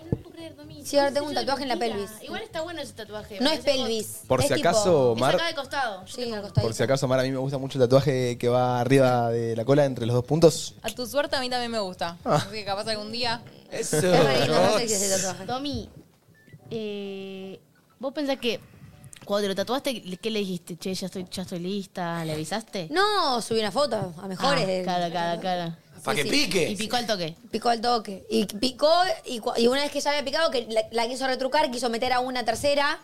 Sí, ahora tengo un tatuaje en la pelvis. Igual está bueno ese tatuaje. No es parece como- pelvis. Por si es tipo- acaso, Es Mar, acá de costado. Yo Sí, al costado. por si acaso, Mar, a mí me gusta mucho el tatuaje que va arriba de la cola entre los dos puntos. A tu suerte a mí también me gusta. Ah. Así que capaz algún día. Eso. Es re lindo, no sé si ese tatuaje. Tommy, eh, vos pensás que cuando te lo tatuaste, ¿qué le dijiste? Che, ya estoy, ya estoy lista, ¿le avisaste? No, subí una foto, a mejores. Ah, claro, claro, claro. Pa' que pique. Y picó al toque. Picó al toque. Y picó, y, cu- y una vez que ya había picado, que la, la quiso retrucar, quiso meter a una tercera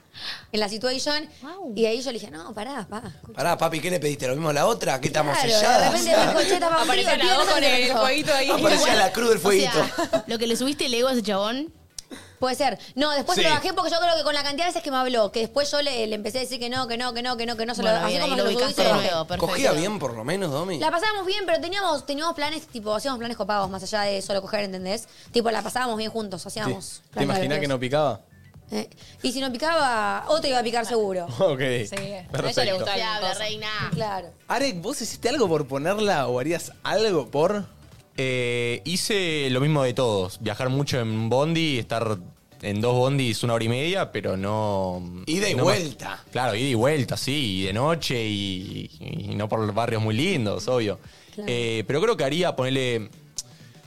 en la situation. Y ahí yo le dije, no, pará, pa. Pará, papi, ¿qué le pediste? ¿Lo mismo a la otra? ¿Que estamos Claro, de selladas? repente dijo, che, estaba frío, Apareció la tío, dos no con sé qué el pasó. fueguito ahí. Aparecía la cruz del fueguito. Lo que le subiste el ego a ese chabón. Puede ser. No, después Sí. se lo bajé porque yo creo que con la cantidad de veces que me habló, que después yo le, le empecé a decir que no, que no, que no, que no, que no se Bueno, lo así bien, como ahí se lo lo subí, ubicaste se lo de bajé. nuevo, perfecto. ¿Cogía bien por lo menos, Domi? La pasábamos bien, pero teníamos, teníamos planes, tipo, hacíamos planes copados más allá de solo coger, ¿entendés? Tipo, la pasábamos bien juntos, hacíamos ¿Te, te imaginás que no picaba? Eh, y si no picaba, otro iba a picar seguro. Ok. Perfecto. la reina. Claro. Arek, ¿vos hiciste algo por ponerla o harías algo por...? Eh, hice lo mismo de todos. Viajar mucho en bondi, estar en dos bondis una hora y media, pero no... Ida y no me- vuelta. claro, ida y vuelta, sí, y de noche y, y no por barrios muy lindos, obvio. Eh, pero creo que haría ponerle...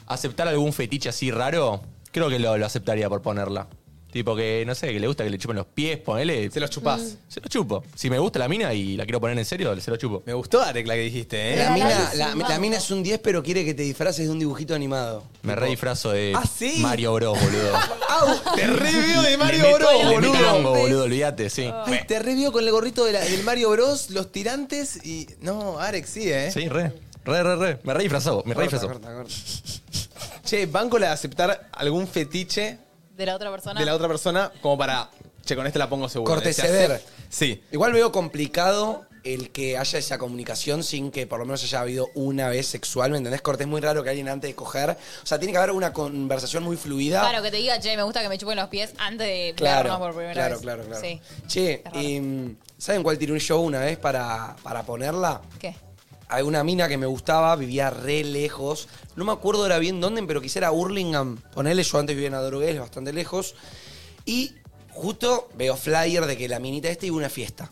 Aceptar algún fetiche así raro, creo que lo, lo aceptaría por ponerla. Tipo que, no sé, que le gusta que le chupen los pies, ponele. Se los chupás. Se los chupo. Si me gusta la mina y la quiero poner en serio, se lo chupo. Me gustó, Arek, la que dijiste, La mina, la, la mina es un 10, pero quiere que te disfraces de un dibujito animado. Me re disfrazo de ¿Ah, sí? Mario Bros, boludo. ¡Au! Te reveo de Le Mario meto- Bros, Le meto boludo. hongo, boludo, olvídate, sí. Ay, te revio con el gorrito de la- del Mario Bros, los tirantes y. No, Arex sí, ¿eh? Sí, re. Re, re, re. Me re disfrazó, me re Corta, disfrazó. corta, corta. Che, banco la de aceptar algún fetiche De la otra persona. de la otra persona como para. Che, con este la pongo seguro. Corteceder. Sí. Igual veo complicado el que haya esa comunicación sin que por lo menos haya habido una vez sexual, ¿me entendés? Corte, es muy raro que alguien antes de coger. O sea, tiene que haber una conversación muy fluida. Claro, que te diga, che, me gusta que me chupen los pies antes de Claro, vernos por primera claro, vez. claro, claro. Sí. Che, em, ¿saben cuál tiré un show una vez para, para ponerla? ¿Qué? Hay una mina que me gustaba, vivía re lejos. No me acuerdo era bien dónde, pero quisiera Hurlingham. Ponele, yo antes vivía en Adrogués, bastante lejos. Y justo veo flyer de que la minita esta iba a una fiesta.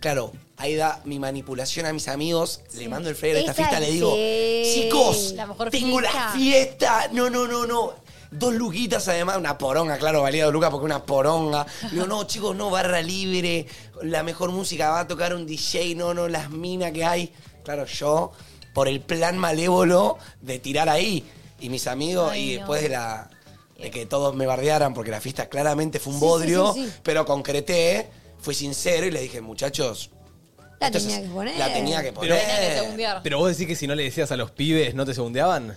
Claro, ahí da mi manipulación a mis amigos. Le mando el flyer de esta Esa fiesta, le digo, es chicos, la mejor tengo la fiesta". fiesta. No, no, no, no. Dos luquitas además, una poronga, claro, valía dos lucas porque una poronga. Le Digo, no, chicos, no, barra libre, la mejor música va a tocar un DJ, no, no, las minas que hay. Claro, yo, por el plan malévolo de tirar ahí. Y mis amigos, Ay, y no. después de la. de que todos me bardearan, porque la fiesta claramente fue un bodrio, sí, sí, sí. pero concreté, fui sincero y le dije, muchachos, La Entonces, tenía que poner. la Eh, tenía que Pero, poner. pero vos decís que si no le decías a los pibes, ¿no te segundeaban?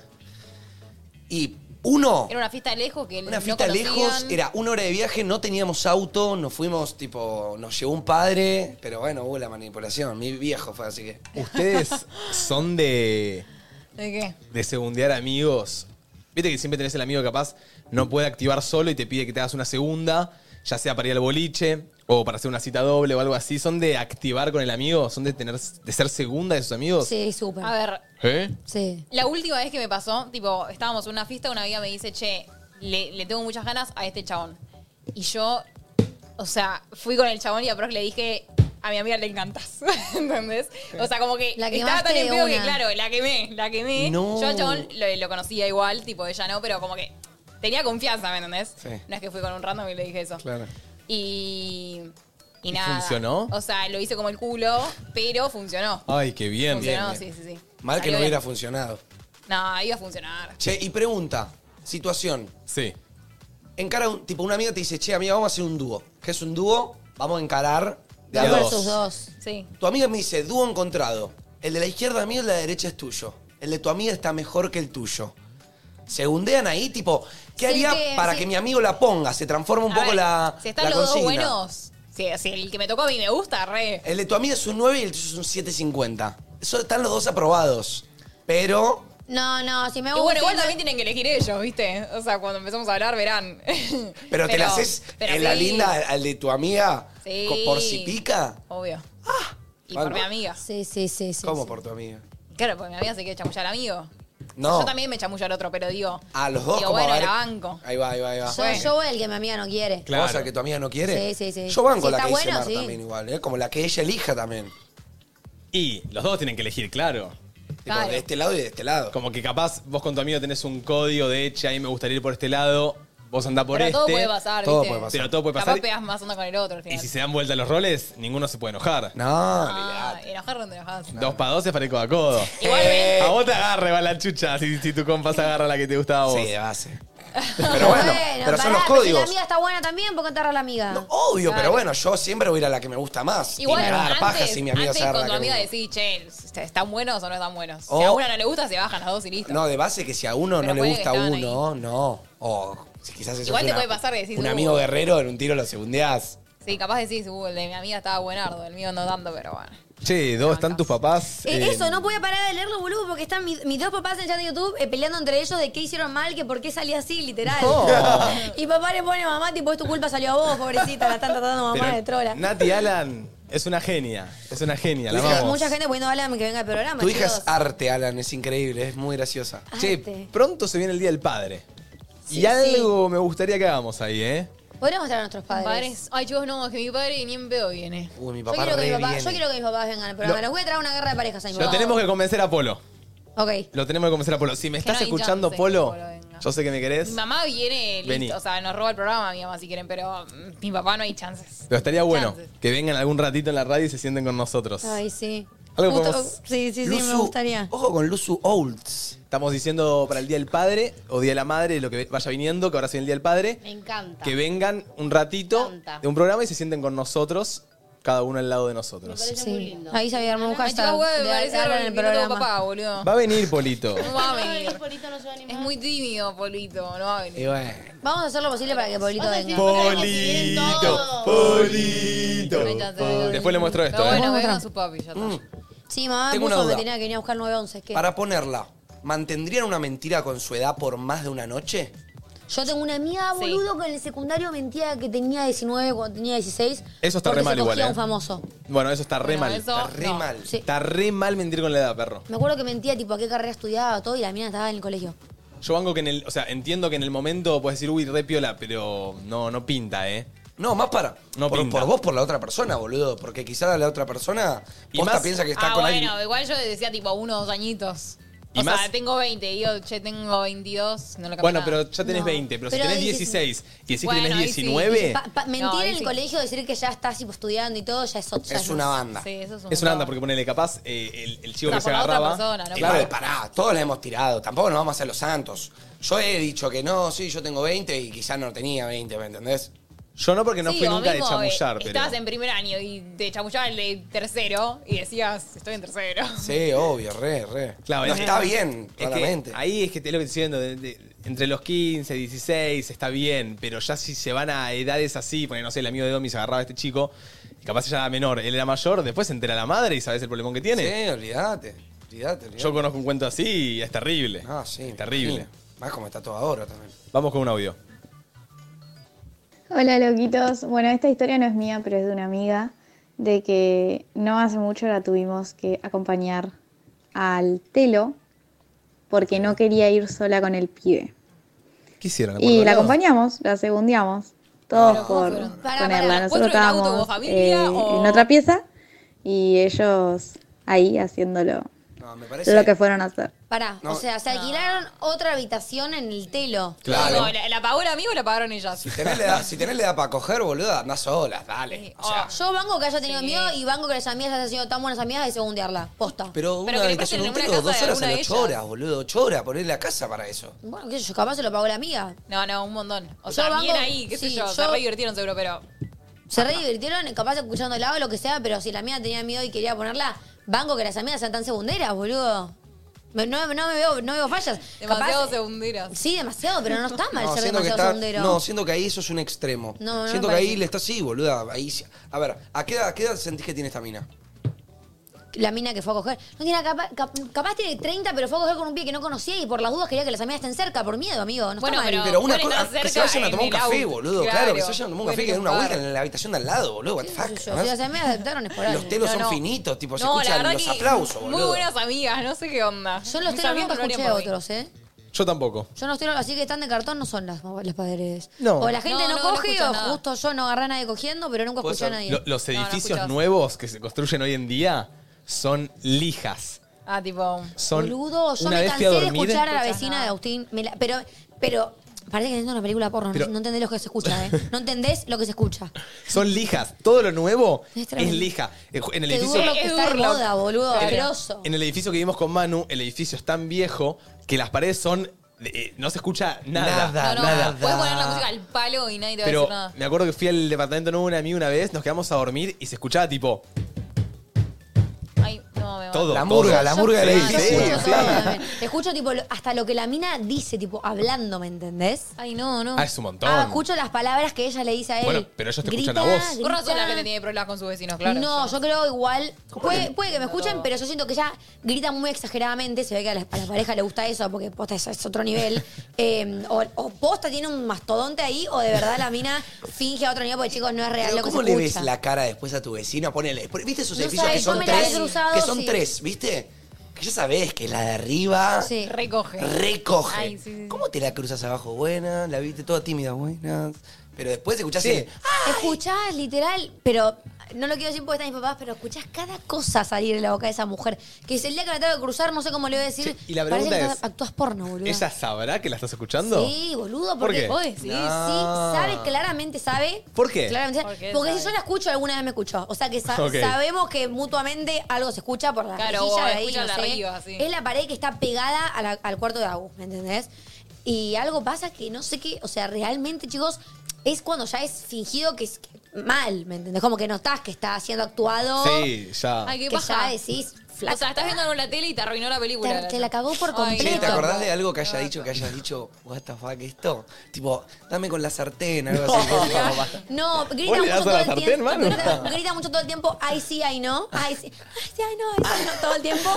Y uno. Era una fiesta lejos que Una Eh, no fiesta conocían. lejos, era una hora de viaje, no teníamos auto, nos fuimos, tipo, nos llevó un padre, pero bueno, hubo la manipulación, mi viejo fue, así que. ¿Ustedes son de, ¿De qué? de segundear amigos? Viste que siempre tenés el amigo que capaz no puede activar solo y te pide que te hagas una segunda. ya sea para ir al boliche o para hacer una cita doble o algo así, son de activar con el amigo, son de tener de ser segunda de sus amigos. Sí, súper. A ver, ¿Eh? Sí. la última vez que me pasó, tipo, estábamos en una fiesta, una amiga me dice, che, le, le tengo muchas ganas a este chabón. Y yo, o sea, fui con el chabón y a Prox le dije, a mi amiga le encantás, ¿entendés? O sea, como que La estaba tan quemaste en de pedo que, una. claro, la quemé, la quemé. No. Yo al chabón lo, lo conocía igual, tipo, ella no, pero como que tenía confianza, ¿me entendés? Sí. No es que fui con un random y le dije eso. Claro. Y... Y ¿Y nada. funcionó? O sea, lo hice como el culo, pero funcionó. Ay, qué bien. Funcionó, sí, sí, sí. Mal que Salió no hubiera bien. funcionado. No, iba a funcionar. Che, y pregunta, situación. Sí. Encara un, tipo, una amiga te dice, che, amiga, vamos a hacer un dúo. ¿Qué es un dúo? Vamos a encarar de a dos. Sí. Tu amiga me dice, dúo encontrado. El de la izquierda es mío, el de la derecha es tuyo. El de tu amiga está mejor que el tuyo. Se hundean ahí, tipo, Sí, ¿qué haría que- para sí. que mi amigo la ponga? Se transforma un A poco ver, la. Si están la los dos consigna. buenos, si, si el que me tocó a mí me gusta, re. El de tu amiga es un 9 y el tuyo es un 750. Eso están los dos aprobados. Pero. No, no, si me Y gusta. bueno, igual también tienen que elegir ellos, ¿viste? O sea, cuando empezamos a hablar, verán. Pero, Pero te la haces pero en la sí, linda al- al de tu amiga. Sí. co- Por si pica. Obvio. y Ah. Bueno. por mi amiga. Sí, sí, sí. sí ¿Cómo por tu amiga? Claro, porque mi amiga se quiere chamullar al amigo. No. Yo también me chamullo al otro, pero digo. Ah, los dos Digo, como a bueno, ver- era banco. Ahí va, ahí va, ahí va. Yo, yo voy al que mi amiga no quiere. Claro. Cosa que tu amiga no quiere. Sí, sí, sí. Yo banco Si la está que dice bueno, Mar sí. también igual, ¿eh? Como la que ella elija también. Y los dos tienen que elegir, claro. Claro. de este lado y de este lado. Como que capaz vos con tu amigo tenés un código de, che, a mí me gustaría ir por este lado, vos andá por pero este. todo puede pasar, Todo ¿viste? puede pasar. Pero todo puede Capaz pasar. pegás más onda con el otro al Y final. si se dan vuelta los roles, ninguno se puede enojar. No. Ah, enojar donde enojás. Dos para dos es para el codo a codo. A vos te agarre, va la chucha, si, si tu compa se agarra la que te gustaba a vos. Sí, de base. Pero bueno, pero son los pará, pero Si códigos. la amiga está buena también, ¿por qué enterrar a la amiga? Obvio, pero bueno, yo siempre voy a ir a la que me gusta más. Igual, y me va a dar antes, paja si mi amiga antes se agarra con tu la que me amiga gusta. decís, che, este, ¿están buenos o no están buenos? Si O- a una no le gusta, se bajan las dos y listo. No, de base que si a uno Pero no le puede gusta que estaban uno, no. O si quizás eso Igual es te una- puede pasar que decís, Un uh. amigo guerrero en un tiro lo segundeás. Sí, capaz decís, uh, el de mi amiga estaba buenardo, el mío no tanto, pero bueno. Che, dos, están tus papás. Eh, eh, eso, no podía parar de leerlo, boludo, porque están mis, mis dos papás en el chat de YouTube eh, peleando entre ellos de qué hicieron mal, que por qué salí así, literal. No. y papá le pone a mamá, tipo, es tu culpa, salió a vos, pobrecita, la están tratando a mamá pero de trola. Nati Alan es una genia. Es una genia, la Dice, vamos. mucha gente poniendo a Alan que venga al programa. Tu hija es chicos. arte, Alan, es increíble, es muy graciosa. Che, pronto se viene el Día del Padre. Sí, y algo me gustaría que hagamos ahí, ¿eh? Podríamos mostrar a nuestros padres. Padres. Ay, chicos, no, es que mi padre ni en pedo viene. Uy, mi Yo papá quiero, que re mi papá- viene. yo quiero que mis papás vengan al programa. Lo- Les voy a traer una guerra de parejas a mi Lo papá. tenemos que convencer a Polo. Ok. Lo tenemos que convencer a Polo. Si me Que estás no hay escuchando, chance que Polo, Polo venga. yo sé que me querés. Mi mamá viene, listo, Vení. o sea, nos roba el programa mi mamá si quieren, pero mm, mi papá no hay chances. Pero estaría bueno que vengan algún ratito en la radio y se sienten con nosotros. Ay, sí. Algo Justo- podemos- Sí, sí, sí, me Luzu. gustaría. Ojo con Luzu Olds. Estamos diciendo para el Día del Padre o Día de la Madre, lo que vaya viniendo, que ahora sea el Día del Padre, Me encanta. que vengan un ratito Tanta. de un programa y se sienten con nosotros, cada uno al lado de nosotros. Sí. Ahí se había armado un Ay, hashtag. chicos, güey, de me parece Alan en que el no tengo programa. papá, boludo. Va a venir, Polito. No va a venir. Es muy tímido, Polito, no va a venir. Y bueno. Vamos a hacer lo posible para que Pablito venga. Polito, Polito. Después le muestro esto, Pero ¿eh? bueno, que vengan sus papis, ya está. Mm. Sí, mamá me Tengo una puso que duda. tenía que venir a buscar 911. ¿qué? Para ponerla, ¿mantendrían una mentira con su edad por más de una noche? Yo tengo una amiga, Sí. boludo, que en el secundario mentía que tenía 19 cuando tenía 16. Eso está porque re mal se igual, cogía a ¿eh? un famoso. Bueno, eso está re Bueno, mal. eso está re no. mal. Sí. Está re mal mentir con la edad, perro. Me acuerdo que mentía, tipo, a qué carrera estudiaba, todo, y la mina estaba en el colegio. Yo banco que en el. O sea, entiendo que en el momento puedes decir, uy, re piola, pero no, no pinta, ¿eh? No, más para. No por, pinta. por vos, por la otra persona, boludo. Porque quizás la otra persona Y posta más- piensa que está ah, con bueno, alguien. igual yo decía tipo uno o dos añitos. Y o más- sea, tengo 20, digo, che, tengo 22, no lo cambio Bueno, nada. pero ya tenés No. 20, pero, si Pero tenés dices- 16 y decís Bueno, que tenés ahí sí. 19. Pa- pa- mentir No, ahí en el sí. colegio, decir que ya estás tipo, estudiando y todo, ya es otra. Es una banda. Sí, eso es un Es una anda, porque ponele capaz eh, el, el chico O sea, que se por la otra agarraba. persona, ¿no? Eh, Claro, claro, pará, todos la hemos tirado. Tampoco nos vamos a hacer los santos. Yo he dicho que no, sí, yo tengo 20 y quizás no tenía 20, ¿me entendés? Yo no porque no Sí, fui o nunca de mismo, chamullar, eh, pero. Estabas en primer año y te chamullaba el de tercero y decías, estoy en tercero. Sí, obvio, re, re. Claro, no es- está bien, es que claramente. ahí es que te lo que estoy diciendo, de- de- entre los 15, 16 está bien, pero ya si se van a edades así, porque no sé, el amigo de Domi se agarraba a este chico, y capaz ella era menor, él era mayor, después se entera la madre y sabes el problemón que tiene. Sí, olvídate. Olvídate, olvídate. Yo conozco un cuento así y es terrible. Ah, sí. Terrible. imagino. Más como está todo ahora también. Vamos con un audio. Hola loquitos. Bueno, esta historia no es mía, pero es de una amiga, de que no hace mucho la tuvimos que acompañar al telo porque no quería ir sola con el pibe. ¿Qué hicieron? Y la acompañamos, la segundiamos, todos por Ah, Para, ponerla. para, Nosotros ¿cuatro en el auto, estábamos vos, familia, eh, o- en otra pieza y ellos ahí haciéndolo parece- lo que fueron a hacer. Pará, o sea, se alquilaron otra habitación en el telo. Claro. No, ¿la, la pagó el amigo o la pagaron ellas? Si tenés la edad, si tenés la edad para coger, boluda, andás solas, dale. O sea, oh. Yo banco que haya tenido miedo y banco que las amigas hayan sido tan buenas amigas de segundearla. Posta. pero una habitación de un telo, dos horas en ocho horas, boludo. Ocho horas, poner la casa para eso. Bueno, qué sé yo, capaz se lo pagó la amiga. No, no, un montón. O sea, banco- bien ahí, qué sé sí, yo, se yo- re divirtieron seguro, pero... Se re divirtieron, capaz escuchando el agua, lo que sea, pero si la amiga tenía miedo y quería ponerla, banco que las amigas sean tan segunderas, boludo. Me- No, no me veo, no veo fallas. Demasiado Capaz- segunderas. Sí, demasiado, pero no está mal ser siento que demasiado está- segundero. no, siento que ahí eso es un extremo. No, no siento me que ahí parece. le está así, boluda. Ahí, sí. a ver, ¿a qué, edad, a qué edad sentís que tiene esta mina? La mina que fue a coger. No tiene capa- cap- capaz tiene 30, pero fue a coger con un pie que no conocía y por las dudas quería que las amigas estén cerca, por miedo, amigo. No está mal. pero una ah, cosa, que se vayan a tomar un café, boludo. Claro, que se vayan a tomar un café, que den una vuelta en la habitación de al lado, boludo. What the fuck. Yo, si las amigas aceptaron es por algo. Los telos No, son no. finitos, tipo, se No, la escuchan verdad los que aplausos, Muy boludo. buenas amigas, no sé qué onda. Yo en los Mis telos amigas nunca no lo harían escuché a por mí. otros, ¿eh? Yo tampoco. Yo en los telos, así que están de cartón, no son las, las padres. No. O la gente No, no, no, no coge, escucho o nada. justo yo no agarré a nadie cogiendo, pero nunca escuché a nadie. Pues Lo- los edificios nuevos que se construyen hoy en día son lijas. Ah, tipo... Son Boludo, yo una me vez cansé fui a de dormir- escuchar a la vecina de Agustín. me la- pero, pero, parece que es una película porno. no- Pero- no entendés lo que se escucha, ¿eh? No entendés lo que se escucha. Son lijas. Todo lo nuevo Es es, tremendo. lija. Eh, En el Te edificio. duro que está de moda, boludo. En el- Asqueroso. En el edificio que vimos con Manu, el edificio es tan viejo que las paredes son. de- eh, no se escucha nada. Nada, No, no, puedes poner la música al palo y nadie te va a Pero decir nada. me acuerdo que fui al departamento nuevo de una amiga una vez, nos quedamos a dormir y se escuchaba tipo Ay, no, me todo. La murga, la murga del Sí, edificio. sí, sí. Escucho tipo lo- hasta lo que la mina dice, tipo hablando, ¿me entendés? Ay, no, no. Ah, es un montón. Ah, escucho las palabras que ella le dice a él. Bueno, pero ellos te Grita, escuchan a vos. Por razón la grita. gente tiene problemas con sus vecinos, claro. No, yo creo igual. Puede, puede que me escuchen, pero yo siento que ella grita muy exageradamente. Se ve que a la, a la pareja le gusta eso, porque posta es, es otro nivel. Eh, o, o posta tiene un mastodonte ahí, o de verdad la mina finge a otro nivel, porque chicos, no es real Pero lo que ¿Cómo se le escucha. ves la cara después a tu vecina? Ponele. ¿Viste esos No edificios sabes, que son yo me la he tres? cruzado, que son sí. tres, ¿viste? Que ya sabés que la de arriba Sí. Recoge. recoge. Ay, sí, sí. ¿Cómo te la cruzas abajo? Buena, la viste toda tímida, buena. Pero después escuchás Sí. el- Escuchás, literal, pero no lo quiero decir porque están mis papás, pero escuchás cada cosa salir de la boca de esa mujer. Que es el día que me tengo que cruzar, no sé cómo le voy a decir. Sí, y la parece pregunta que es, estás- actúas porno, boludo. ¿Ella sabrá que la estás escuchando? Sí, boludo, ¿Por porque qué? vos decís, sí, No. sabe, claramente sabe. ¿Por qué? Claramente sabe. ¿Por qué porque sabe? si yo la escucho, alguna vez me escuchó. O sea que sa- Ok. sabemos que mutuamente algo se escucha por la Claro, rejilla o de ahí, escuchan no de sé. arriba, sí. Es la pared que está pegada a la- al cuarto de Agus, ¿me entendés? Y algo pasa que no sé qué, o sea, realmente, chicos, es cuando ya es fingido que es que- mal, ¿me entendés? Como que notás que está siendo actuado. Sí, ya. Ay, qué que paja. ya decís, O sea, estás viendo algo en la tele y te arruinó la película. te, te la cagó por Ay, completo. Che, ¿te acordás de algo que haya dicho que hayas dicho, what the fuck, esto? Tipo, dame con la sartén, algo así. No, grita ¿Vos mucho le das a todo la el sartén, tiempo. Manu? Grita, grita mucho todo el tiempo, ay sí, ay no, ay sí, ay sí, ay no, ay sí, ay no, todo el tiempo.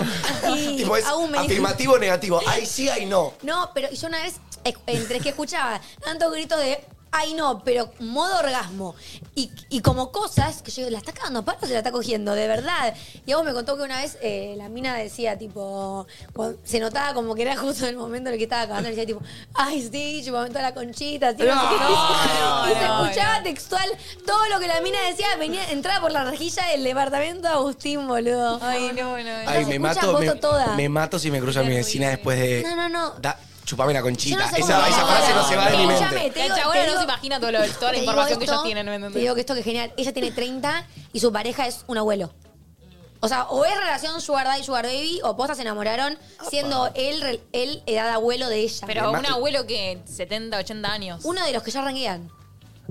Y tipo, es aún me dice- afirmativo o negativo. Ay, sí, ay, no. No, pero yo una vez, eh, entre que escuchaba tantos gritos de ay no, pero modo orgasmo. Y, y como cosas que yo digo, ¿la está cagando a palo o se la está cogiendo? De verdad. Y vos me contó que una vez eh, la mina decía, tipo, cuando- se notaba como que era justo en el momento en el que estaba cagando, y decía, tipo, ay sí, chupame toda la conchita, así, no sé qué. No, Y se no, escuchaba textual todo lo que la mina decía, venía, entraba por la rejilla del departamento de Agustín, boludo. Ay, no, no, no. Ay, me mato, me, me mato si me cruzo a mi vecina después de... No, no, no. Da, chupame la Yo conchita. no sé esa cómo esa la frase logra. no se va de mi Escúchame, mente. te digo- La te chabona no digo- se imagina todo lo- toda la te digo información que esto, ellos tienen, ¿me Te entendés? digo que esto que es genial. Ella tiene 30 y su pareja es un abuelo. O sea, o es relación Sugar Daddy Sugar Baby, o postas se enamoraron siendo él, re- él edad abuelo de ella. Pero un abuelo que 70, 80 años. Uno de los que ya ranguean.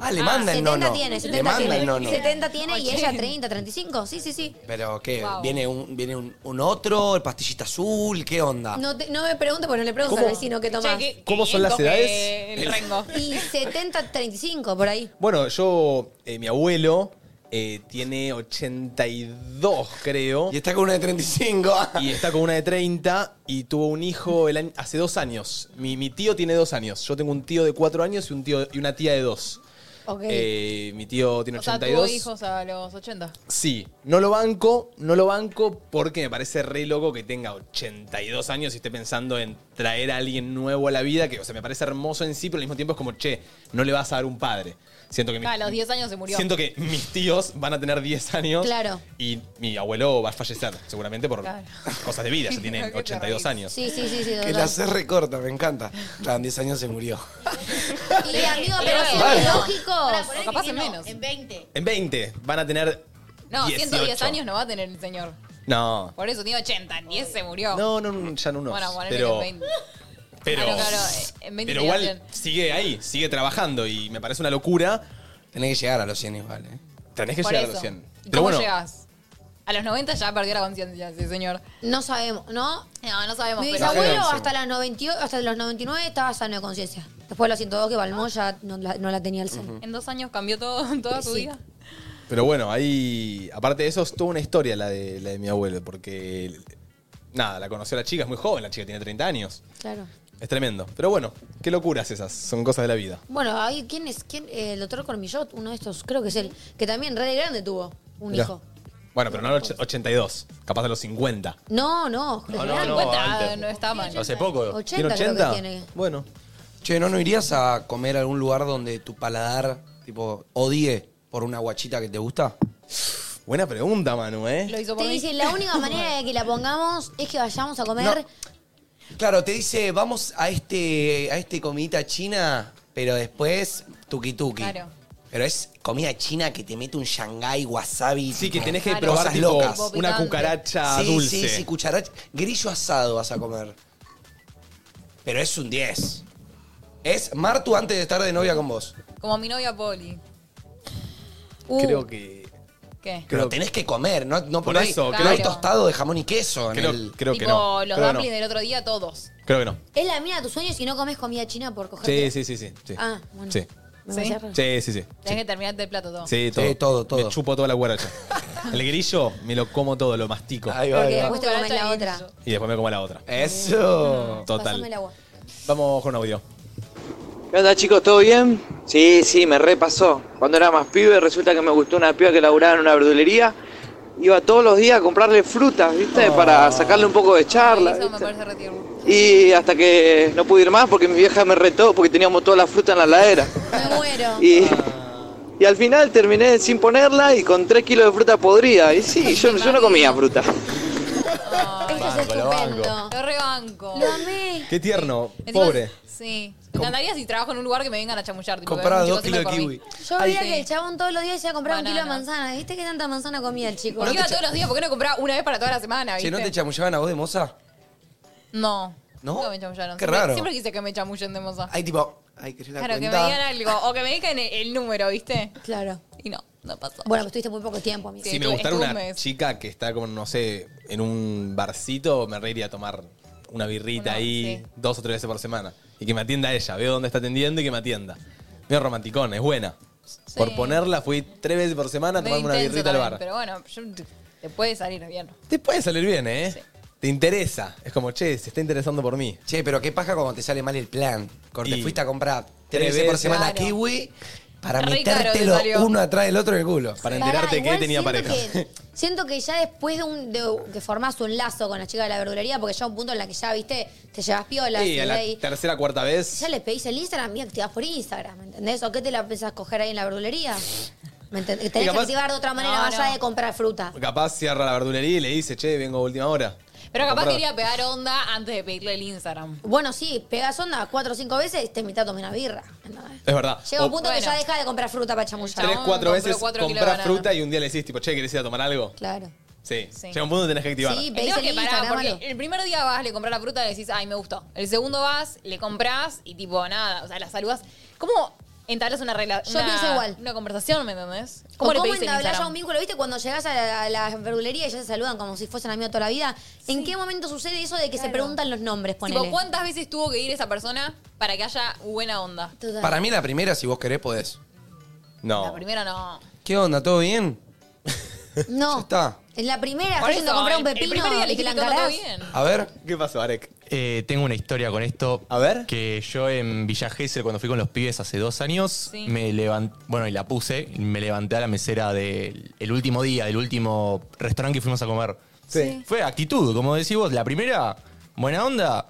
Ah, le manda el 70 nono. tiene, le 70 manda tiene. el nono. 70 tiene y ella 30, 35. Sí, sí, sí. Pero, ¿qué? Wow. ¿Viene, un, viene un, un otro? ¿El pastillita azul? ¿Qué onda? No, te- no me pregunto porque no le pregunto Ah. ¿Cómo? al vecino qué tomás. que- ¿Cómo son las edades? El rengo. Y 70, 35, por ahí. Bueno, yo, eh, mi abuelo eh, tiene 82, creo. Y está con una de 35. y está con una de 30 y tuvo un hijo el año- hace dos años. Mi, mi tío tiene dos años. Yo tengo un tío de cuatro años y, un tío, y una tía de dos. Ok. Eh, mi tío tiene O sea, tuvo 82. hijos a los 80. Sí, no lo banco, no lo banco porque me parece re loco que tenga 82 años y esté pensando en traer a alguien nuevo a la vida, que, o sea, me parece hermoso en sí, pero al mismo tiempo es como, che, no le vas a dar un padre. Siento que, mi- Ah, a los 10 años se murió. siento que mis tíos van a tener 10 años Claro. y mi abuelo va a fallecer, seguramente por Claro. cosas de vida, ya tiene Qué 82 años. Sí, sí, sí, sí. Que total. la hace recorta, me encanta. Claro, en 10 años se murió. Y amigo, pero sí, Vale. lógico. Pará, O capaz en menos. En 20. En 20 van a tener... No, 110 18. años no va a tener el señor. No. Por eso tiene 80, 10 se murió. No, no, no, ya no unos. Bueno, ponele pero, que en 20. pero, Ah, Claro, claro, en 20 pero te igual hacen. sigue ahí, sigue trabajando y me parece una locura. Tenés que llegar a los 100 igual, ¿eh? Tenés que Por llegar a eso. los 100. ¿Y Pero ¿Cómo bueno, llegas? A los 90 ya perdió la conciencia, sí, señor. No sabemos, ¿no? No, no sabemos. Mi pero- bisabuelo No sabemos. hasta, las 90 hasta los 99 estaba sano de conciencia. Después de los 102 que Balmó ya no la, no la tenía el seno. En dos años cambió todo, toda su Sí. vida. pero bueno, ahí. Aparte de eso, es toda una historia la de, la de mi abuelo, porque. Nada, la conoció la chica, es muy joven, la chica tiene 30 años. Claro. Es tremendo. Pero bueno, qué locuras esas, son cosas de la vida. Bueno, ahí, ¿quién es? ¿Quién? Eh, el doctor Cormillot, uno de estos, creo que es él, que también re de grande tuvo un Mirá. hijo. Bueno, pero no a los 82, capaz a los 50. No, no, re No, no, grande. no, Cuenta, antes. no está mal. Hace poco. 80 creo que tiene. Bueno. Che, ¿no, ¿no irías a comer a algún lugar donde tu paladar, tipo, odie por una guachita que te gusta? Buena pregunta, Manu, ¿eh? hizo Te dicen, la única manera de que la pongamos es que vayamos a comer. Claro, te dice, vamos a este, a este comidita china, pero después tuki tuki. Claro. Pero es comida china que te mete un Shanghai wasabi. Sí, tipo, que tenés que Claro. probar, cosas tipo, locas. una Picante. cucaracha Sí, dulce. Sí, sí, cucaracha. Grillo asado vas a comer. Pero es un 10. Es Martu antes de estar de novia con vos. Como mi novia Poli. Uh. Creo que. ¿Qué? Pero tenés que comer, no, no, Por no hay- eso, no creo- hay tostado de jamón y queso. en Creo- el- creo tipo, los dumplings del otro día, todos. Creo que no. Es la mina de tus sueños y no comes comida china por coger. Sí, sí, sí, sí. sí. Ah, bueno. Sí. Me ¿Sí? parece raro. Sí, sí, sí. Tenés que terminarte el plato todo. Sí, todo. Sí, todo, Me chupo toda la guaracha. El grillo me lo como todo, lo mastico. Porque después te comes la otra. Y después me como la otra. Pásame Eso. el Total. agua. Vamos con audio. ¿Qué onda chicos? ¿Todo bien? Sí, sí, me repasó. Cuando era más pibe resulta que me gustó una piba que laburaba en una verdulería. Iba todos los días a comprarle frutas, Oh. ¿viste? Para sacarle un poco de charla. Eso me ¿viste? parece retiro. Y hasta que no pude ir más porque mi vieja me retó porque teníamos toda la fruta en la ladera. Me muero. Y, y al final terminé sin ponerla y con 3 kilos de fruta podrida. Y sí, yo, yo no comía fruta. Esto es estupendo. Lo rebanco. Lo amé. Qué tierno, Encima- pobre. Sí. Me encantaría si trabajo en un lugar que me vengan a chamullar. Tipo, Comprá que un chico dos cocina kilos de por mí. kiwi. Yo Ay, veía sí. que el chabón todos los días se compraba un kilo de Bananas. manzana. ¿Viste qué tanta manzana comía el chico? Porque iba todos los días, ¿por qué no compraba una vez para toda la semana? Che, ¿no te viste? chamullaban a vos de moza? No. ¿No? Nunca me chamullaron. Qué Siempre- raro. Siempre quise que me chamullen de moza. Hay tipo, ay, querés la Claro, que me cuenta. digan algo. O que me digan el, el número, ¿viste? Claro. Y no, no pasó. Bueno, pues tuviste muy poco tiempo, amigo. Si me gustara una chica que está como, no sé, en un barcito, me reiría a tomar una birrita ahí dos o tres veces por semana. Y que me atienda ella. Veo dónde está atendiendo y que me atienda. Medio romanticón, es buena. Por ponerla, fui tres veces por semana a Medio tomarme una intenso birrita al también, bar. Pero bueno, yo- te- te puede salir bien. Te puede salir bien, ¿eh? Te interesa. Es como, che, se está interesando por mí. Che, pero qué paja cuando te sale mal el plan. Corte, Y- fuiste a comprar Tres tres veces por veces. semana Claro. kiwi para Re caro te metértelo salió. uno atrás del otro en el culo. Para Pará, enterarte que igual tenía siento pareja. que- siento que ya después de, un, de- que formás un lazo con la chica de la verdulería, porque llega un punto en la que ya, viste, te llevas piolas. y a la ahí- tercera, cuarta vez. ya les pedís el Instagram y activás por Instagram, ¿me entendés? ¿O qué te la pensás coger ahí en la verdulería? ¿Me entendés? Que Tenés capaz- que activar de otra manera No, más allá no. de comprar fruta. Capaz cierra la verdulería y le dice, che, vengo a última hora. Pero capaz Comprar. quería pegar onda antes de pedirle el Instagram. Bueno, sí, pegás onda cuatro o cinco veces y te invitás a tomar una birra. ¿entendés? Es verdad. Llega un O punto que ya deja de comprar fruta para chamullar. Tres, cuatro veces cuatro kilos de compras banana. fruta y un día le decís, tipo, che, ¿querés ir a tomar algo? Claro. Sí. Sí. Llega un punto que tenés que activar. Sí, El tema pedís es que el pará, Instagram, porque algo. el primer día vas, le compras la fruta y decís, ay, me gustó. El segundo vas, le compras y tipo, nada, o sea, la saludas. ¿Cómo entablas una relación? Yo pienso igual. Una conversación, ¿me entendés? ¿Cómo, ¿Cómo le ¿cómo pedís el entablar ya Instagram? un vínculo? ¿Viste? Cuando llegás a la, a la verdulería y ya se saludan como si fuesen amigos toda la vida. ¿En qué momento sucede eso de que se preguntan los nombres? Ponele. Tipo, ¿cuántas veces tuvo que ir esa persona para que haya buena onda? Para mí la primera, si vos querés, podés. No. La primera no. ¿Qué onda? ¿Todo bien? No. Ya está. Es la primera, Por estoy yendo a eso, comprar el- un el pepino primer día le y te la dijiste todo encarás. A ver. Eh, ¿Qué pasó, Arek? tengo una historia con esto. A ver. Que yo en Villa Gesell, cuando fui con los pibes hace dos años, Sí. me levanté. Bueno, y la puse. y Me levanté a la mesera del el último día, del último restaurante que fuimos a comer. Sí. Fue actitud, como decís vos. La primera, buena onda,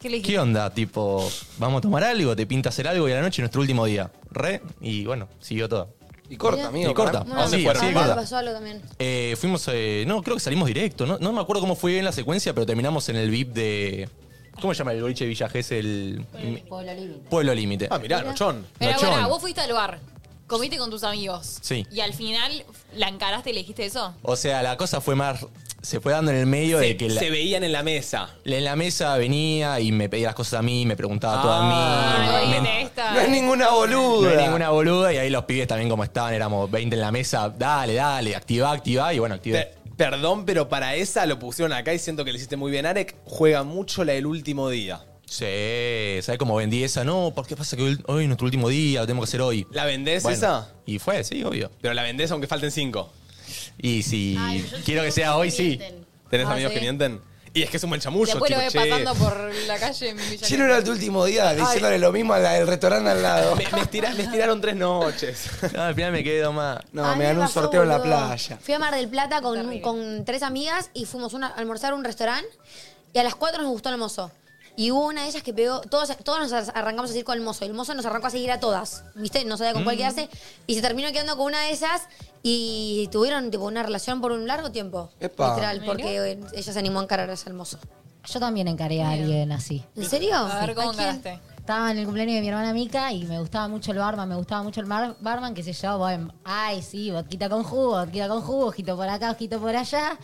¿Qué le dijiste? ¿Qué onda? Tipo, vamos a tomar algo, te pinta hacer algo y a la noche nuestro último día. Re, y bueno, siguió todo. Y corta, amigo, Y corta. para- No, así, no, así de no, me corta. pasó algo también. Eh, fuimos, eh, no, creo que salimos directo. No, no me acuerdo cómo fue bien la secuencia, pero terminamos en el VIP de. ¿Cómo se llama el boliche de Villa Gesell? El Pueblo Libre. Pueblo Límite. Ah, mirá, Nochón. Pero bueno, vos fuiste al bar, comiste con tus amigos. Sí. Y al final la encaraste y le dijiste eso. O sea, la cosa fue más. Se fue dando en el medio de que la- Se veían en la mesa. en la mesa venía y me pedía las cosas a mí, me preguntaba todo Ah, a mí. me- me- No es ninguna boluda. No hay ninguna boluda. Y ahí los pibes también como estaban, éramos 20 en la mesa. Dale, dale, activa, activa. Y bueno, activa. Pe- perdón, pero para esa lo pusieron acá y siento que le hiciste muy bien. Arek juega mucho la del último día. Sí, ¿sabes cómo vendí esa? No, ¿por qué pasa que hoy hoy es nuestro último día? Lo tenemos que hacer hoy. ¿La vendés Bueno, esa? Y fue, sí, obvio. Pero la vendés aunque falten cinco. Y si quiero que sea hoy, sí. ¿Tenés Ah, amigos sí. que mienten? Y es que es un buen chamullo, Después lo ve chicos, che. pasando por la calle en Villa Yo no era tu último Ah, día diciéndole lo mismo al restaurante al lado. Me, me estira- me estiraron tres noches. No, al final me quedé más. No, Ay, me ganó un pasó, sorteo en la boludo. playa. Fui a Mar del Plata con, con tres amigas y fuimos una- a almorzar a un restaurante y a las cuatro nos gustó el mozo. Y hubo una de ellas que pegó, todos, todos nos arrancamos a seguir con el mozo. Y el mozo nos arrancó a seguir a todas, ¿viste? No sabía con cuál Mm. quedarse. Y se terminó quedando con una de esas y tuvieron tipo una relación por un largo tiempo. Epa. Literal, porque eh, ella se animó a encararse al mozo. Yo también encaré a alguien así. ¿En serio? A ver, ¿cómo ¿A quién? encaraste? Estaba en el cumpleaños de mi hermana Mica y me gustaba mucho el barman, me gustaba mucho el mar- barman, qué sé yo, bueno, ay, sí, vodquita con jugo, vodquita con jugo, ojito por acá, ojito por allá.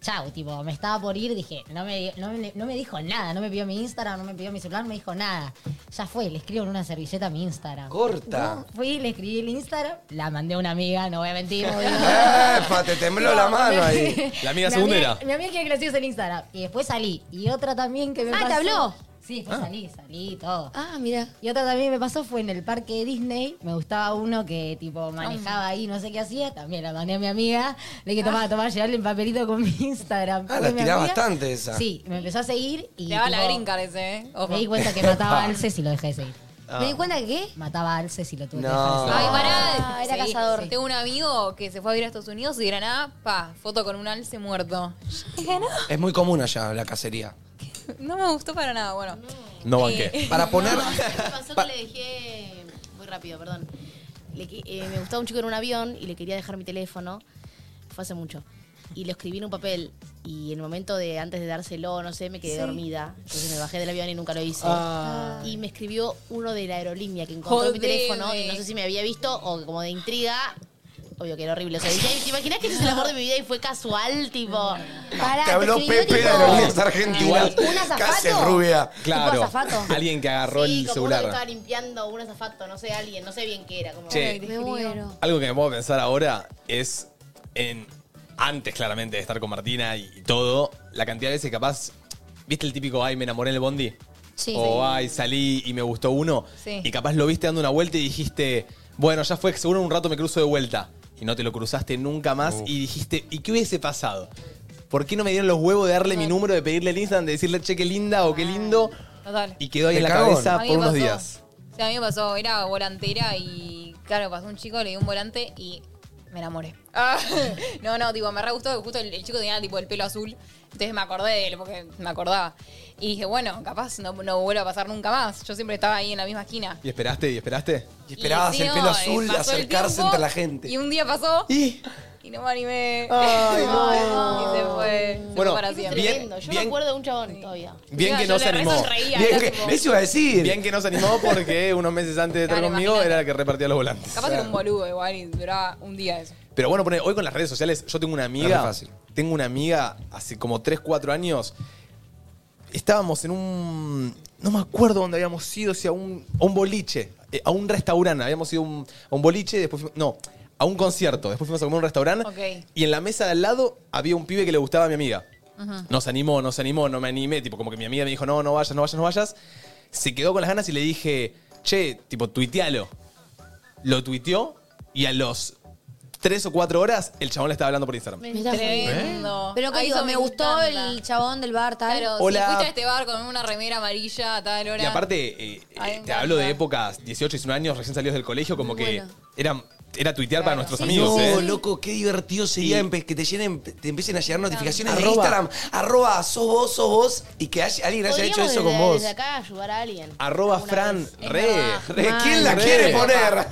Chau, tipo, me estaba por ir, dije, no me, no, me, no me dijo nada, no me pidió mi Instagram, no me pidió mi celular, no me dijo nada. Ya fue, le escribo en una servilleta mi Instagram. Corta. No, fui, le escribí el Instagram, la mandé a una amiga, no voy a mentir. obvio. Epa, te tembló la mano ahí. La amiga Mi segundera. Mi amiga quiere que lo sigas en Instagram. Y después salí. Y otra también que me Ah, ¿te pasó. habló? Sí, Ah. después salí, salí y todo. Ah, mira. Y otra también me pasó fue en el parque de Disney. Me gustaba uno que tipo manejaba ahí, no sé qué hacía. También la mandé a mi amiga. Le dije, Ah. tomá, tomá, llevarle el papelito con mi Instagram. Ah, Fue la mi tirás amiga. bastante esa. Sí, me empezó a seguir y. Le daba la tipo, green card ese, ¿eh? Ojo. Me di cuenta que mataba a Alces y lo dejé de seguir. Ah. ¿Me di cuenta que qué? Mataba a Alces y lo tuve que No. dejar de seguir. Ay, pará. Ah, era Sí, cazador. sí. Tengo un amigo que se fue a vivir a Estados Unidos y de la nada, pa, foto con un alce muerto. Dije, no, Es muy común allá la cacería. no me gustó para nada, bueno. No Eh, Para poner. Me pasó que le dejé. Muy rápido, perdón. Le que- eh, me gustaba un chico en un avión y le quería dejar mi teléfono. Fue hace mucho. Y lo escribí en un papel. Y en el momento de antes de dárselo, no sé, me quedé Sí. dormida. Entonces me bajé del avión y nunca lo hice. Ah. Y me escribió uno de la aerolínea que encontró mi Jodeme. teléfono. Y no sé si me había visto o como de intriga. Obvio que era horrible. O sea, dije, "Ay, ¿te imaginas que ese es el amor de mi vida y fue casual? Tipo. Pará, Te habló escribió, Pepe de tipo, Aerolíneas Argentinas. Igual- ¿Un azafato? Casi rubia. ¿Tipo Claro. azafato? Alguien que agarró Sí, el como uno que estaba celular. limpiando un azafato, no sé, alguien, no sé bien qué era. Como Che. Me muero. Algo que me puedo pensar ahora es en antes claramente de estar con Martina y, y todo, la cantidad de veces que capaz, ¿viste el típico ay, me enamoré en el bondi? Sí. O Sí. ay, salí y me gustó uno Sí. y capaz lo viste dando una vuelta y dijiste, bueno, ya fue, seguro en un rato me cruzo de vuelta y no te lo cruzaste nunca más y dijiste, ¿y qué hubiese pasado? ¿Por qué no me dieron los huevos de darle mi número, de pedirle el Instagram, de decirle, che, qué linda o qué lindo? Total. Y quedó ahí Te en la cagó. cabeza A mí por me unos pasó. días. O sea, a mí me pasó, era volantera y claro, pasó un chico, le di un volante y me enamoré. Ah, no, no, tipo, me re gustó que justo el, el chico tenía tipo el pelo azul. Entonces me acordé de él porque me acordaba. Y dije, bueno, capaz no, no vuelva a pasar nunca más. Yo siempre estaba ahí en la misma esquina. ¿Y esperaste? ¿Y esperaste? Y esperabas Y, el tío, pelo eh, azul, pasó el acercarse tiempo entre la gente. Y un día pasó y, no me animé. Ay, no. Y se fue. Se Bueno, fue para siempre. bien- Tremendo. Yo bien- me acuerdo de un chabón todavía. Bien Yo- que yo no le se re animó. sonreía, Bien era que- tipo- eso iba a decir. Bien que no se animó porque unos meses antes de estar Claro, conmigo era la que repartía los volantes. Capaz era un boludo igual y duraba un día eso. Pero bueno, poné, hoy con las redes sociales, yo tengo una Es amiga. re fácil. Tengo una amiga hace como 3, 4 años. Estábamos en un. No me acuerdo dónde habíamos ido, si a un, a un boliche, eh, a un restaurante. Habíamos ido a un, a un boliche, después. fuimos- No, a un concierto. Después fuimos a comer a un restaurante. Ok. Y en la mesa de al lado había un pibe que le gustaba a mi amiga. Nos animó, nos animó, no me animé. Tipo, como que mi amiga me dijo, no, no vayas, no vayas, no vayas. Se quedó con las ganas y le dije, che, tipo, tuitealo. Lo tuiteó y a los tres o cuatro horas, el chabón le estaba hablando por Instagram. Tremendo. Pero que Ay, digo, eso me, me gustó el chabón del bar, tal. Claro, Hola. si fuiste a este bar con una remera amarilla a tal hora. Y aparte, eh, eh, Ay, te hablo de épocas, 18, 19 años, recién salidos del colegio, como que Bueno. era, era tuitear para nuestros amigos. No, ¿eh? loco, qué divertido sería empe- que te llenen, te empiecen a llegar notificaciones de Arroba. Instagram. Arroba, sos vos, sos vos. Y que haya- alguien haya hecho eso con desde, vos. desde acá ayudar a alguien. Arroba Fran Re. Re, ¿Quién la quiere poner?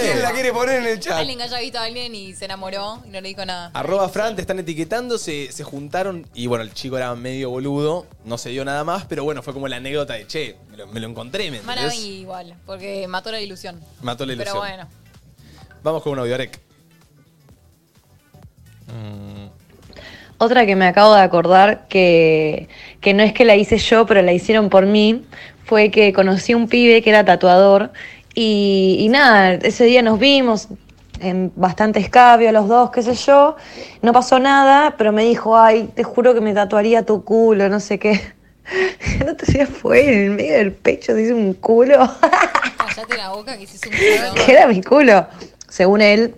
¿Quién la quiere poner en el chat? Alguien que haya visto a alguien y se enamoró y no le dijo nada. Arroba Fran, te están etiquetando, se, se juntaron y bueno, el chico era medio boludo, no se dio nada más, pero bueno, fue como la anécdota de che, me lo, me lo encontré, ¿me Maravi entendés? igual, porque mató la ilusión. Mató la ilusión. Pero bueno. Vamos con un audiorec. Otra que me acabo de acordar, que, que no es que la hice yo, pero la hicieron por mí, fue que conocí un pibe que era tatuador y, y nada, ese día nos vimos en bastante escabio los dos, qué sé yo, no pasó nada, pero me dijo, ay, te juro que me tatuaría tu culo, no sé qué. El otro día fue en el medio del pecho, se hizo un culo. Callate la boca que hiciste un video. que era mi culo, según él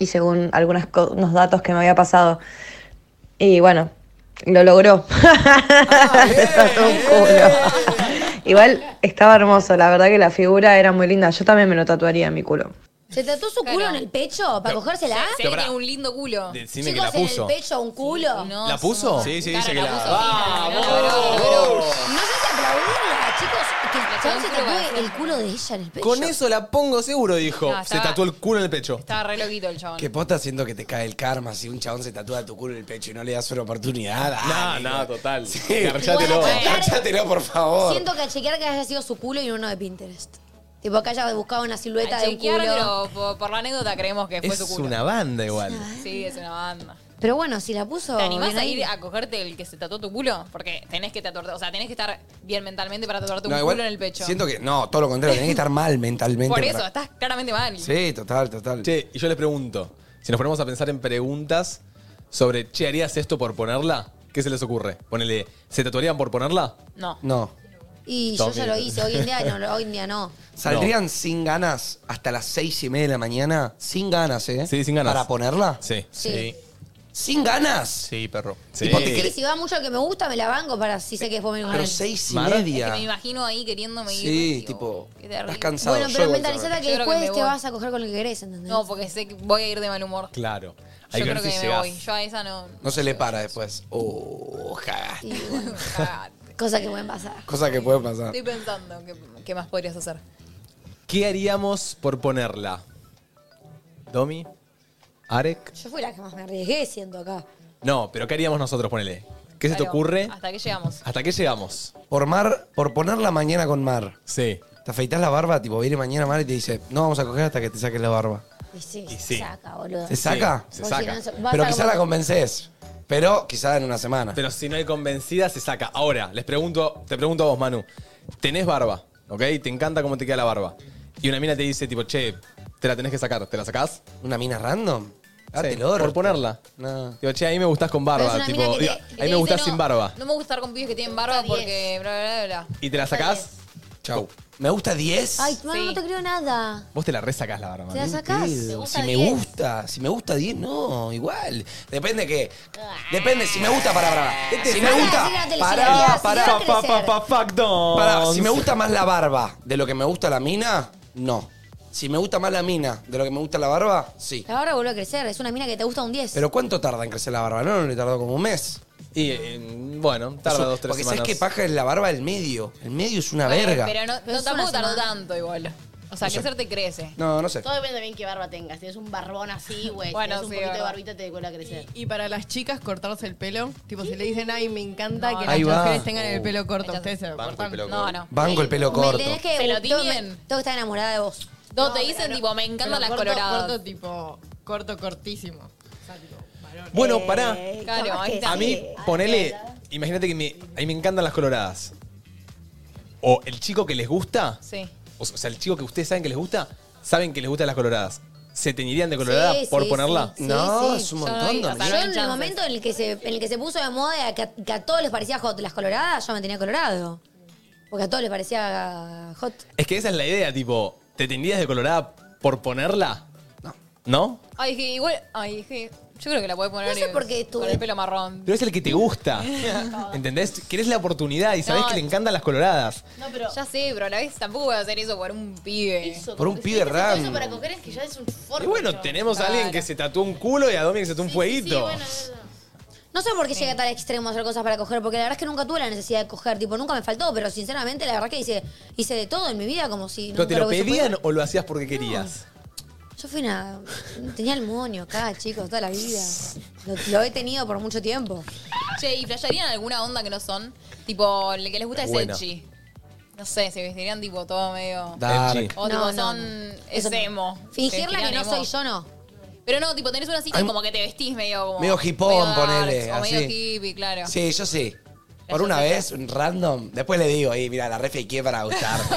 y según algunos unos datos que me había pasado. Y bueno, lo logró. Se tatuó un culo. Igual estaba hermoso, la verdad que la figura era muy linda. Yo también me lo tatuaría en mi culo. ¿Se tatuó su culo en el pecho para cogérsela? Se ve que tiene un lindo culo. Chicos, Decime que la puso. en el pecho un culo. no, ¿La puso? Ah. Sí, sí, dice que la la. No sé si aplaudirla, chicos. Que el chabón se tatúe el culo de ella en el pecho. Con eso la pongo seguro, dijo. No, se estaba- tatuó el culo en el pecho. Estaba re loquito el chabón. Que posta siento que te cae el karma si un chabón se tatúa tu culo en el pecho y no le das una oportunidad. No, no, total. Garchátelo. Garchátelo. Garchátelo, por favor. Siento que a chequear que haya sido su culo y no uno de Pinterest. Tipo que haya buscado una silueta A de un chequear, culo. pero por, por la anécdota creemos que fue Es su culo. una banda igual. Sí, es una banda. Pero bueno, si la puso. ¿Te animás Oh, bien a ahí. ir a cogerte el que se tatuó tu culo? Porque tenés que tatuarte, o sea, tenés que estar bien mentalmente para tatuarte No, un igual culo en el pecho. Siento que, no, todo lo contrario, tenés que estar mal mentalmente. Por para- eso, estás claramente mal. Sí, total, total. Che, y yo les pregunto, si nos ponemos a pensar en preguntas sobre, che, ¿harías esto por ponerla? ¿Qué se les ocurre? Ponele, ¿se tatuarían por ponerla? No. No. Y yo Tommy. ya lo hice. Hoy en día no. Hoy en día no. ¿Saldrían sin ganas hasta las seis y media de la mañana? Sin ganas, ¿eh? Sí, sin ganas. ¿Para ponerla? Sí. Sí. ¿Sin ganas? Sí, perro. Sí. Sí, si va mucho el que me gusta, me la banco para si sé que después me Pero seis y Mar. Es que media. me imagino ahí queriéndome ir. Sí, tipo, estás cansado. Bueno, yo pero igual mentalizate también. que Yo creo que después me te voy. vas a coger con el que querés, ¿entendés? No, porque sé que voy a ir de mal humor. Claro. Yo que creo ver que si me llegás. voy. Yo a esa no. No se le para después. Oh, cagaste. Y bueno, cosa que pueden pasar. Cosa que puede pasar. Estoy pensando qué, qué más podrías hacer. ¿Qué haríamos por ponerla? ¿Domi? ¿Arek? Yo fui la que más me arriesgué siendo acá. No, pero ¿qué haríamos nosotros? Ponele. ¿Qué se te Claro. ocurre? ¿Hasta qué llegamos? ¿Hasta qué llegamos? Por mar, por poner la mañana con mar. Sí. Te afeitas la barba, tipo, viene mañana mar y te dice, no vamos a coger hasta que te saques la barba. Y sí, Y se sí. saca, boludo. ¿Se saca? se saca. Pero quizá la convences. Pero Oh, quizá en una semana. Pero si no hay convencida, se saca. Ahora, les pregunto, te pregunto a vos, Manu. Tenés barba, ¿ok? Te encanta cómo te queda la barba. Y una mina te dice, tipo, che, te la tenés que sacar. ¿Te la sacás? ¿Una mina random? Sí, Date el orto. por ponerla. No. Digo, che, a mí me gustás con barba. Pero es una tipo, mina que digo, te- que a te mí me gustás dice, sin no, barba. No me gusta estar con pibes que tienen barba porque bla, bla, bla, bla. ¿Y te la sacás? Chau. ¿Me gusta 10? Ay, mano, no te creo nada. Vos te la resacás la barba. ¿Te la sacás? ¿Te gusta Si me 10? gusta, si me gusta 10, no, igual. Depende que. Depende, si me gusta, para, para. Este Si es- me Pará, gusta. si la teleserie, Pará, si pará. va a crecer. Pa, pa, Pará, si me gusta más la barba de lo que me gusta la mina, no. Si me gusta más la mina de lo que me gusta la barba, sí. La barba volvió a crecer. Es una mina que te gusta un 10. Pero ¿cuánto tarda en crecer la barba? No, no le tardó como un mes. Y eh, bueno, tarda dos, tres porque semanas. Porque sabes qué paja es la barba del medio. El medio es una Bueno, verga. Pero no, no, Pero es tampoco una tardó semana. tanto igual. O sea, No sé. crecer te crece. No, no sé. Todo depende también qué barba tengas. Tienes un barbón así, güey. Bueno, Bueno, un sí, poquito de verdad. barbita te vuelve a crecer. Y para las chicas cortarse el pelo, tipo si le dicen, ay, me encanta que las Ahí va. mujeres tengan el Oh. pelo corto, ustedes se lo el cortan. pelo No, corto. no. Banco el pelo Me corto. tenés que- Se lo tengo, me- tiñen. tengo que estar enamorada de vos. No, te dicen tipo, me encantan Pero las corto, coloradas. Corto tipo, corto cortísimo. O sea, tipo, varón. eh, Bueno, pará. Claro, ahí está. A mí, ponele. Imagínate que me, a mí me encantan las coloradas. O el chico que les gusta. Sí. O sea, el chico que ustedes saben que les gusta, saben que les gustan las coloradas. ¿Se teñirían de colorada Sí, por sí, ponerla? sí, sí, No, sí. es un montón, Yo en el momento en el que se, en el que se puso de moda que a, que a todos les parecía hot las coloradas, yo me tenía colorado. Porque a todos les parecía hot. Es que esa es la idea, tipo, ¿te teñirías de colorada por ponerla? ¿No? Ay, dije, igual. Ay, dije. Yo creo que la puede poner No sé por qué con el pelo marrón. Pero es el que te gusta. ¿Entendés? Querés la oportunidad y sabés No, que le encantan las coloradas. No, pero. Ya sé, pero a la vez tampoco voy a hacer eso por un pibe. Por un pibe Eso random. para coger es que ya es un forro. Y bueno, tenemos a alguien que se tatuó un culo y a Domi que se tatuó un fueguito. No sé por qué llegué a tal extremo hacer cosas para coger, porque la verdad es que nunca tuve la necesidad de coger, tipo, nunca me faltó, pero sinceramente la verdad que hice, hice de todo en mi vida, como si ¿Pero nunca te lo hubiese pedían o lo hacías porque querías? podido. Yo fui una. Tenía el moño acá, chicos, toda la vida. Lo, lo he tenido por mucho tiempo. Che, ¿y flasharían alguna onda que no son? Tipo, el que les gusta es Buena. Edgy. No sé, se vestirían tipo todo medio. Eh, Dark. O tipo, No, no, son. no. Es Eso no. emo. Fingirla Se vestirían que no soy yo, no. Pero no, tipo, tenés una así que Ay, como que te vestís medio como. medio hipón, medio ponele, darks, O medio así. hippie, claro. Sí, yo sí. Por una vez, un random, después le digo, y mira, la refe qué para gustar.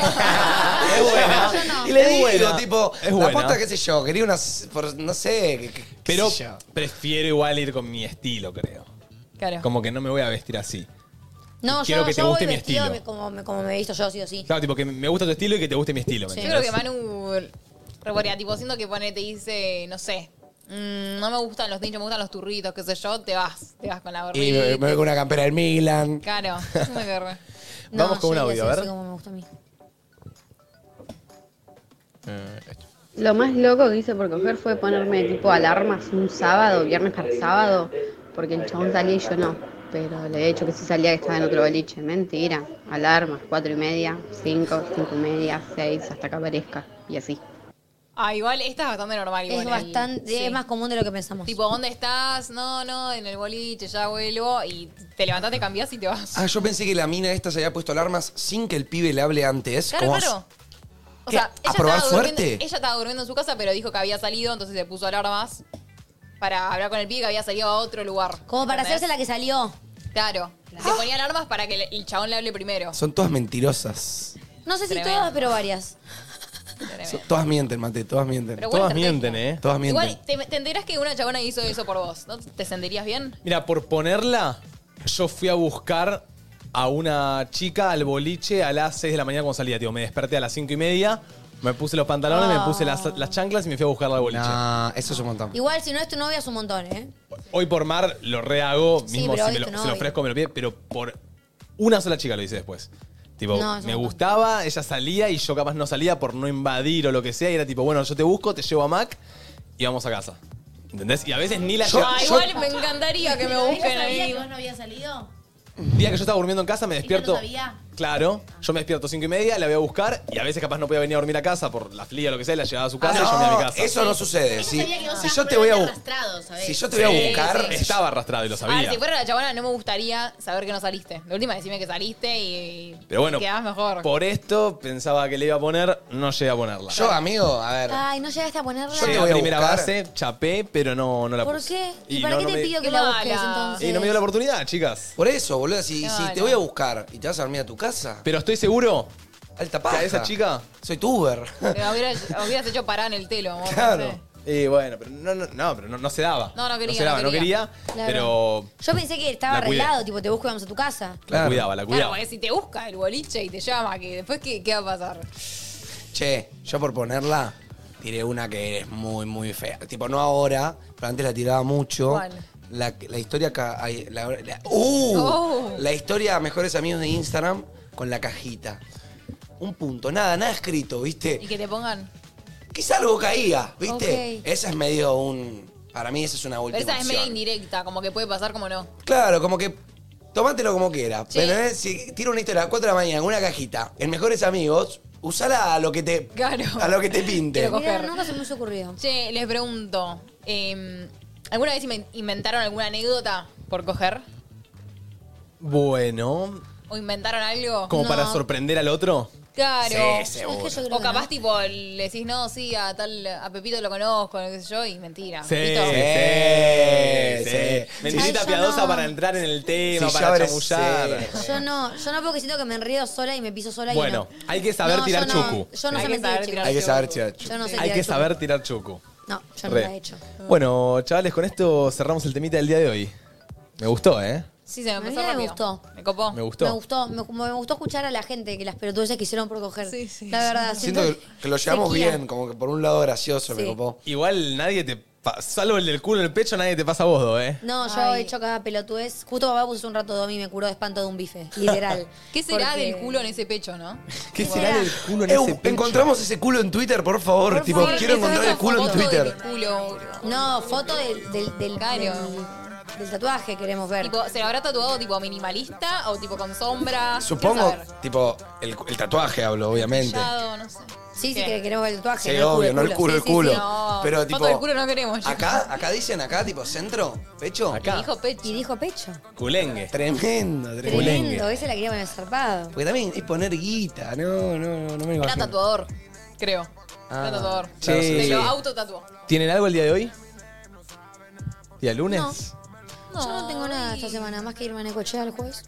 Ah. es buena. Y le Es digo, buena. tipo, Es la buena. posta, qué sé yo, quería unas, por- no sé, qué- qué- qué Pero sé yo. prefiero igual ir con mi estilo, creo. Claro. Como que no me voy a vestir así. No, Quiero yo, que te yo guste voy mi vestido estilo. me- como, me- como me he visto yo, sí o sí. Claro, tipo que me gusta tu estilo y que te guste mi estilo. ¿me Yo creo entendés? que Manu reporía, tipo, siento que ponete dice, no sé, mm, no me gustan los tinchos, me gustan los turritos, qué sé yo, te vas, te vas con la gorrita. Y me, me voy con una campera del Milan. Claro, es una guerra. Vamos con un yo audio, iría a así, ver. así como me gusta a mí. Eh, Lo más loco que hice por coger fue ponerme tipo alarmas un sábado, viernes para sábado, porque el chabón salía y yo no. Pero le he hecho que si salía que estaba en otro boliche. Mentira. Alarmas, cuatro y media, cinco, cinco y media, seis, hasta que aparezca. Y así. Ah, igual esta es bastante normal. Es bastante- es más común de lo que pensamos. Tipo, ¿dónde estás? No, no, en el boliche, ya vuelvo. Y te levantás, te cambiás y te vas. Ah, yo pensé que la mina esta se había puesto alarmas sin que el pibe le hable antes. Claro, como- claro. O ¿Qué? sea, ¿A ella probar estaba, durmiendo, suerte? ella estaba durmiendo en su casa, pero dijo que había salido, entonces se puso alarmas para hablar con el pibe que había salido a otro lugar. Como para hacerse la que salió. Ah. Claro. Se ponía alarmas para que le- el chabón le hable primero. Son todas mentirosas. No sé si Tremendo. todas, pero varias. Son- todas mienten, Mate, todas mienten. Pero buena Todas estrategia. mienten, ¿eh? Todas mienten. Igual, te, te enterás que una chabona hizo eso por vos, ¿no? ¿Te sentirías bien? Mira, por ponerla, yo fui a buscar a una chica al boliche a las 6 de la mañana cuando salía, tío. Me desperté a las 5 y media, me puse los pantalones, me puse las, las chanclas y me fui a buscarla al boliche. Ah, eso es un montón. Igual, si no es tu novia, es un montón, ¿eh? Hoy por mar lo rehago, Sí, mismo pero si me hoy lo, tu se lo novio. ofrezco, me lo pide, pero por una sola chica lo hice después. Tipo, No, es un me montón. gustaba, ella salía y yo capaz no salía por no invadir o lo que sea. Y era tipo, bueno, yo te busco, te llevo a Mac y vamos a casa. ¿Entendés? Y a veces ni la Yo- llevaba. Ah, Yo- igual me encantaría que me Pero ella busquen sabía que ahí. vos no había salido? El día que yo estaba durmiendo en casa, me despierto. no sabía? Claro, yo me despierto cinco y media, la voy a buscar y a veces capaz no podía venir a dormir a casa por la flía o lo que sea, y la llevaba a su casa y yo me iba a mi Ah, No, casa. eso no sucede. Si, sabía que vos si estabas yo te voy a probablemente bu- arrastrado, ¿sabés? si yo te voy a buscar, Estaba arrastrado y lo A sabía. ver, Ah, si fuera la chabona, no me gustaría saber que no saliste. La última, decime que saliste y. Pero bueno, Quedás mejor. por esto pensaba que le iba a poner, no llegué a ponerla. Yo, amigo, a ver. Ay, no llegaste a ponerla. Yo a primera base, chapé, pero no, no la ¿Por puse. qué? ¿Y, Y para no, qué no te me- pido que Qué la mala. busques entonces? Y no me dio la oportunidad, chicas. Por eso, boludo, si, si Claro. te voy a buscar y te vas a dormir a tu casa. Pero estoy seguro. Alta que paja. a esa chica. Soy tuber. Te hubieras, hubieras hecho parar en el telo, amor. no sé. Claro. Y bueno, pero no, no, no, pero no, no se daba. No, no quería, se daba, no no quería. quería, Claro. pero Yo pensé que estaba La cuidé. arreglado, tipo, te busco y vamos a tu casa. la cuidaba, la Claro, cuidaba. porque si te busca el boliche y te llama, que después, ¿qué, qué va a pasar? Che, yo por ponerla, tiré una que es muy, muy fea. Tipo, no ahora, pero antes la tiraba mucho. ¿Cuál? La, la historia. ca- ay, La, la- ¡Uh! Oh. La historia Mejores Amigos de Instagram con la cajita. Un punto, nada, nada escrito, ¿viste? Y que te pongan. Quizá algo caía, ¿viste? Esa es medio un. Para mí, esa es una Pero última esa es medio opción. indirecta, como que puede pasar como no. Claro, como que. Tomátelo como quieras. Sí. Pero eh, si tiro una historia a las 4 de la mañana, una cajita, en mejores amigos, usala a lo que te. Claro. A lo que te pinte. Mirá, nunca se me hubiese ocurrido. Che, les pregunto, eh, ¿alguna vez inven- inventaron alguna anécdota por coger? Bueno, ¿O inventaron algo? como para No. sorprender al otro. Claro. Sí, seguro. Es que yo creo o que capaz, no. tipo, le decís, no, sí, a tal, a Pepito lo conozco, no qué sé yo, y mentira. Sí, Pepito. sí, Sí, sí. sí. Mentirita Ay, yo piadosa no. para entrar en el tema, Sí, ya para habré- chamullar. Yo no, yo no porque siento que me enredo sola y me piso sola Bueno, y no. hay que saber No, tirar yo no- chucu. Yo no sé mentir, chicos. Hay que saber tirar chucu. Yo no sé Hay tirar que chucu. saber tirar chucu. No, yo no Re. la he hecho. Bueno, chavales, con esto cerramos el temita del día de hoy. Me gustó, ¿eh? Sí, se me A mí pasó me rápido. gustó. Me copó. Me gustó. Me gustó, me, me gustó escuchar a la gente que las pelotudeces que hicieron por coger. La verdad, Siento que, que lo llevamos sequía. bien, como que por un lado gracioso, me Ah, Sí. copó. Igual nadie te. pa- Salvo el del culo en el pecho, nadie te pasa a vos, dos, ¿eh? No, yo he hecho cada pelotudez. Justo papá puso un rato Domi y me curó de espanto de un bife, literal. ¿Qué será Porque- del culo en ese pecho, no? ¿Qué será el culo en ese pecho? Encontramos ese culo en Twitter, por favor. tipo, favor, quiero que se encontrar haga el culo en foto de Ah, Twitter. Culo. No, foto del, del, del, del- mm, del tatuaje queremos ver. Tipo, ¿se lo habrá tatuado tipo minimalista o tipo con sombra? Supongo, Quiero saber. tipo, el, el tatuaje hablo, obviamente. Tallado, no sé. Sí, sí, que queremos el tatuaje. Sí, obvio, no el culo, el culo. Pero, Foto tipo, del culo no queremos. chicos. Acá, acá dicen, acá, tipo, centro, pecho. Y dijo pecho. Y dijo pecho. Culengue. Tremendo, tremendo. Tremendo, ese la quería poner zarpado. Porque también es poner guita, no, no, no Era me imagino. tatuador, creo. Ah. Era tatuador. Che. Se lo autotatuó. ¿Tienen algo el día de hoy? ¿Día lunes? No. Yo no tengo nada esta semana, más que irme a Necochea el jueves.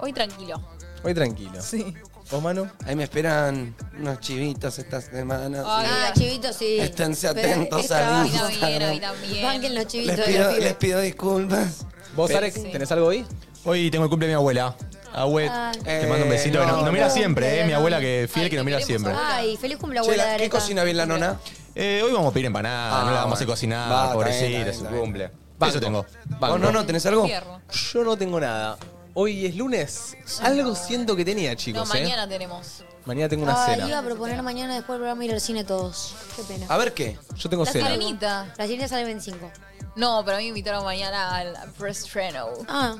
Hoy tranquilo. Hoy tranquilo. Sí. ¿Vos, Manu? Ahí me esperan unos chivitos esta semana. así Ah, chivito, sí. que Esténse Pero atentos es al trabajo. Instagram. Banquen los chivitos. Les de pido, los pibes. les pido disculpas. ¿Vos, Alex, tenés algo hoy? Hoy tengo el cumple de mi abuela. Abue, Ay. eh, te mando un besito. que nos, nos mira siempre, eh, mi abuela que fiel que nos mira siempre. Ay, feliz cumple Che, abuela la- de ¿Qué Areca. cocina bien la nona? Eh, hoy vamos a pedir empanada, Ah, no la vamos a hacer bueno. cocinar, Va, está bien, pobrecita, está bien, su está bien. cumple. Banco. Eso tengo. Banco. ¿Vos, no, no, tenés algo? Yo no tengo nada. Hoy es lunes. Algo siento que tenía, No, chicos, ¿eh? mañana tenemos. Mañana tengo una Ay, cena. iba a proponer mañana después del programa ir al cine todos. Qué pena. A ver qué. Yo tengo La cena. sirenita. La sirenita sale el 25. No, pero a mí me invitaron mañana al Press Treno. Ah.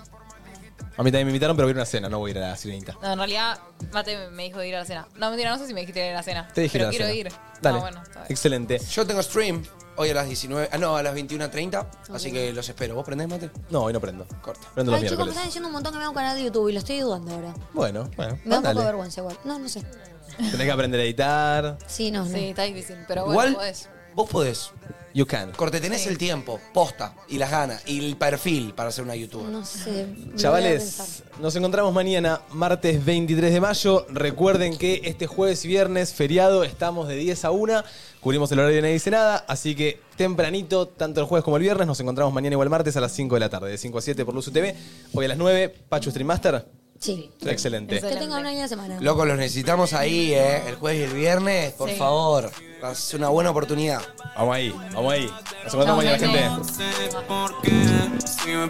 A mí también me invitaron, pero voy a ir a una cena, no voy a ir a la sirenita. No, en realidad, Mate me dijo de ir a la cena. No, mentira, no sé si me dijiste de ir a la cena. Te dije pero la quiero cena. ir. Dale. Ah, bueno, está bien. Excelente. Yo tengo stream hoy a las 19, ah, no, a las 21.30, así que los espero. ¿Vos prendés, Mate? No, hoy no prendo. Corta. Prendo los Ay, chicos, me miércoles. están diciendo un montón que me haga un canal de YouTube y lo estoy dudando ahora. Bueno, bueno. Me da un poco dale. de vergüenza igual. No, no sé. Tenés que aprender a editar. Sí, no, no. Sí, está difícil, pero bueno, Igual, podés. vos podés. You can. Corte, tenés el tiempo, posta, y las ganas, y el perfil para ser una youtuber. No sé. Chavales, nos encontramos mañana, martes 23 de mayo. Recuerden que este jueves y viernes, feriado, estamos de 10 a 1. Cubrimos el horario de Nadie Dice Nada, así que tempranito, tanto el jueves como el viernes, nos encontramos mañana igual martes a las 5 de la tarde, de 5 a 7 por Luzu TV. Hoy a las 9, Pachu Stream Master. Sí. Excelente. Que tengan una linda semana. Loco, los necesitamos ahí, ¿eh? El jueves y el viernes, por Sí. favor. Es una buena oportunidad. Vamos ahí, vamos ahí. Nos encontramos mañana, gente. No sé por qué, si me